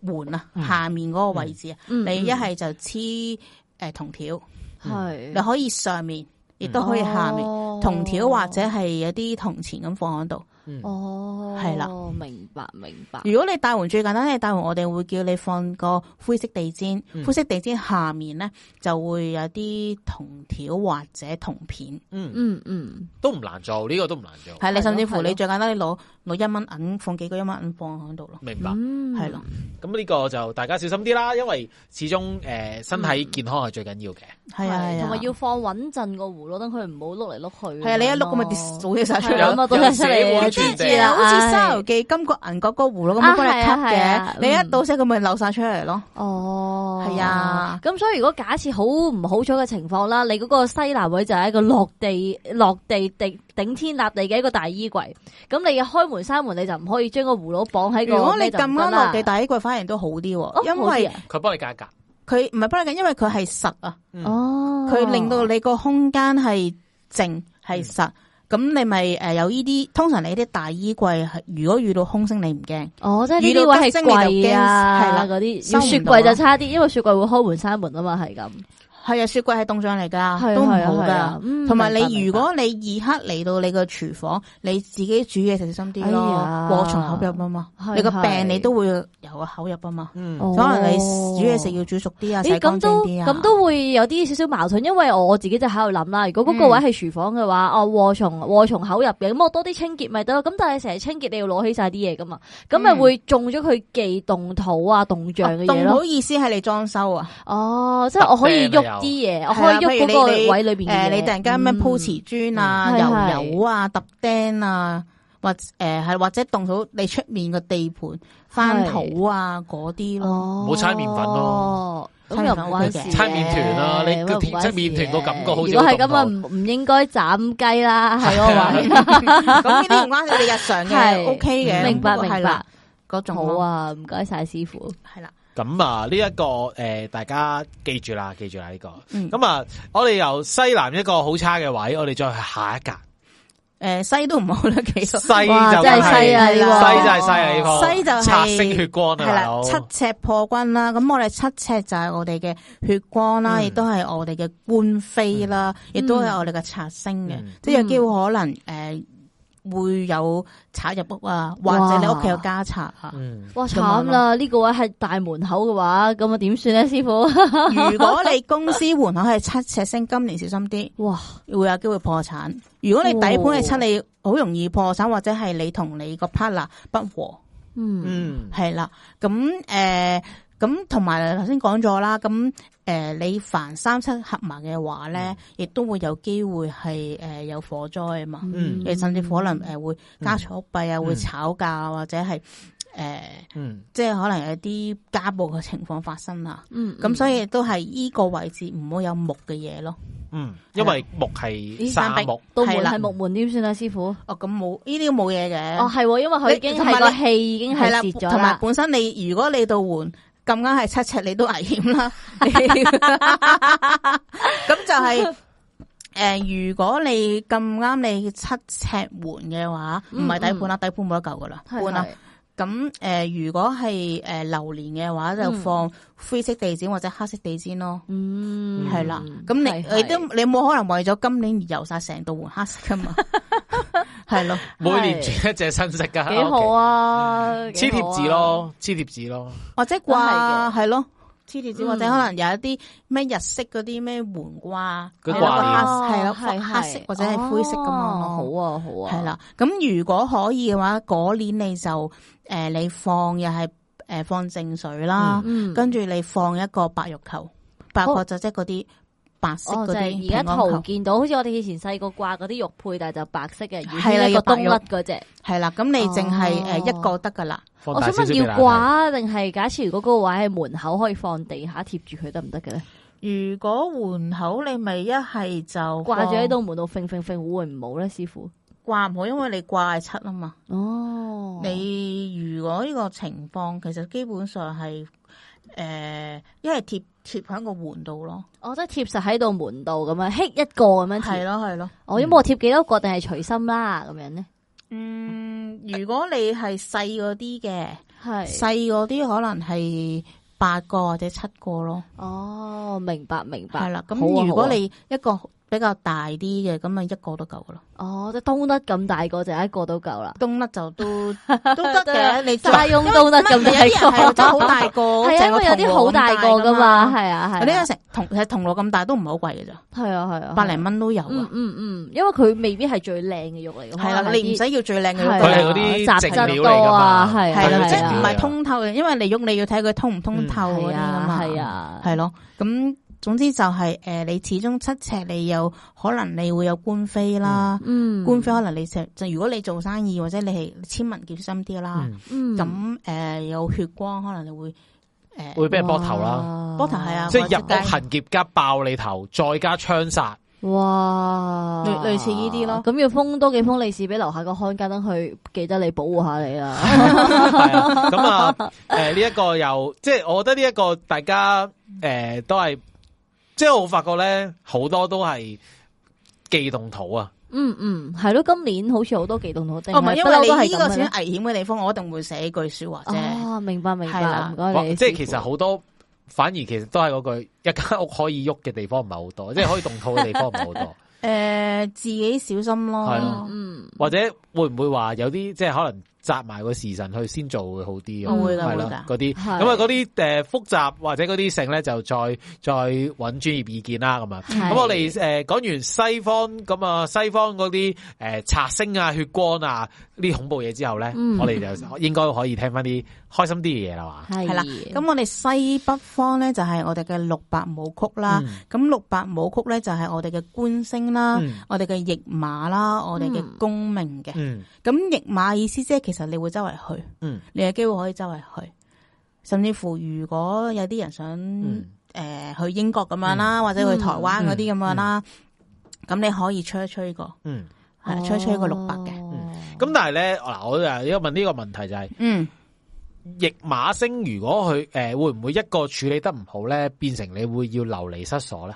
換啊嗯下面嗰個位置啊，嗯你一嗯係就黐呃诶銅條。係你可以上面，亦嗯都可以下面，哦銅條或者係有啲銅錢咁放喺度。嗯，哦，係啦，明白明白。如果你帶環最簡單，你帶環我哋會叫你放個灰色地氈，灰色地氈下面咧就會有啲銅條或者銅片，嗯，嗯嗯，都唔難做，呢、個都唔難做，係係咯你甚至乎係咯你最簡單，你攞攞一蚊銀放幾個一蚊銀放喺度咯，明白。嗯係咯，。咁呢個就大家小心啲啦，因為始終诶、呃身體健康係最緊要嘅。係啊，係同埋要啊放穩陣個葫蘆，等佢唔好碌嚟碌去。係啊，你一碌咁咪跌跌倒嘢晒出嚟啊係啊咯。咁啊，到晒出嚟有社啊會傳知住遞啦，好似《西唉遊記》金角銀角嗰個葫蘆咁啊樣幫你係啊係啊吸嘅，你嗯一倒瀉佢咪漏晒出嚟咯。哦，係啊咁所以如果假設好唔好彩嘅情況啦，你嗰個西南位就係一個落地落地頂頂天立地嘅一個大衣櫃，咁你嘅開門閂門你就唔可以將個葫蘆綁喺個如果你咩度咁唔得啱啦落地，大衣櫃反而都好啲啊哦喎，因好啲為啊佢幫你價格，嗯佢唔係不緊，因為佢係實啊，哦，佢令到你個空間係靜係嗯實，咁你咪誒有呢啲。通常你啲大衣櫃係，如果遇到空聲你唔驚，哦，即係呢啲位係貴啊，遇到吉星你就驚係啦嗰啲收要唔到啊雪櫃就差啲，因為雪櫃會開門閂門啊嘛，係咁，係啊，雪櫃係凍上嚟係啊㗎，都唔好係啊係啊嗯㗎。同埋明白你如果你二刻嚟到你個廚房，你自己煮嘢小心啲哎呀咯，禍從口入啊嘛係，你個係病你都會由個口入啊嘛。嗯哦可能你煮嘢食要煮熟啲啊，洗咦，咁乾淨都啲啊。咁都會有啲少少矛盾，因為我自己就喺度諗啦。如果嗯嗰個位係廚房嘅話，哦禍從禍從口入嘅，咁我多啲清潔咪得咯。咁但係成日清潔你要攞起晒啲嘢噶嘛，咁咪嗯會中咗佢忌動土啊、動象嘅嘢唔咯。好意思係你裝修啊。哦，即係我可以特喐定啊啲嘢，我可以係啊喐嗰譬個如你位裏邊嘅诶、嘢。你突然間咩鋪瓷磚啊、嗯係油油啊、揼釘啊，或诶系、或者動到你出面個地盤翻土啊嗰啲嗯咯，哦，唔好猜麵粉咯咁又唔關事嘅，猜麵團啊你咁又唔關事猜麵團個感覺好似如果係好咁啊，動唔唔應該斬雞啦， 喺嗰個位。咁呢啲唔關你哋日常係嘅，OK 嘅， 明白不過係明啊啦白，嗰種好咯，啊，唔該晒師傅。係啦，咁啊，呢、一個诶、呃大家記住啦，記住啦呢、個。嗯咁啊，我哋由西南一個好差嘅位，我哋再去下一格。诶、西都唔好啦，啊其西就實哇真係西啊呢個西就係西啊呢個，西就係擦星血光啊，係大啦佬，七尺破軍啦，咁我哋七尺就係我哋嘅血光啦，嗯亦都係我哋嘅官非啦，嗯亦都係我哋嘅賊星嘅，嗯即係有機會可能诶、誒會有賊入屋啊，或者你屋企有家賊啊。嗯，哇咁樣慘啦！呢個位係大門口嘅話，咁啊點算咧，師 傅？嗯如果你公司門口係七尺星，今年小心啲，哇，會有機會破產。如果你底盤係七，你好容易破產，或者係你同你個 partner 不和，嗯，嗯，係啦。咁诶、呃咁同埋頭先講咗啦，咁诶、呃你凡三七合埋嘅話咧，亦都會有機會係诶、呃有火災啊嘛，嗯誒甚至乎可能呃诶会家嘈屋閉啊，嗯會炒價啊或者係诶、嗯即係可能有啲家暴嘅情況發生啦。嗯，咁所以都係依個位置唔好有木嘅嘢咯。嗯，因為木係咦沙木，道係門啦係木門點算啊，師傅？哦，咁冇呢啲冇嘢嘅。哦，係喎，因為佢已經你同埋係個你氣已經係係啦，蝕咗同埋啦。本身你如果你度換咁啱係七尺，你都危險啦。你咁就係呃如果你咁啱你七尺換嘅話，唔嗯係底盤啦，底盤冇得救噶啦，係 換 啦係。咁诶、呃如果係诶流年嘅話，就放灰色地氈或者黑色地氈咯。嗯，係啦，咁你係你都你冇可能為咗今年而油晒成度換黑色噶 嘛？係咯，每年轉一隻新色噶，係幾好啊，屋企，幾黐好貼啊紙，咯，黐貼紙咯，或者真係掛係咯，黐貼紙嗯或者可能有一啲咩日式嗰啲咩門掛，嗰啲係掛咯簾哦黑係咯，係黑色或者係灰色咁樣哦咯。好啊，好啊，係，啦，咁如果可以嘅話，嗰年你就诶你放又係诶放正水啦，嗯，跟住你放一個白玉球，白玉好球就即係嗰啲白色哦，嗰就係啲而家平安圖球。見到，好似我哋以前細個掛嗰啲玉佩，但係就白色嘅，係啦圓圈一個有白冬玉甩嗰只。係啦，咁你淨係哦诶一個得噶啦。放我大想少少問俾要大家睇。掛啊定係假設如果嗰個位喺門口可以放地下貼住佢得唔得嘅咧？如果換口，你咪一係就掛住放喺度門度揈揈揈會唔好咧，師傅？掛唔好，因為你掛係七啊嘛。哦，你如果呢個情況，其實基本上係誒，一係貼貼喺個門度咯，我哦即係貼實喺度門度咁樣，剔一個咁樣貼係。咯係咯。我因為我貼幾多個定係隨心啦咁樣咧？嗯，如果你係細嗰啲嘅，係細嗰啲可能係八個或者七個咯，哦，明白明白。係啦。咁好啊如果好啊你一個比較大啲嘅，咁啊一個都夠噶啦。哦，即係冬甩咁大個就一個都夠啦。冬甩就都都得都得嘅，你沙翁冬甩咁因為有啲人係真係大好個，大個， 係啊，成因個為有啲銅鑼好咁大個大噶噶嘛，係啊有係啲啊有，成銅係銅鑼咁大都唔係好貴嘅咋，係啊係啊，百零蚊都有嗯啊。嗯嗯，因為佢未必係最靚嘅肉嚟㗎，係可能啦，係你唔啲使要最靚嘅係嗰啊個佢啦係嗰啲雜直料質多嚟噶啊嘛，係啊係係啦，啊即係係唔係係通透嘅，因為你喐你要睇佢通唔通透嗰啲啊嘛，係啊，係咯。咁總之就係、誒、你始終七尺，你有可能你會有官非啦，嗯官非可能你就就如果你做生意或者你係千文結心啲啦，嗯嗯咁誒、有血光可能你會誒、會俾人膊頭啦，哇膊頭係啊即係或者入屋行劫加爆你頭，再加槍殺，哇，類類似呢啲咯咁要封多幾封利是俾樓下個看家燈去記得你保護下你啦。係啊，咁啊，诶呢一個又即係我覺得呢一個大家诶都係，即係我發覺咧好多都係悸動土啊，嗯嗯，係咯，今年好似好多幾棟好定哦，唔係，因不嬲都為係你咁呢個嘅先咧危險嘅地方，我一定會寫句説話啫。哦，明白明係白，啦唔該你。即係師其傅實好多。反而其實都係嗰句，一間屋可以喐嘅地方唔係好多，即係可以動土嘅地方唔係好 多，誒、自己小心咯。係咯嗯或者會唔會話有啲即係可能扎埋個時辰去先做會好啲咁我會㗎嗯係會啦㗎嗰啲，嗯係咁啊嗰啲诶複雜或者嗰啲性咧就再再揾專業意見啦咁啊。係咁我哋誒講完西方咁啊，西方嗰啲誒擦星啊、血光啊呢啲恐怖嘢之後咧，嗯我哋就應該可以聽翻啲開心啲嘅嘢啦嘛。係哦系啦，咁我哋西北方咧就係我哋嘅六白舞曲啦，咁六白舞曲咧就係我哋嘅官星啦，嗯我哋嘅驿馬啦，我哋嘅功名嘅。嗯咁驿馬意思即係其實你會周圍去，嗯你有機會可以周圍去，甚至乎如果有啲人想嗯诶、去英國咁樣啦，或者去台灣嗰啲咁樣啦，咁、你可以吹一吹個，嗯。係吹一吹個六白嘅，嘅咁但係咧，嗱，我就要問呢個問題就係、嗯。逆馬星如果佢誒、呃、會唔會一個處理得唔好咧，變成你會要流離失所咧？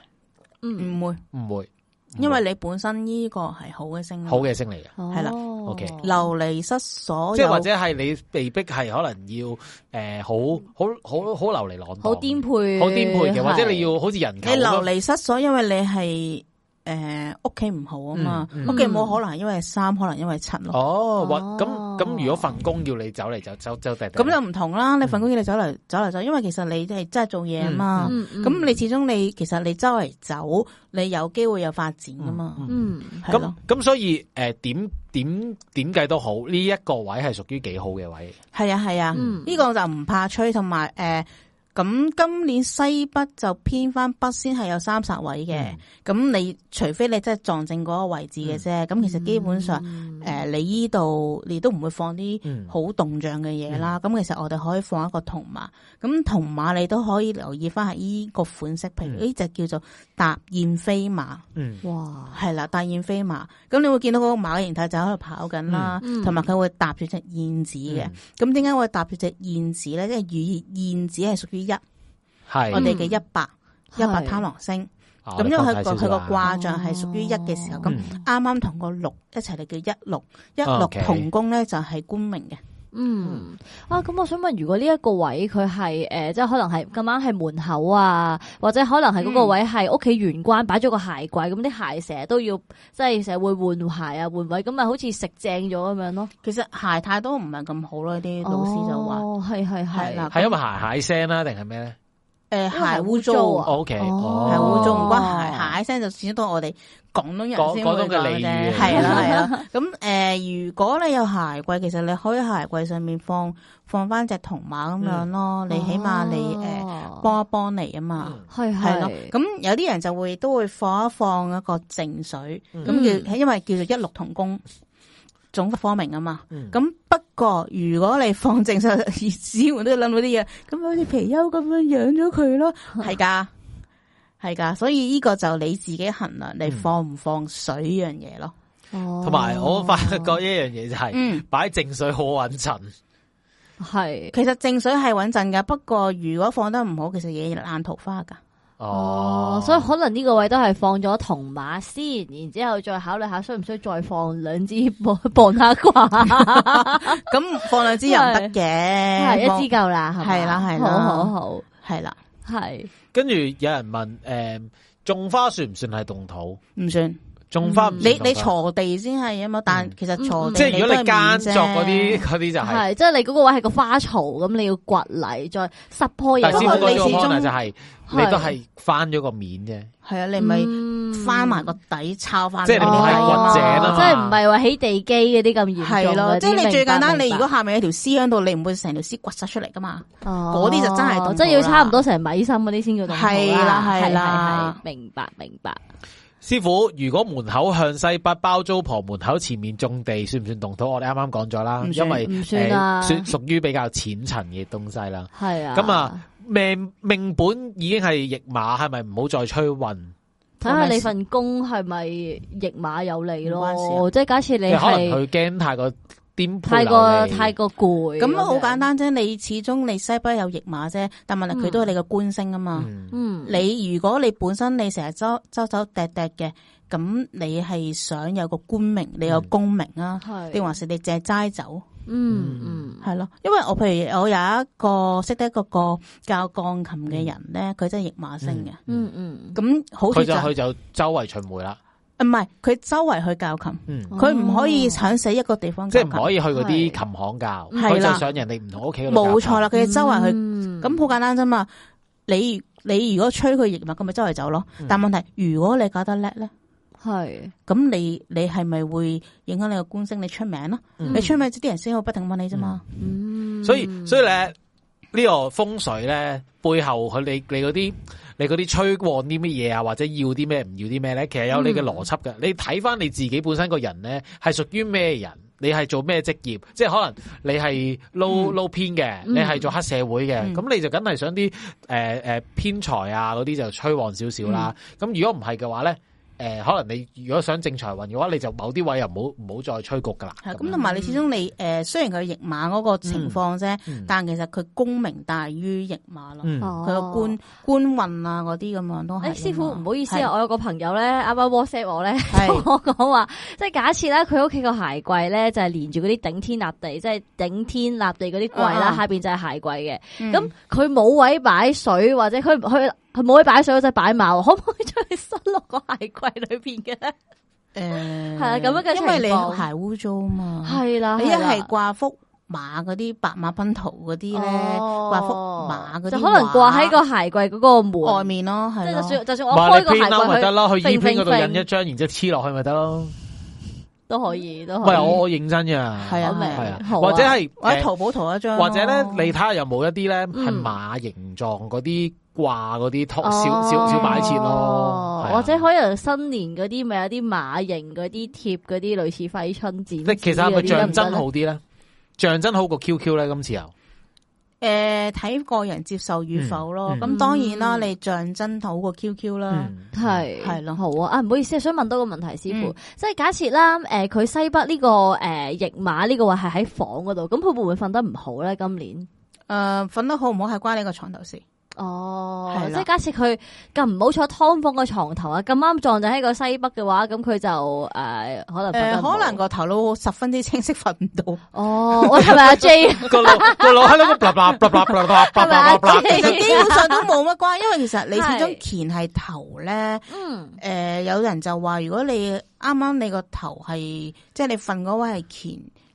嗯唔會，唔會，因為你本身呢個係好嘅聲音，好嘅星嚟嘅，係啦哦 OK 流離失所有，即係或者係你被逼係可能要誒、呃好好好好流離浪蕩，好顛沛，好顛沛嘅，或者你係要好似人嗯你球流咁啊離失所，因為你係诶屋企唔好啊嘛，嗯嗯屋企冇可能係因為三，可能因為七咯，哦，或哦咁咁，如果份工要你走嚟就走走第咁就唔同啦。你份工要你走嚟走嚟走，因為其實你係真係做嘢啊嘛，嗯嗯咁你始終你其實你周圍走，你有機會有發展噶嘛，嗯係咁咯，咁，所以诶點點點計都好，呢一個位係屬於幾好嘅位。係啊係啊，嗯呢個就唔怕吹，同埋诶咁今年西北就偏翻北先係有三十位嗯嘅，咁、你除非你真係撞正嗰個位置嘅啫，嗯咁、其實基本上誒、呃你依度你都唔會放啲嗯好動象嘅嘢啦，嗯咁、其實我哋可以放一個銅馬，咁銅馬你都可以留意翻係依個款式，嗯譬如呢只叫做踏燕飛馬。嗯哇，係啦，大燕飛馬，咁你會見到嗰個馬嘅形態就喺度跑緊啦嗯嗯，同埋佢會搭住隻燕嗯子嘅。咁點解會搭住隻燕子咧？因為與燕子係屬於一，嗯係我哋嘅一白一嗯係白貪狼星。啊咁因為我哋佢講大少個佢個少啊哦卦象係屬於一嘅時候，咁嗯啱啱同個六一齊嚟叫一六，一六哦 OK 同宮咧就係官明嘅。嗯，啊，咁我想問，如果呢一個位佢係诶，即係可能係咁啱係門口啊，或者可能係嗰嗯個位係屋企玄關擺咗個鞋櫃，咁啲鞋成日都要，即係成日會換鞋啊，換位，咁咪好似食正咗咁樣咯。其實鞋態都唔係咁好咯，啲老師就話哦，係係係係啦係因為鞋蟹聲啦，定係咩咧因誒為鞋係污污糟糟啊啊， ？O K，哦係係污糟唔關哦鞋鞋聲，就始終都係我哋廣東人廣先廣會東講嘅俚語嘅嚟啫，嘅係啦係啦。咁誒，如果你有鞋櫃，其實你可以喺鞋櫃上面放放翻只銅馬咁樣嗯咯，你起碼你哦誒幫一幫你啊嘛。嗯係係咯，係咁有啲人就會都會放一放一個靜水，嗯咁叫因為叫做一六同工，總科明啊嘛。嗯咁不過如果你放靜水，而子桓都諗到啲嘢，咁好似貔貅咁樣養咗佢咯，係噶，係噶。所以呢個就你自己衡量，你放唔放水呢樣嘢咯。同同埋我發覺一樣嘢就係哦嗯，擺正水好穩陣，係其實靜水係穩陣噶，不過如果放得唔好，其實嘢爛桃花噶。哦，所以可能呢個位都係放咗銅馬先，然之后再考慮下需唔需要再放兩支 磅磅下啩，咁放兩支又唔得係嘅，一支夠啦，係嘛係啦係啦好好好。系啦，系跟住有人問诶，誒種花算唔算係動土？唔算。種花唔嗯你算動你土锄地先係啊嘛，但嗯其實锄地即係如果你都係耕面作啫嗰啲，嗰啲就係。系，即系你嗰个位系个花槽，咁你要掘泥再塞坡嘢。但係師先嗰傅嗰個你始終 point 啊就係你都係係翻咗個面啫，係啊，你咪咪翻埋個底，抄翻即係你唔係掘井啊嘛嗯即系唔系话起地基嗰啲咁严系重啊咯，嗰啲即係你最簡單，你如果明下面有條絲喺度，你唔會成條絲掘晒出嚟噶嘛？白哦嗰啲就真係動土啦即系要差唔多成米深嗰啲先叫動土係啦係啦係係係明白明白。師傅，如果門口向西北，包租婆門口前面種地，算唔算動土？我哋啱啱講咗啦，唔算因為唔算啊誒算屬於比較淺層嘅東西啦。系啊，咁啊，命命本已經係逆馬，係咪唔好再吹運？睇啊下你份工系咪逆馬有利唔關事啊咯？即系假設即你係可能係佢驚太過顛沛太流過離太過攰，咁好樣簡。單啫，你始終你西北有逆馬啫，但問題佢都係你嘅官星啊嘛。嗯嗯，你如果你本身你成日周周走趯趯嘅，咁你係想有個官名，你有功名啊？係定還是你淨係齋走？嗯嗯係咯，因為我譬如我有一個識得一個個教鋼琴嘅人咧，佢真係逆馬星嘅，嗯嗯，咁好佢似就就佢就周圍巡迴啦。唔係佢周圍去教琴，嗯，佢唔可以響死一個地方即教係琴，唔可以去嗰啲哦係琴行教，係佢就啦上人哋唔同屋企嗰度教冇錯啦，佢哋周圍去，去咁好簡單啫嘛。你你如果吹佢逆脈，咁咪周圍走咯。嗯但問題如果你搞得叻咧，系咁你你係咪會影響你個官星？你出名咯，嗯你出名啲人先會不停揾你啫嘛。嗯所以所以咧呢、個風水咧背後佢你你嗰啲你嗰啲吹旺啲乜嘢啊，或者要啲咩唔要啲咩咧，其實有嗯你嘅邏輯嘅。你睇翻你自己本身個人咧係屬於咩人，你係做咩職業，即係可能你係撈撈偏嘅，嗯你係做黑社會嘅，嗯咁、你就梗係想啲誒誒偏財啊嗰啲就吹旺少少啦。嗯咁、如果唔係嘅話咧。誒、可能你如果想正財運嘅話，你就某啲位又唔好唔好再吹局噶啦。樣嗯係啊咁，同埋你始終你誒，雖然佢逆馬嗰個情況啫，嗯但哦其實佢功名大於逆馬咯。嗯佢個官官運啊嗰啲咁樣都係㗎嘛。诶，哦師傅唔好意思係啊，我有個朋友咧，啱啱 WhatsApp 我咧，係同 我講話，即係假設咧，佢屋企個鞋櫃咧就係連住嗰啲頂天立地，即係頂天立地嗰啲櫃啦，啊下边就係鞋櫃嘅。嗯咁佢冇位擺水，或者佢佢佢冇位擺水，或者擺馬喎，可唔可以將佢塞落個鞋櫃裏边嘅咧？诶，係啊咁樣嘅因為情況你鞋污糟嘛，係啦，你一啊係係啦掛幅馬嗰啲白馬奔圖嗰啲咧，哦掛幅馬嗰啲就可能掛喺個鞋櫃嗰個門外面咯，哦即係係就咯。算就算唔我係開你個鞋 print out 咪得櫃去，咯，去揈 E 揈 print 嗰度揈印一張，然之後黐落去咪得咯。都可以，都可喂，以。我我认真嘅，系係啊明啊，好哦啊或者係或者誒淘寶淘一張咯，或者咧，你睇下有冇一啲咧係嗯馬形狀嗰啲掛嗰啲托小小小擺設咯哦，係啊或者可能新年嗰啲咪有啲馬型嗰啲貼嗰啲類似揮春展，你其實係咪象真好？啲咧？象真好過 QQ 咧？今次又誒睇個人接受與否咯。嗯嗯咁當然啦，嗯你象真好過 QQ 啦，嗯系係咯好啊！啊，唔好意思，想問多個問題，師傅，嗯即係假設啦，诶、佢西北呢、個个诶逆馬呢個位係喺房嗰度，咁佢會唔會瞓得唔好咧？今年嗯誒瞓得好唔好係關你個床頭事。哦，係即啦係假設佢咁唔好坐劏房個床頭啊，咁啱撞正喺個西北嘅話，咁佢就诶、誒可能瞓誒得唔好呃可能個頭腦十分之清晰，瞓唔 到。 哦，我係咪阿 J 啊？個腦個腦喺度 咁 blah blah blah blah blah blah blah blah blah 其實基本上都冇乜關，因為其實你始係終鉗係頭咧。嗯，誒、呃有人就話，如果你啱啱你個頭係，即係你瞓嗰位係鉗，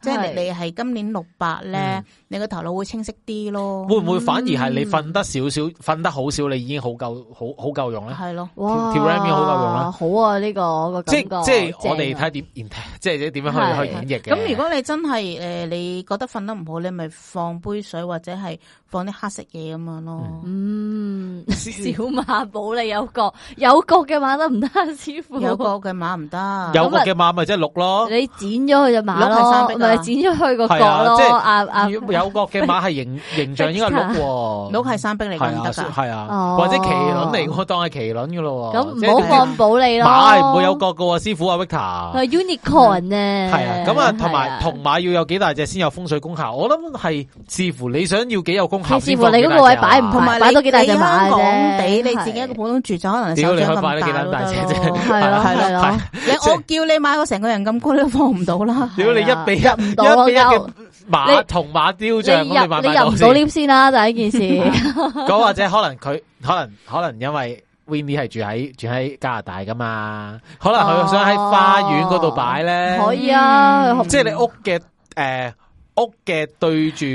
即係你你係今年六百咧，嗯你個頭腦會清晰啲咯，會唔會反而係嗯你瞓得少少，瞓得好少，你已經好夠好好啊夠用咧？係咯，哇，條 RAM 好夠用啦好啊，呢、個個即感覺即係我哋正啊睇點演，即係點係樣去去演繹嘅。 咁如果你真係誒、你覺得瞓得唔好，你咪放杯水或者係放啲黑色嘢咁樣咯。嗯，小馬寶你有角有角嘅馬得唔得啊，師傅？有個嘅馬唔得， 有個嘅馬咪即係六咯，你剪咗佢只馬碌係三咯，逼唔啊係剪咗佢個係角啊咯，即係啊啊，有有個嘅馬係 形形象應該係六喎，鹿係山壁係嚟㗎唔啊，得㗎，係啊，哦或者麒麟嚟，我當係麒麟噶咯喎。咁哦即係唔好你放寶你咯。馬係唔會有角噶喎，師傅啊 Victor 佢。係 unicorn 咧，系啊，咁啊，同係埋啊同馬要有幾大隻先有風水功效，我諗係視乎你想要幾有功效係視先乎放你幾大隻啊。嗰個位擺唔同埋擺你多幾大隻你馬香啫港地，你自己一係個普通住宅，可能屌手你掌可以擺咁得幾大撚都大隻得啫，咯。係咯係咯係咯係你我叫你買個成個人咁高，你都放唔到啦。屌你係啊一比一入唔到一比一我嘅夠馬你同馬雕像，你咁你買入買你入唔到先 lift 先啦，第一件事。 咁或者可能佢可能可能因為 Winnie 係住喺住喺加拿大噶嘛，可能佢想喺花園嗰度擺咧，哦可以啊，嗯即係你屋嘅诶。屋嘅對住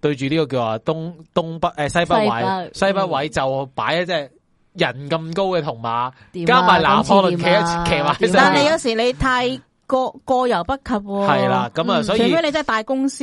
對住呢個叫啊東東北诶西北位西北西北位就擺一隻人咁高嘅銅馬，你加埋南方騎騎埋一齊 但你有時你太過過猶不及喎。啊係啦，咁啊嗯所除以非你真係大公司，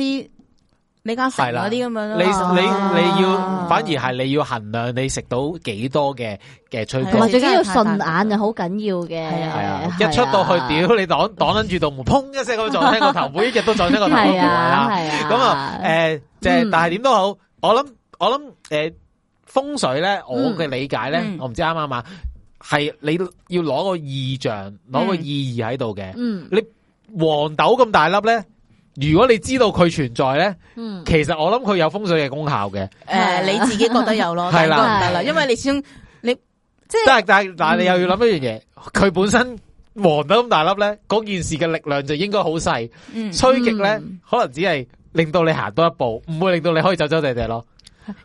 你間食嗰啲咁樣你咯。你啊你要反而係你要衡量你食到幾多嘅嘅吹同角埋係。最緊要順眼就好緊要嘅，係啊系啊，係一出到去，屌你擋擋捻住道門，砰一聲咁撞親個頭，每一日都撞親個頭，係係啦啊，係啊，咁啊，诶，即系嗯但系点都好，我谂我谂诶，风水嗯咧，我嘅理解咧嗯，我唔知啱唔啱啊，系你要攞个意象，攞个意义喺度嘅。嗯黄豆咁大粒咧，如果你知道佢存在咧，嗯，其实我谂佢有风水嘅功效嘅。誒你自己覺得 有咯，係但啦係唔得啦，因為你始終你即係但系但系但系你又要谂一样嘢，佢本身黄豆咁大粒咧，嗰件事嘅力量就应该好细。嗯吹極咧嗯，可能只係令到你行多一步，唔會令到你可以走走地地咯。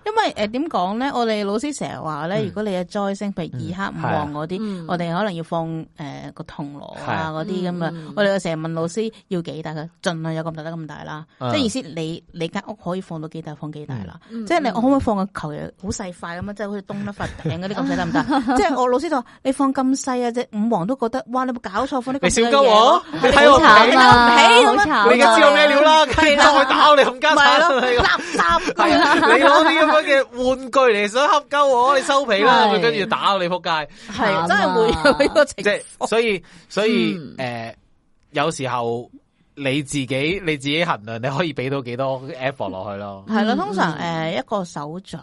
因為誒點講咧？我哋老師成日話咧，嗯啊如果你嘅災星譬如二黑五旺嗰嗯啲，我哋可能要放誒個銅鑼啊係嗰啲嗯咁啊。我哋成日問老師要幾大嘅，盡量有咁大得咁大啦。即嗯係意思你你間屋可以放到幾大放幾大啦。嗯即係你我可唔可以放個球嘢好細塊咁啊樣，即係好似東一塊餅嗰啲咁細得唔 得？即係我老師就話你放咁細啊，隻五黃都覺得哇！你有冇搞錯放啲你咁笑細嘅鳩嘢我，你睇我啊。好睇慘你啊睇唔起咁好樣你慘而家知道咩料啦，跟係住啦我打我你冚家咪係產咯，你垃圾咁樣你攞啲咁樣嘅玩具嚟想恰鳩我，你收皮啦，係跟住打我你仆街。係啊真係會有呢個情即係所以所以嗯诶，有時候你自己你自己衡量，你可以俾到幾多 effort 落去咯。係啦，嗯通常嗯诶一個手掌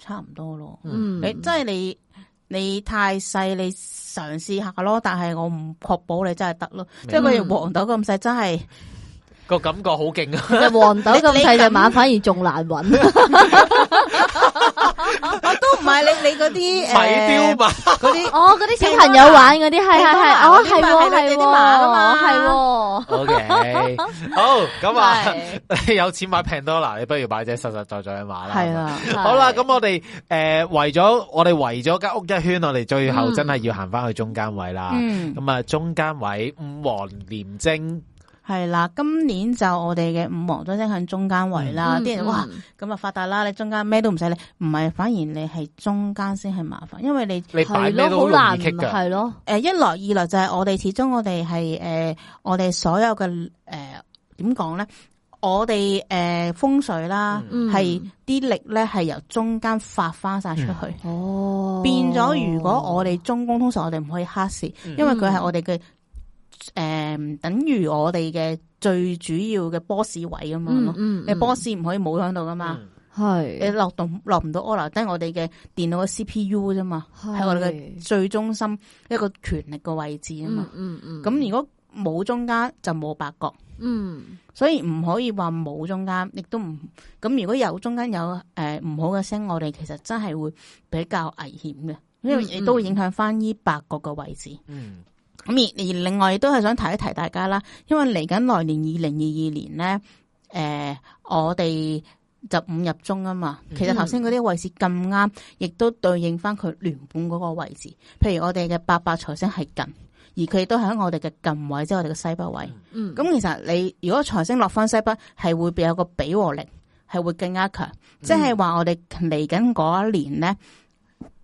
差唔多咯。嗯你即係你你太細，你嘗試下咯。但係我唔確保你真係得咯。即係佢哋黃豆咁細，真係個感覺好勁啊！隻黃豆咁細隻馬反而仲難揾，我哦都唔係你你嗰啲米雕誒嘛，嗰啲。哦， 嗰啲小朋友玩嗰啲係係係，哦係喎係喎 O K，好咁啊係，你 有錢買 Pandora，你不如買隻實實在在嘅馬啦。係啦，係喎，好啦，咁我哋诶围咗我哋圍咗間屋一圈，我哋最後嗯啊真係要行翻去中間位啦。嗯，咁啊，中間位五黃廉貞係啦，今年就我哋嘅五黃將星喺中間位啦，啲人哇嗯咁啊發達啦，你中間咩都唔使理，唔係反而你係中間先係麻煩，因為你你擺係咩咯，都好好容難啊易棘㗎。係咯，诶、一來二來就係我哋始終我哋係诶我哋所有嘅诶點講咧，我哋诶、呃、風水啦，嗯係啲力咧係由中間發翻晒出去。嗯哦，變咗，如果我哋中宮，通常我哋唔可以黑市，因嗯為佢係我哋嘅诶，等於我哋嘅最主要嘅 boss 位咁樣嗯咯。嗯，你 boss 唔可以冇喺度噶嘛？嗯你係落到落唔到 order，得我哋嘅電腦嘅 CPU 啫嘛，係我哋嘅最中心一個權力嘅位置啊嘛。嗯嗯嗯，咁、如果冇中間就冇八角，嗯所以唔可以話冇中間，亦都唔咁。如果有中間有诶唔、好嘅聲，我哋其實真係會比較危險嘅，因為嗯亦都會影響翻呢八角嘅位置。嗯，咁而而另外亦都係想提一提大家啦，因為嚟緊來年二零二二年咧，诶、我哋就五入中啊嘛。其實頭先嗰啲位置咁啱，亦都對應翻佢原本嗰個位置。譬如我哋嘅八八財星係近，而佢亦都喺我哋嘅近位，即係我哋嘅西北位。嗯，咁其實你如果財星落翻西北，係會有個比和力，係會更加強。即係話我哋嚟緊嗰一年咧，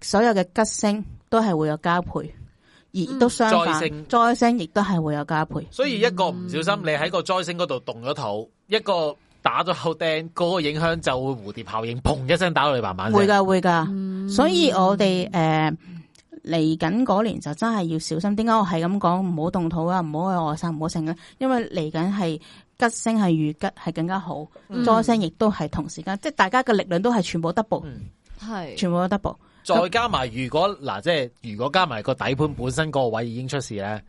所有嘅吉星都係會有加倍，而都相反，災星災星亦都係會有加倍。所以一個唔小心，你喺個災星嗰度動咗肚，一個打咗口釘，嗰、個影響就會蝴蝶效應，砰一聲打到你慢慢會聲。噶會噶，嗯所以我哋诶嚟緊嗰年就真係要小心。點解我係咁講唔好動土啊，唔好去外散，唔好剩咧？因為嚟緊係吉星係遇吉係更加好，嗯災星亦都係同時間，即系大家嘅力量都係全部 double，嗯係全部都 double。再加埋，如果嗱，即係如果加埋個底盤本身嗰個位已經出事咧，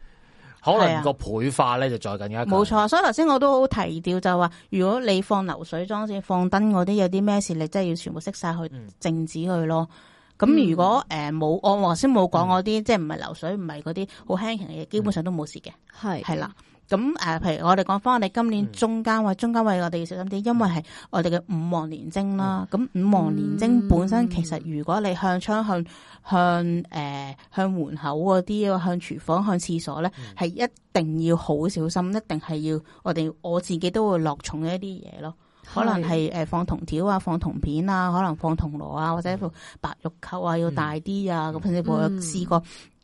可係能啊個倍化咧就再更加強冇。錯，所以頭先我都好提調就話，如果你放流水裝置、放燈嗰啲有啲咩事，你真係要全部熄晒佢嗯，靜止佢咯。嗯咁如果诶冇、我頭先冇講嗰啲，即係唔係流水，唔係嗰啲好輕型嘅嘢，基本上都冇事嘅，係係啦。咁诶、呃譬如我哋講翻我哋今年嗯中間位，中間位我哋要小心啲，因為係我哋嘅五黃年精啦。咁、五黃年精本身其實，如果你向窗向向诶、呃向門口嗰啲，向廚房向廁所咧，係一定要好小心，一定係要我哋我自己都會落重嘅一啲嘢咯。哦可能係诶放銅條啊，放銅片啊，可能放銅鑼啊，或者放白玉扣啊，要大啲啊。咁甚至乎我有嗯試過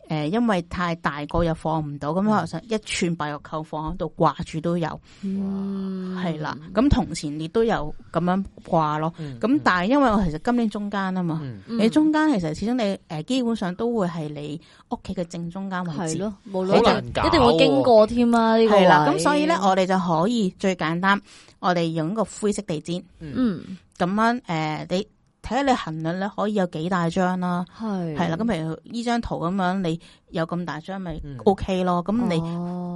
诶、呃因為太大個又放唔到，咁可嗯能想一串白玉扣放喺度掛住都有，嗯係啦、咁銅錢亦都有咁樣掛咯。嗯咁、但係因為我其實今年中間啊嘛，嗯嗯你中間其實始終你诶、呃基本上都會係你屋企嘅正中間位係置。咯，無好論難一定搞一定會經過添啦呢個系啦，位咁所以咧，我哋就可以最簡單，我哋用一個灰色地氈，嗯咁樣诶、呃你睇下你衡量咧，可以有幾大張啦，係係啦，咁譬如呢張圖咁樣，你有咁大張咪嗯 OK 咯，咁哦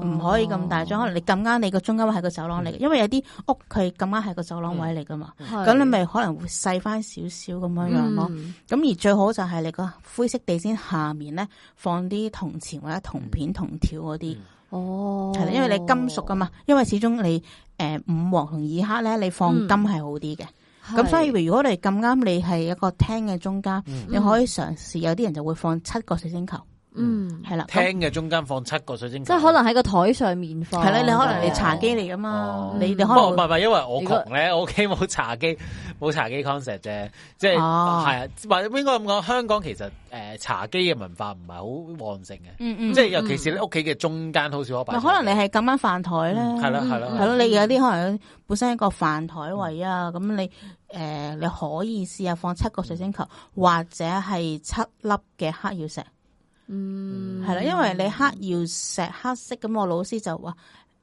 你你唔可以咁大張，可能你咁啱你個中間位係個走廊嚟嘅，因為有啲屋佢咁啱係個走廊位嚟噶嘛，咁咁你咪可能會細翻少少咁樣樣嗯咯，咁而最好就係你個灰色地氈下面咧放啲銅錢或者銅片、銅條嗰啲。哦，系啦，因為你金屬噶嘛，因為始終你诶、五黃同二黑咧，你放金係好啲嘅。係，咁、所以如果你咁啱你係一個廳嘅中間，你可以嘗試有啲人就會放七個水晶球，嗯，係啦。咁廳嘅中間放七個水晶球，即係可能喺個台上面放，係啦，你可能你哦嗯茶幾嚟噶嘛哦，你你可不過唔係能唔係，因為我如果窮咧，我屋企冇茶機，冇茶機 concept 啫，即係係哦啊，或者應該咁講，香港其實誒茶機嘅文化唔係好旺盛嘅，嗯嗯，即係即尤其是你屋企嘅中間好少可擺茶機。可能你係咁啱飯台咧，係啦係啦嗯系係啦，咯，你有啲可能本身一個飯台位啊，咁你诶、你可以試下放七個水晶球，嗯或者係七粒嘅黑曜石。嗯系啦，因為你黑曜石黑色咁，我老師就話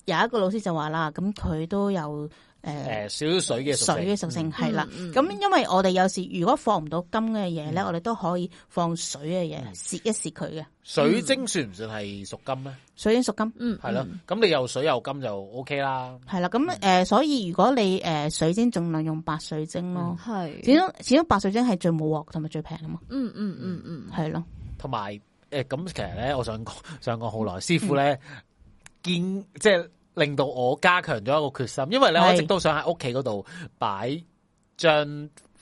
有一個老師就話啦，咁佢都有呃诶、誒少水嘅屬水嘅性屬性係啦。嗯嗯咁、因為我哋有時如果放唔到金嘅嘢嗯咧，我哋都可以放水嘅嘢，蝕一蝕佢嘅水晶算唔算係屬金咧？水晶屬金。嗯係咯，咁你又水又金就 O K 啦。係啦，咁诶、嗯呃所以如果你诶、呃水晶，尽量用白水晶嗯咯。係始終始終白水晶係最冇鑊同埋最平啊嘛，嗯嗯嗯嗯係咯，同埋诶，誒咁、其實咧，我想講 想講好耐，嗯師傅咧堅即係令到我加強咗一個決心，因為咧係我一直都想喺屋企嗰度擺張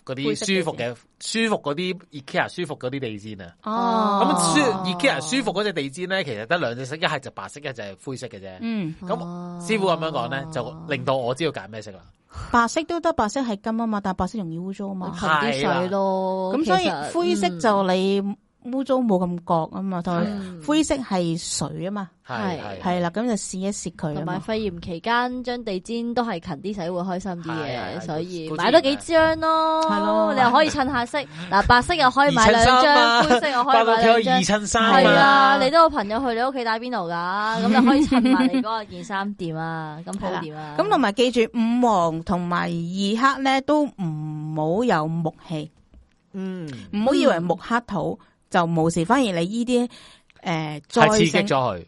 嗰灰色地啲舒服嘅舒服嗰啲 IKEA 舒服嗰啲地氈啊。哦咁啊舒哦 IKEA 舒服嗰隻地氈咧，其實得兩隻色，一係就白色，一係就係灰色嘅啫。嗯，咁哦師傅咁樣講咧，啊就令到我知道揀咩色啦。白色都得，白色係金啊嘛，但係白色容易污糟啊嘛。勤啲水咯。咁所以灰色就你污糟冇咁覺啊嘛，同埋嗯灰色係水啊嘛，係係係啦，咁就試一試佢啊同埋嘛。肺炎期間，張地氈都係勤啲洗會開心啲係嘅，係所以嗰啲買多幾張咯。係咯你又可以襯下色，嗱白色又可以買二襯兩衫張，啊灰色又可八到以買佢兩二張。襯衫係啊，啊，你都有朋友去你屋企打邊爐噶，咁就可以襯埋你嗰件衫店啊，咁鋪店啊。咁同埋記住五黃同埋二黑咧都唔好有木氣，嗯，唔好以為木黑土就冇事，反而你依啲诶災係刺激咗星佢。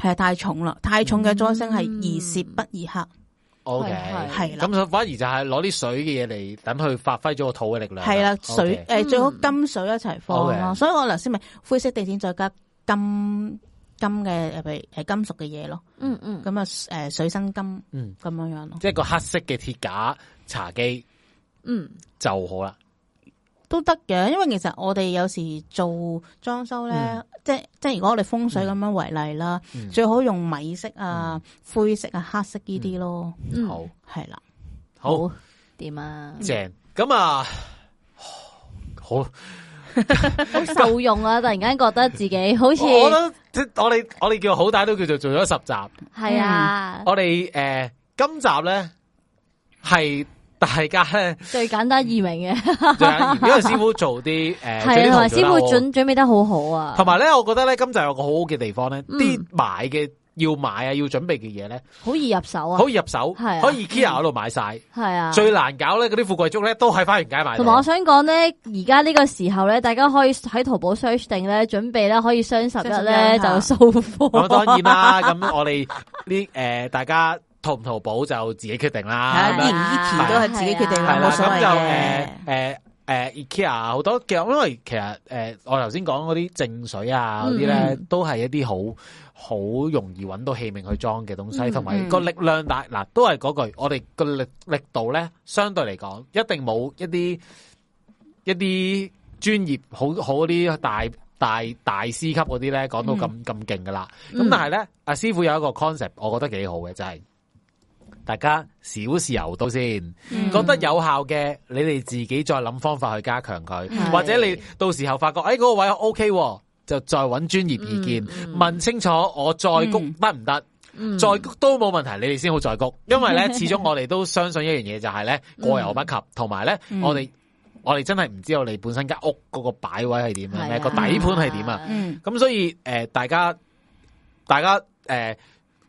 係太重啦，太重嘅災星係易泄不易黑， O K，係係啦嗯咁就反而就係攞啲水嘅嘢嚟等佢發揮咗個肚嘅力量。係啦，啊 OK 水诶嗯最好金水一齊放咯， OK 所以我頭先咪灰色地氈再加金金嘅，呃譬如系金屬嘅嘢咯，嗯嗯，咁啊诶水生金嗯，咁樣樣咯，即係個黑色嘅鐵架茶几嗯就好啦。都得嘅，因為其實我哋有時做裝修咧，嗯即即係如果我哋風水咁樣為例啦，嗯最好用米色啊、灰色啊、黑色呢啲咯，嗯，好，係啦，好好點啊？正。咁啊，好。好受用啊！突然間覺得自己好似我覺得即我哋我哋叫好歹都叫做做咗十集，係啊，我哋诶、呃今集咧係大家 咧最簡單易明嘅。就係因為師傅做啲诶，係啊，同埋師傅准，準準備得好好啊，同埋咧，我覺得咧今集有個好好嘅地方咧，嗯啲買嘅要買啊，要準備嘅嘢咧，好易入手啊可，以入手，係啊可以 IKEA 嗰度買晒。係啊。最難搞咧，嗰啲富貴竹咧都喺花園街買到。同埋我想講咧，而家呢個時候咧，大家可以喺淘寶 search 定咧，準備咧可以雙十一咧就雙掃貨。咁啊當然啦，咁我哋呢诶大家淘唔淘寶就自己決定啦。 係咁樣啊依依期都係自己決系定啦，係啦，啊冇所啊咁謂就嘅诶。诶诶 IKEA 好多嘅，因為其實诶、誒我頭先講嗰啲淨水啊嗰啲咧嗯，都係一啲好好容易揾到器皿去裝嘅東西，嗯同埋嗯個力量大嗱，都係嗰句，我哋個力力度咧，相對嚟講一定冇一啲一啲專業好好嗰啲大大大師級嗰啲咧，講到咁咁勁噶啦。咁、嗯但係咧，阿師傅有一個 concept，我覺得幾好嘅就係大家少豉油到先。嗯覺得有效嘅，你哋自己再諗方法去加強佢，係或者你到時候發覺，诶、嗰、個位 O、k 喎，就再揾專業意見，嗯嗯問清楚我再谷嗯得唔得，嗯再谷都冇問題，你哋先好再谷， 因為咧始終我哋都相信一樣嘢就係咧嗯過猶不及，同埋咧嗯我哋我哋真係唔知道你本身間屋嗰個擺位係點樣係咧，啊個底盤係點啊。嗯咁所以诶、呃大家大家诶、呃、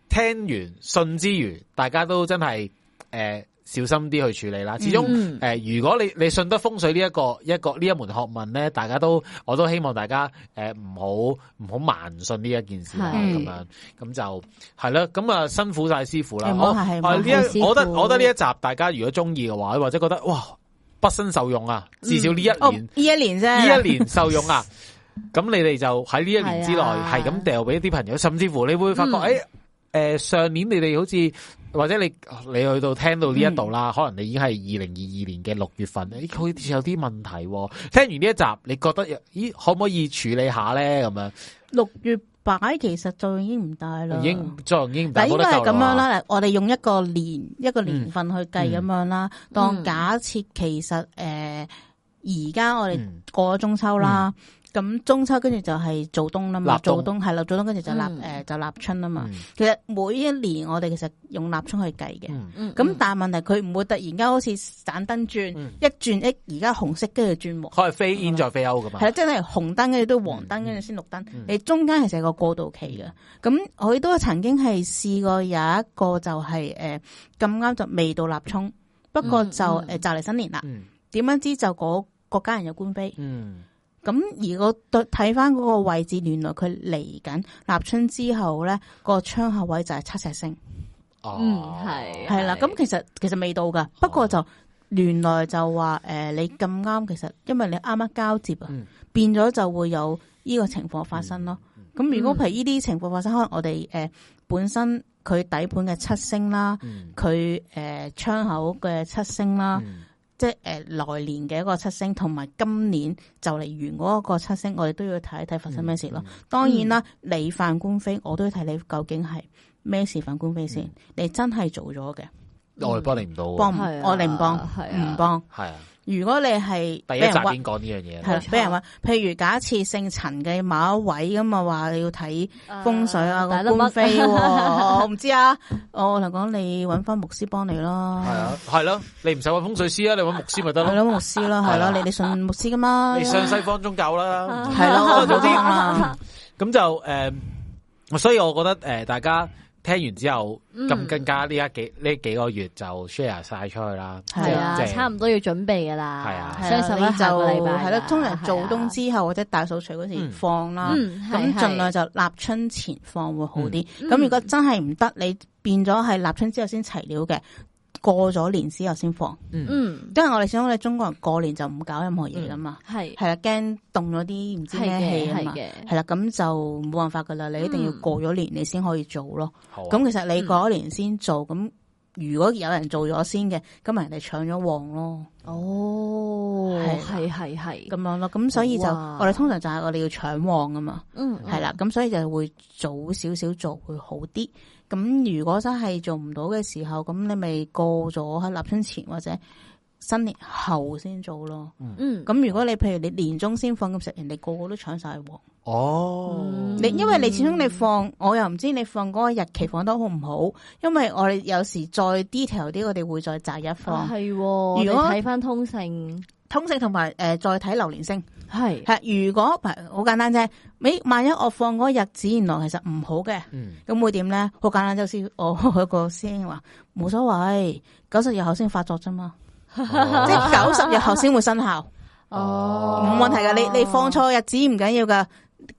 听完信之余，大家都真係诶、呃小心啲去處理啦。始終嗯诶、呃如果你你信得風水呢、一個一個呢一門學問咧，大家都我都希望大家诶唔好唔好盲信呢一件事啦。係咁樣咁就係啦。咁啊辛苦晒師傅啦。唔我我好客氣唔好呢客氣一師傅我覺得我覺得呢一集大家如果中意嘅話，或者覺得哇畢生受用啊，至少嗯呢一年。哦，呢一年啫，呢一年受用 啊。咁你哋就喺呢一年之內係啊係咁掉俾啲朋友，甚至乎你會發覺，嗯诶、誒上年你哋好似或者你你去到聽到呢一度嗯啦，可能你已經係二零二二年嘅六月份，咦好似有啲問題喎。聽完呢一集，你覺得有咦可唔可以處理下咧？咁樣六月擺其實就已經唔大啦，已經作用已經唔大嗱，冇應得該係救咁樣啦。嗯啦。嗱，我哋用一個年一個年份去計咁樣啦。當假設其實诶，而家我哋嗯過咗中秋啦，咁中秋跟住就係做冬啦嘛，立冬做冬係啦，做冬跟住就立嗯诶就立春啊嘛。嗯其實每一年我哋其實用立春去計嘅。嗯嗯咁但係問題佢唔會突然間好似盞燈轉嗯一轉，一而家紅色跟住轉黃。可以飛 in 再飛 out 噶嘛系？啦，即嗯係紅燈跟住都黃燈，跟住先綠燈。嗯你中間係成個過渡期嘅。咁我亦都曾經係試過有一個就係诶咁啱就未到立春，不過就嗯嗯诶就嚟新年啦。嗯點樣知就嗰嗰家人有官非。嗯咁而我對睇翻嗰個位置，原來佢嚟緊立春之後咧，個窗口位就係七石星，哦嗯係係啦。咁其實其實未到噶，不過就原來就話诶、誒你咁啱，其實因為你啱啱交接啊。嗯變咗就會有呢個情況發生咯。咁、如果譬如呢啲情況發生，可能我哋誒、呃本身佢底盤嘅七星啦，嗯佢誒、呃窗口嘅七星啦，嗯即係诶来年嘅一個七星，同埋今年就嚟完嗰一個七星，我哋都要睇一睇發生咩事咯。當然啦，你犯官非，我都要睇你究竟係咩事犯官非先。你真係做咗嘅，嗯我哋幫你唔到喎，幫唔係啊我哋唔幫，係啊唔幫。哦係啊，如果你係第俾一集人已屈經講呢樣嘢系啦啊啦冇，錯俾人話，譬如假設姓陳嘅某一位咁啊，話要睇風水啊，大個粒官乜 非喎，我唔知啊。我同講你揾翻牧師幫你咯，係啊，係咯，你唔使揾風水師啊，你揾牧師咪得 係咯，咯，牧師咯，係係啊咯，你你信牧師噶嘛？你係上西方宗教啦，咯，總之啲咁就诶、呃所以我覺得诶、呃大家聽完之後，嗯咁更加呢一幾呢幾個月就 share 晒出去啦，係系啊即，係差唔多要準備噶啦，係啊雙十一就下個禮拜啦係咯，通常做冬，係啊之後或者大掃除嗰時嗯放啦。嗯，咁係盡量就立春前放會好啲。嗯咁如果真係唔得，你變咗係立春之後先齊料嘅，過咗年之後先放。嗯因為我哋想我哋中國人過年就唔搞任何嘢噶嘛，係係啦，驚凍咗啲唔知係咩嗯嘅氣啊係嘛，嘅，係啦，咁就冇辦法噶啦，你一定要嗯過咗年你先可以做咯。好啊咁、其實你過咗年先做，咁、如果有人做咗先嘅，咁咪人哋搶咗旺咯，哦，係係係係，咁樣咯。咁所以就哇我哋通常就係我哋要搶旺噶嘛，嗯係啦，咁所以就會早少少做會好啲。咁如果真係做唔到嘅時候，咁你咪過咗喺立春前或者新年後先做咯。嗯咁如果你譬如你年中先放咁食，人哋個個都搶晒喎。哦，你因為你始終你放，我又唔知你放嗰個日期放得好唔好，因為我哋有時再 detail 啲，我哋會再擇日放。系，如果如果睇翻通勝通勝同埋呃诶，再睇流年星。係係如果譬如好簡單啫，你萬一我放嗰個日子原來其實唔好嘅，嗯，咁會點咧？好簡單啫，先我 有個師兄話冇所謂，九十日後先發作啫嘛， 即哦係九十日後先會生效，哦，冇問題噶。你你放錯日子唔緊要噶，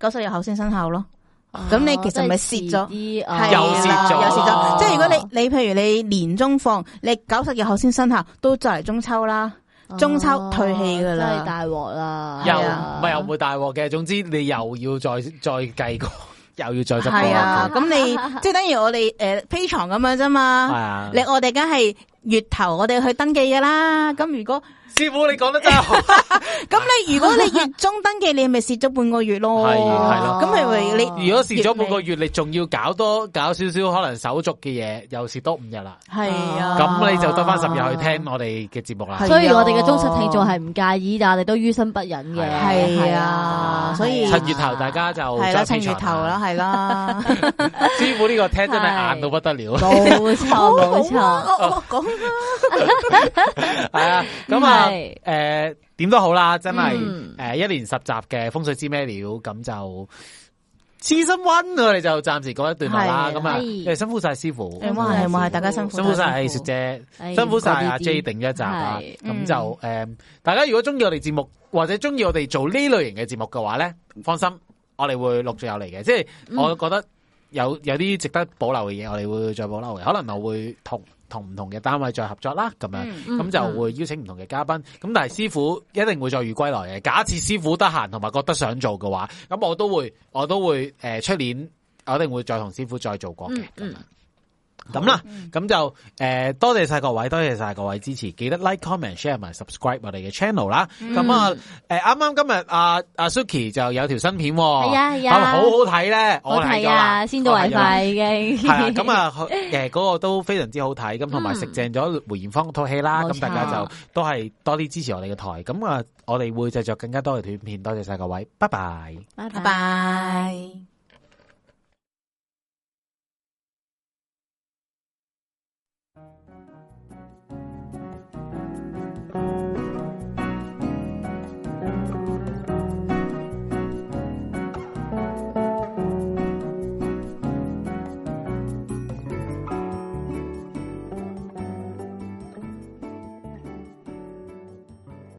九十日後先生效咯。哦，咁你其實咪即係遲蝕咗啲係啦啊又蝕咗又蝕哦咗。即係如果你你譬如你年中放，你九十日後先生效，都就嚟中秋啦。中秋退氣㗎啦真係大鑊啦，又係唔啊係又唔會大鑊嘅，總之你又要再再計過，又要再執過係 啊，咁你即係等於我哋诶 P 床咁樣啫係嘛。啊，你我哋梗係月頭我哋去登記噶啦。咁如果師傅你講得真係好，咁你如果你月中登記，你咪蝕咗半個月咯。係係咯咁咪咪你如果蝕咗半個月月，你仲要搞多搞少少可能手續嘅嘢，又蝕多五日啦。係啊，咁你就得翻十日去聽我哋嘅節目啦係。所以我哋嘅忠實聽眾係唔介意，但我哋都於心不忍嘅。係啊啊所以趁月頭大家就係再啦，趁月 Patreon 頭啦，，係啦。師傅呢個聽真係硬到不得了，冇錯冇好啊錯，我我講係啊，咁啊係，誒點都好啦，真係嗯誒一連十集嘅風水知咩料，咁就。痴心温我哋就暫時講一段落啦，係咁啊，係誒辛苦晒師傅，誒哇係哇係大家辛苦辛苦晒雪姐，辛苦晒阿 J 定定一集啊！係咁嗯就诶，誒大家如果中意我哋節目或者中意我哋做呢類型嘅節目嘅話咧，放心，我哋會陸續有嚟嘅。即係嗯我覺得有有啲值得保留嘅嘢，我哋會再保留嘅。可能我會同同唔同嘅單位再合作啦，咁樣嗯咁就會邀請唔同嘅嘉賓。咁但係師傅一定會再遇歸來嘅。假設師傅得閒同埋覺得想做嘅話，咁我都會我都會诶出年我一定會再同師傅再做過嘅咁嗯樣嗯。咁啦，咁就诶、呃多謝晒各位，多謝晒各位支持，記得 like、comment、share 埋 subscribe 我哋嘅 channel 啦。咁嗯啊、诶啱啱今日阿阿 Suki 就有條新片喎，係啊係係咪啊，哦好好睇咧，我好睇咗睇啦啊，先到為快已經。系啦，咁啊，诶，嗰個都非常之好睇，咁同埋嗯食正咗梅艷芳套戲啦，冇咁錯大家就都係多啲支持我哋嘅台，咁啊，我哋會製作更加多嘅短片，多謝晒各位，拜拜。 拜拜。拜。